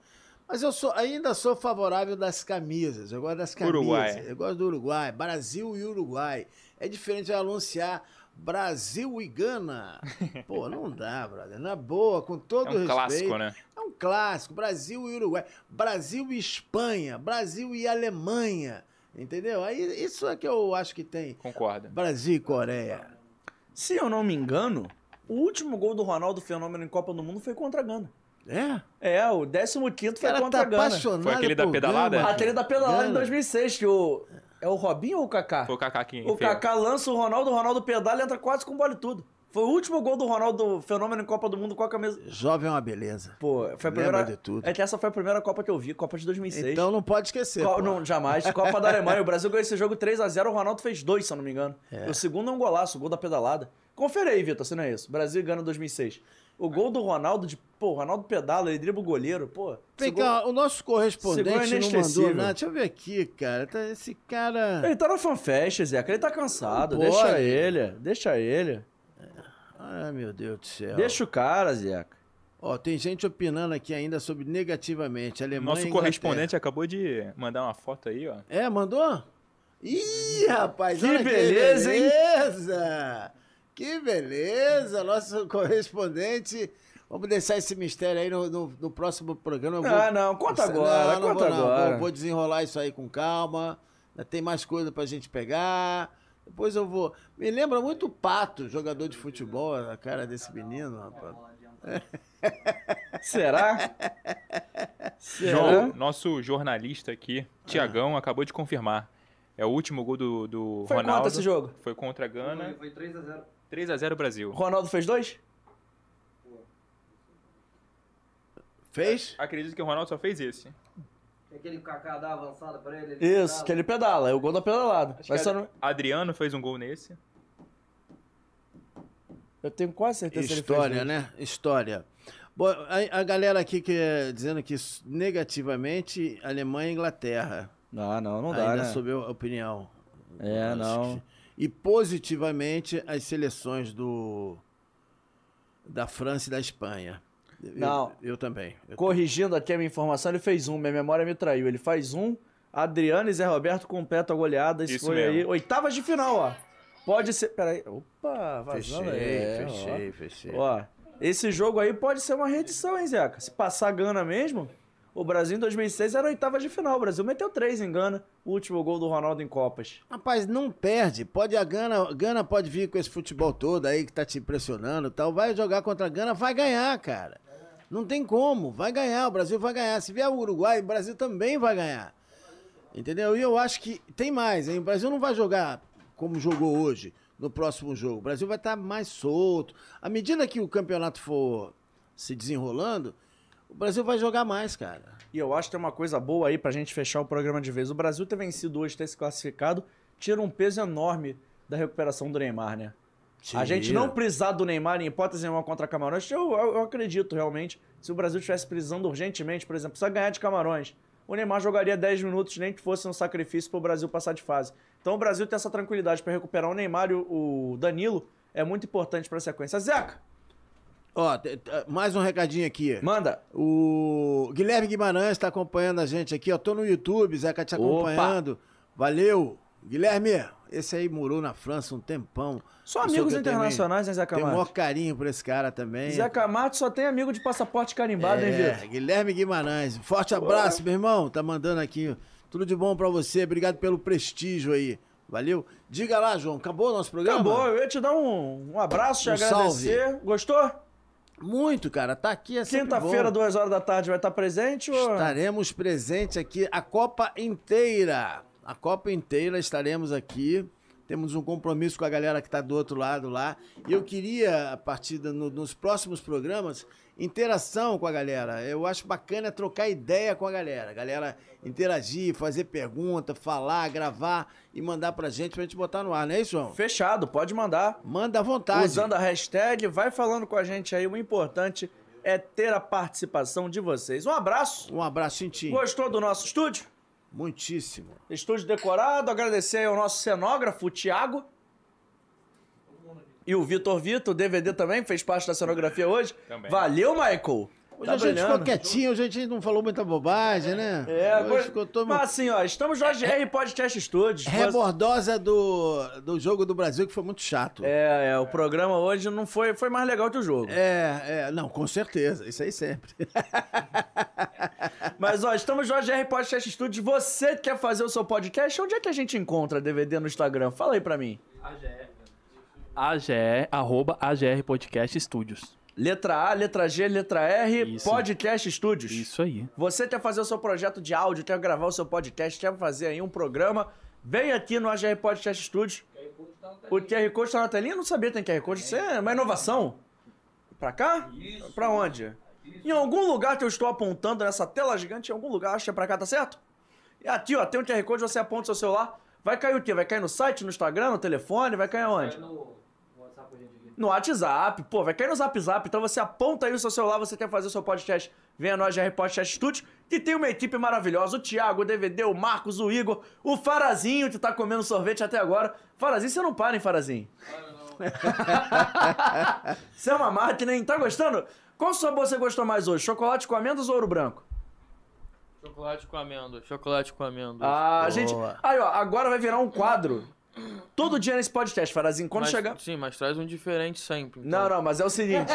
Mas eu sou, ainda sou favorável das camisas. Eu gosto das camisas. Uruguai. Eu gosto do Uruguai. Brasil e Uruguai. É diferente eu anunciar Brasil e Gana. Pô, não dá, brother. Na boa, com todo É respeito. um clássico, né? É um clássico. Brasil e Uruguai. Brasil e Espanha. Brasil e Alemanha. Entendeu? Aí isso é que eu acho que tem. Concordo. Brasil e Coreia. Se eu não me engano, o último gol do Ronaldo Fenômeno em Copa do Mundo foi contra a Gana. É? É, o 15 foi cara contra tá a Gana. Ah, apaixonado Foi aquele da por pedalada? Gana. Aquele da pedalada em Gana. 2006, que o... É o Robinho ou o Kaká? Foi o Kaká que O fez. Kaká lança o Ronaldo, o Ronaldo pedala e entra quase com bola e tudo. Foi o último gol do Ronaldo Fenômeno em Copa do Mundo com a camisa... Jovem é uma beleza. Pô, foi a Lembra primeira... de tudo. É que essa foi a primeira Copa que eu vi, Copa de 2006. Então não pode esquecer. Co- pô. não, jamais. Copa da Alemanha. O Brasil ganhou esse jogo 3x0, o Ronaldo fez dois, se eu não me engano. E O segundo é um golaço, o gol da pedalada. Confere aí, Vitor, se não é isso. Brasil e Gana 2006. O gol do Ronaldo, de, pô, o Ronaldo pedala, ele dribla o goleiro, pô. Vem esse gol- cá, o nosso Segura correspondente não mandou inesquecível. nada. Deixa eu ver aqui, cara. Tá- Esse cara. Ele tá na fanfest, Zeca, ele tá cansado. Não deixa pode. ele, deixa ele. Ai, meu Deus do céu. Deixa o cara, Zeca. Ó, tem gente opinando aqui ainda sobre negativamente. é Alemanha e Nosso Inglaterra. correspondente acabou de mandar uma foto aí, ó. É, mandou? Ih, rapaz, Que olha beleza, hein? beleza! Que beleza! Nosso correspondente. Vamos deixar esse mistério aí no, no- no próximo programa. Eu vou- Ah, não, conta agora, não conta vou, não. agora. Vou, vou desenrolar isso aí com calma. Ainda Tem mais coisa pra gente pegar. Depois eu vou. Me lembra muito o Pato, jogador de futebol, a cara desse menino, rapaz. Será? Será? João, nosso jornalista aqui, Tiagão, acabou de confirmar. É o último gol do, do Ah. Foi Ronaldo. quanto esse jogo? Foi contra a Gana. Foi 3x0. 3x0 Brasil. Ronaldo fez dois? Fez? Acredito que o Ronaldo só fez esse. Aquele Kaká dá avançada pra ele. Isso, que ele pedala, é o gol da pedalada. Acho Mas que só não- Adriano fez um gol nesse. Eu tenho quase certeza que ele fez. um. História, dois. né? História. Bom, a, a galera aqui que, é dizendo que s- negativamente Alemanha e Inglaterra. Não, não, não dá, ainda né? sob a opinião. É, Acho não. que- E positivamente as seleções do da França e da Espanha. Eu- Não. Eu, eu também. Eu- Corrigindo aqui a minha informação, ele fez um, minha memória me traiu. Ele faz um, Adriano e Zé Roberto completam a goleada. Isso, Isso foi mesmo. aí. Oitavas de final, ó. Pode ser. Peraí. Opa, fechei, vazando aí. É, fechei, fechei. Ó. Ó, esse jogo aí pode ser uma reedição, hein, Zeca? Se passar a Gana mesmo, o Brasil em 2006 era oitavas de final. O Brasil meteu três em Gana. O último gol do Ronaldo em Copas. Rapaz, não perde. Pode a Gana, Gana pode vir com esse futebol todo aí que tá te impressionando, e tal. Vai jogar contra a Gana, vai ganhar, cara. Não tem como, vai ganhar, o Brasil vai ganhar. Se vier o Uruguai, o Brasil também vai ganhar. Entendeu? E eu acho que tem mais, hein? O Brasil não vai jogar como jogou hoje no próximo jogo. O Brasil vai estar mais solto. À medida que o campeonato for se desenrolando, o Brasil vai jogar mais, cara. E eu acho que tem uma coisa boa aí pra gente fechar o programa de vez. O Brasil ter vencido hoje, ter se classificado, tira um peso enorme da recuperação do Neymar, né? A gente não precisar do Neymar em hipótese nenhuma contra Camarões, eu, eu- eu acredito realmente. Se o Brasil estivesse precisando urgentemente, por exemplo, precisa ganhar de Camarões, o Neymar jogaria 10 minutos, nem que fosse um sacrifício para o Brasil passar de fase. Então o Brasil tem essa tranquilidade para recuperar o Neymar e o o Danilo é muito importante para a sequência. Zeca, Ó, te- te- mais um recadinho aqui. Manda. O Guilherme Guimarães está acompanhando a gente aqui, ó. Tô no YouTube, Zeca te acompanhando. Valeu. Guilherme, esse aí morou na França um tempão. Só Eu sou amigos que eu também internacionais, né, Zeca Tenho o Matos? maior carinho por esse cara também. Zé Camargo só tem amigo de passaporte carimbado, hein, É, Vitor? Guilherme Guimarães. um Forte abraço, meu irmão. Tá mandando aqui. Tudo de bom pra você. Obrigado pelo prestígio aí. Valeu. Diga lá, João. Acabou o nosso programa? Acabou, Tá eu ia te dar um, um abraço, te Um agradecer. Gostou? Muito, cara. Tá aqui é sempre Quinta-feira, bom. duas horas da tarde, vai estar presente? Ou... Estaremos presentes aqui a Copa inteira. A Copa inteira estaremos aqui. Temos um compromisso com a galera que está do outro lado lá. E eu queria, a partir da- no- nos próximos programas, interação com a galera. Eu acho bacana trocar ideia com a galera. A galera interagir, fazer pergunta, falar, gravar e mandar pra gente, pra gente botar no ar, não é isso, João? Fechado, pode mandar. Manda à vontade. Usando a hashtag, vai falando com a gente aí. O importante é ter a participação de vocês. Um abraço. Um abraço, Tintim. Gostou do nosso estúdio? Muitíssimo. Estúdio decorado. Agradecer aí ao nosso cenógrafo, o Thiago. E o Vitor Vitor, o DVD também, fez parte da cenografia hoje. Também. Valeu, Michael. Hoje Tá a gente brilhando. ficou quietinho, hoje a gente não falou muita bobagem, né? É, hoje coisa- ficou todo É, Mas assim, ó, estamos no AGR Podcast Studios. Rebordosa do, do jogo do Brasil, que foi muito chato. É, É, é, o programa hoje não foi, foi mais legal que o jogo. é, não, com certeza, isso aí sempre. Mas, ó, estamos no AGR Podcast Studios. Você que quer fazer o seu podcast? Onde é que a gente encontra DVD no Instagram? Fala aí pra mim. AGR, arroba AGR Podcast Studios. Letra A, letra G, letra R, Podcast Studios. Isso aí. Você quer fazer o seu projeto de áudio, quer gravar o seu podcast, quer fazer aí um programa? Vem aqui no AGR Podcast Studios. O QR Code tá na telinha? Eu não sabia que tem QR Code. Isso é uma inovação. Pra cá? Pra onde? Em algum lugar que eu estou apontando nessa tela gigante, em algum lugar, acho que é pra cá, tá certo? E aqui, ó, tem um QR Code, você aponta o seu celular. Vai cair o quê? Vai cair no site, no Instagram, no telefone? Vai cair aonde? No WhatsApp, pô, vai cair no Zap Zap. Então você aponta aí o seu celular, você quer fazer o seu podcast, venha nós GR Podcast Studio, que tem uma equipe maravilhosa. O Thiago, o DVD, o Marcos, o Igor, o Farazinho, que tá comendo sorvete até agora. Farazinho, você não para, hein, Farazinho? Você é uma máquina, hein? Tá gostando? Qual sabor você gostou mais hoje? Chocolate com amêndoas ou ouro branco? Chocolate com amêndoa, chocolate com amêndoa. Ah, gente. Aí, ó, agora vai virar um quadro. Todo dia nesse podcast, Farazinho. Quando Mas- chegar. Sim, mas traz um diferente sempre. então. Não, não, mas é o seguinte.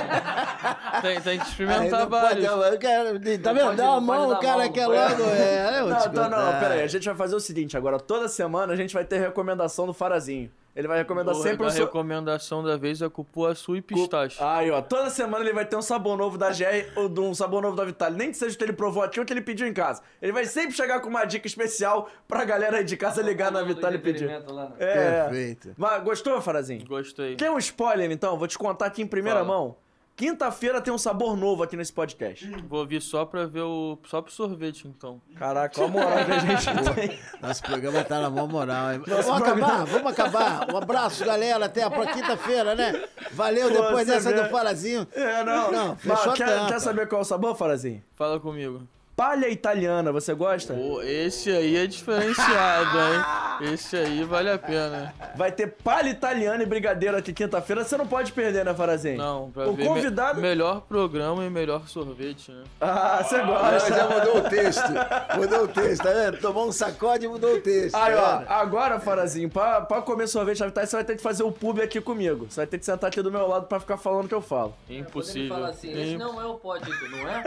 Tem, tem que Aí não experimentar pode vários. dar mão, cara, tá vendo? Dá uma mão, o cara quer logo, é, eu vou te É, Não, então não, não, contar. pera aí. A gente vai fazer o seguinte agora. Toda semana a gente vai ter recomendação do Farazinho. Ele vai recomendar Porra, sempre a um seu... Ah. recomendação da vez é cupuaçu e pistache. Aí, ó, toda semana ele vai ter um sabor novo da GR ou de um sabor novo da Vitale. Nem que seja o que ele provou aqui ou o que ele pediu em casa. Ele vai sempre chegar com uma dica especial pra galera aí de Tá casa ligar um na Vitale e pedir. né? É. Perfeito. Mas gostou, Farazinho? Gostei. Tem um spoiler, então? Vou te contar aqui em primeira Fala. mão. Quinta-feira tem um sabor novo aqui nesse podcast. Vou ouvir só pra ver o. só pro sorvete, então. Caraca, olha a moral que a gente tem. Nosso programa tá na maior moral, hein? Nosso vamos programa- acabar, vamos acabar. Um abraço, galera, até a próxima quinta-feira, né? Valeu, depois Você dessa vê. do Farazinho. É, não. Não, Mas fechou a quer, tampa. quer saber qual é o sabor, Farazinho? Fala comigo. Palha italiana, você gosta? Pô, esse aí é diferenciado, hein? Esse aí vale a pena. Vai ter palha italiana e brigadeiro aqui quinta-feira. Você não pode perder, né, Farazinho? Não, pra O ver. me- convidado... Melhor programa e melhor sorvete, né? Ah, você Ah, gosta. já mudou o texto. Mudou o texto, tá vendo? Tomou um sacode e mudou o texto. Aí, tá ó, vendo? agora, Farazinho, pra, pra comer sorvete na Vitale, você vai ter que fazer o pub aqui comigo. Você vai ter que sentar aqui do meu lado pra ficar falando o que eu falo. Impossível. Fala assim, esse Im- não é o pódio, não é?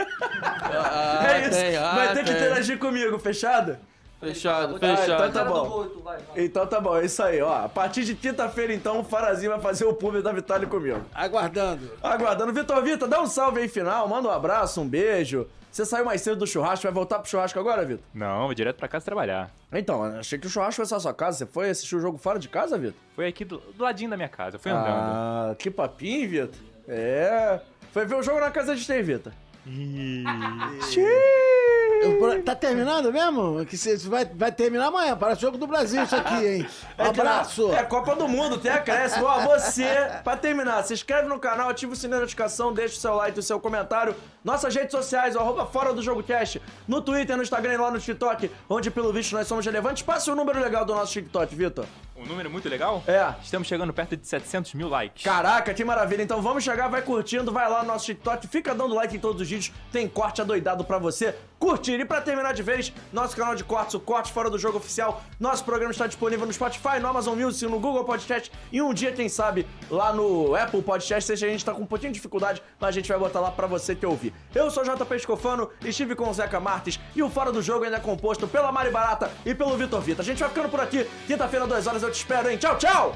Ah, é isso. tem, ah, vai ter que tem. interagir comigo, fechado? Fechado, Ah, fechado. então tá bom. Então tá bom, é isso aí, ó. A partir de quinta-feira, então, o Farazinho vai fazer o pub da Vitale comigo. Aguardando. Aguardando. Vitor Vitor, dá um salve aí final, manda um abraço, um beijo. Você saiu mais cedo do churrasco, vai voltar pro churrasco agora, Vitor? Não, vou direto pra casa trabalhar. Então, achei que o churrasco fosse na sua casa. Você foi assistir o jogo fora de casa, Vitor? Foi aqui do, do ladinho da minha casa, eu fui andando. Ah, que papinho, Vitor. É. Foi ver o jogo na casa de quem, Vitor? Eu pro- Tá terminando mesmo? Que cê vai, vai terminar amanhã. Para o jogo do Brasil isso aqui, hein? Um É que na- abraço. É Copa do Mundo, tem acréscimo. Ó, você, pra terminar, se inscreve no canal, ativa o sininho da notificação, deixa o seu like, o seu comentário. Nossas redes sociais, o arroba fora do jogo cast, no Twitter, no Instagram e lá no TikTok, onde pelo visto nós somos relevantes. Passe o número legal do nosso TikTok, Vitor. O um número muito legal. É. Estamos chegando perto de 700 mil likes. Caraca, que maravilha. Então vamos chegar, vai curtindo, vai lá no nosso TikTok, fica dando like em todos os vídeos, tem corte adoidado pra você curtir. E pra terminar de vez, nosso canal de cortes, o Corte Fora do Jogo Oficial, nosso programa está disponível no Spotify, no Amazon Music, no Google Podcast e um dia, quem sabe, lá no Apple Podcast, seja a gente tá com um pouquinho de dificuldade, mas a gente vai botar lá pra você que ouvir. Eu sou JP Escofano, estive com o Zeca Martins e o Fora do Jogo ainda é composto pela Mari Barata e pelo Vitor Vita. A gente vai ficando por aqui, quinta-feira, 2 horas, eu te espero, hein? Tchau, tchau!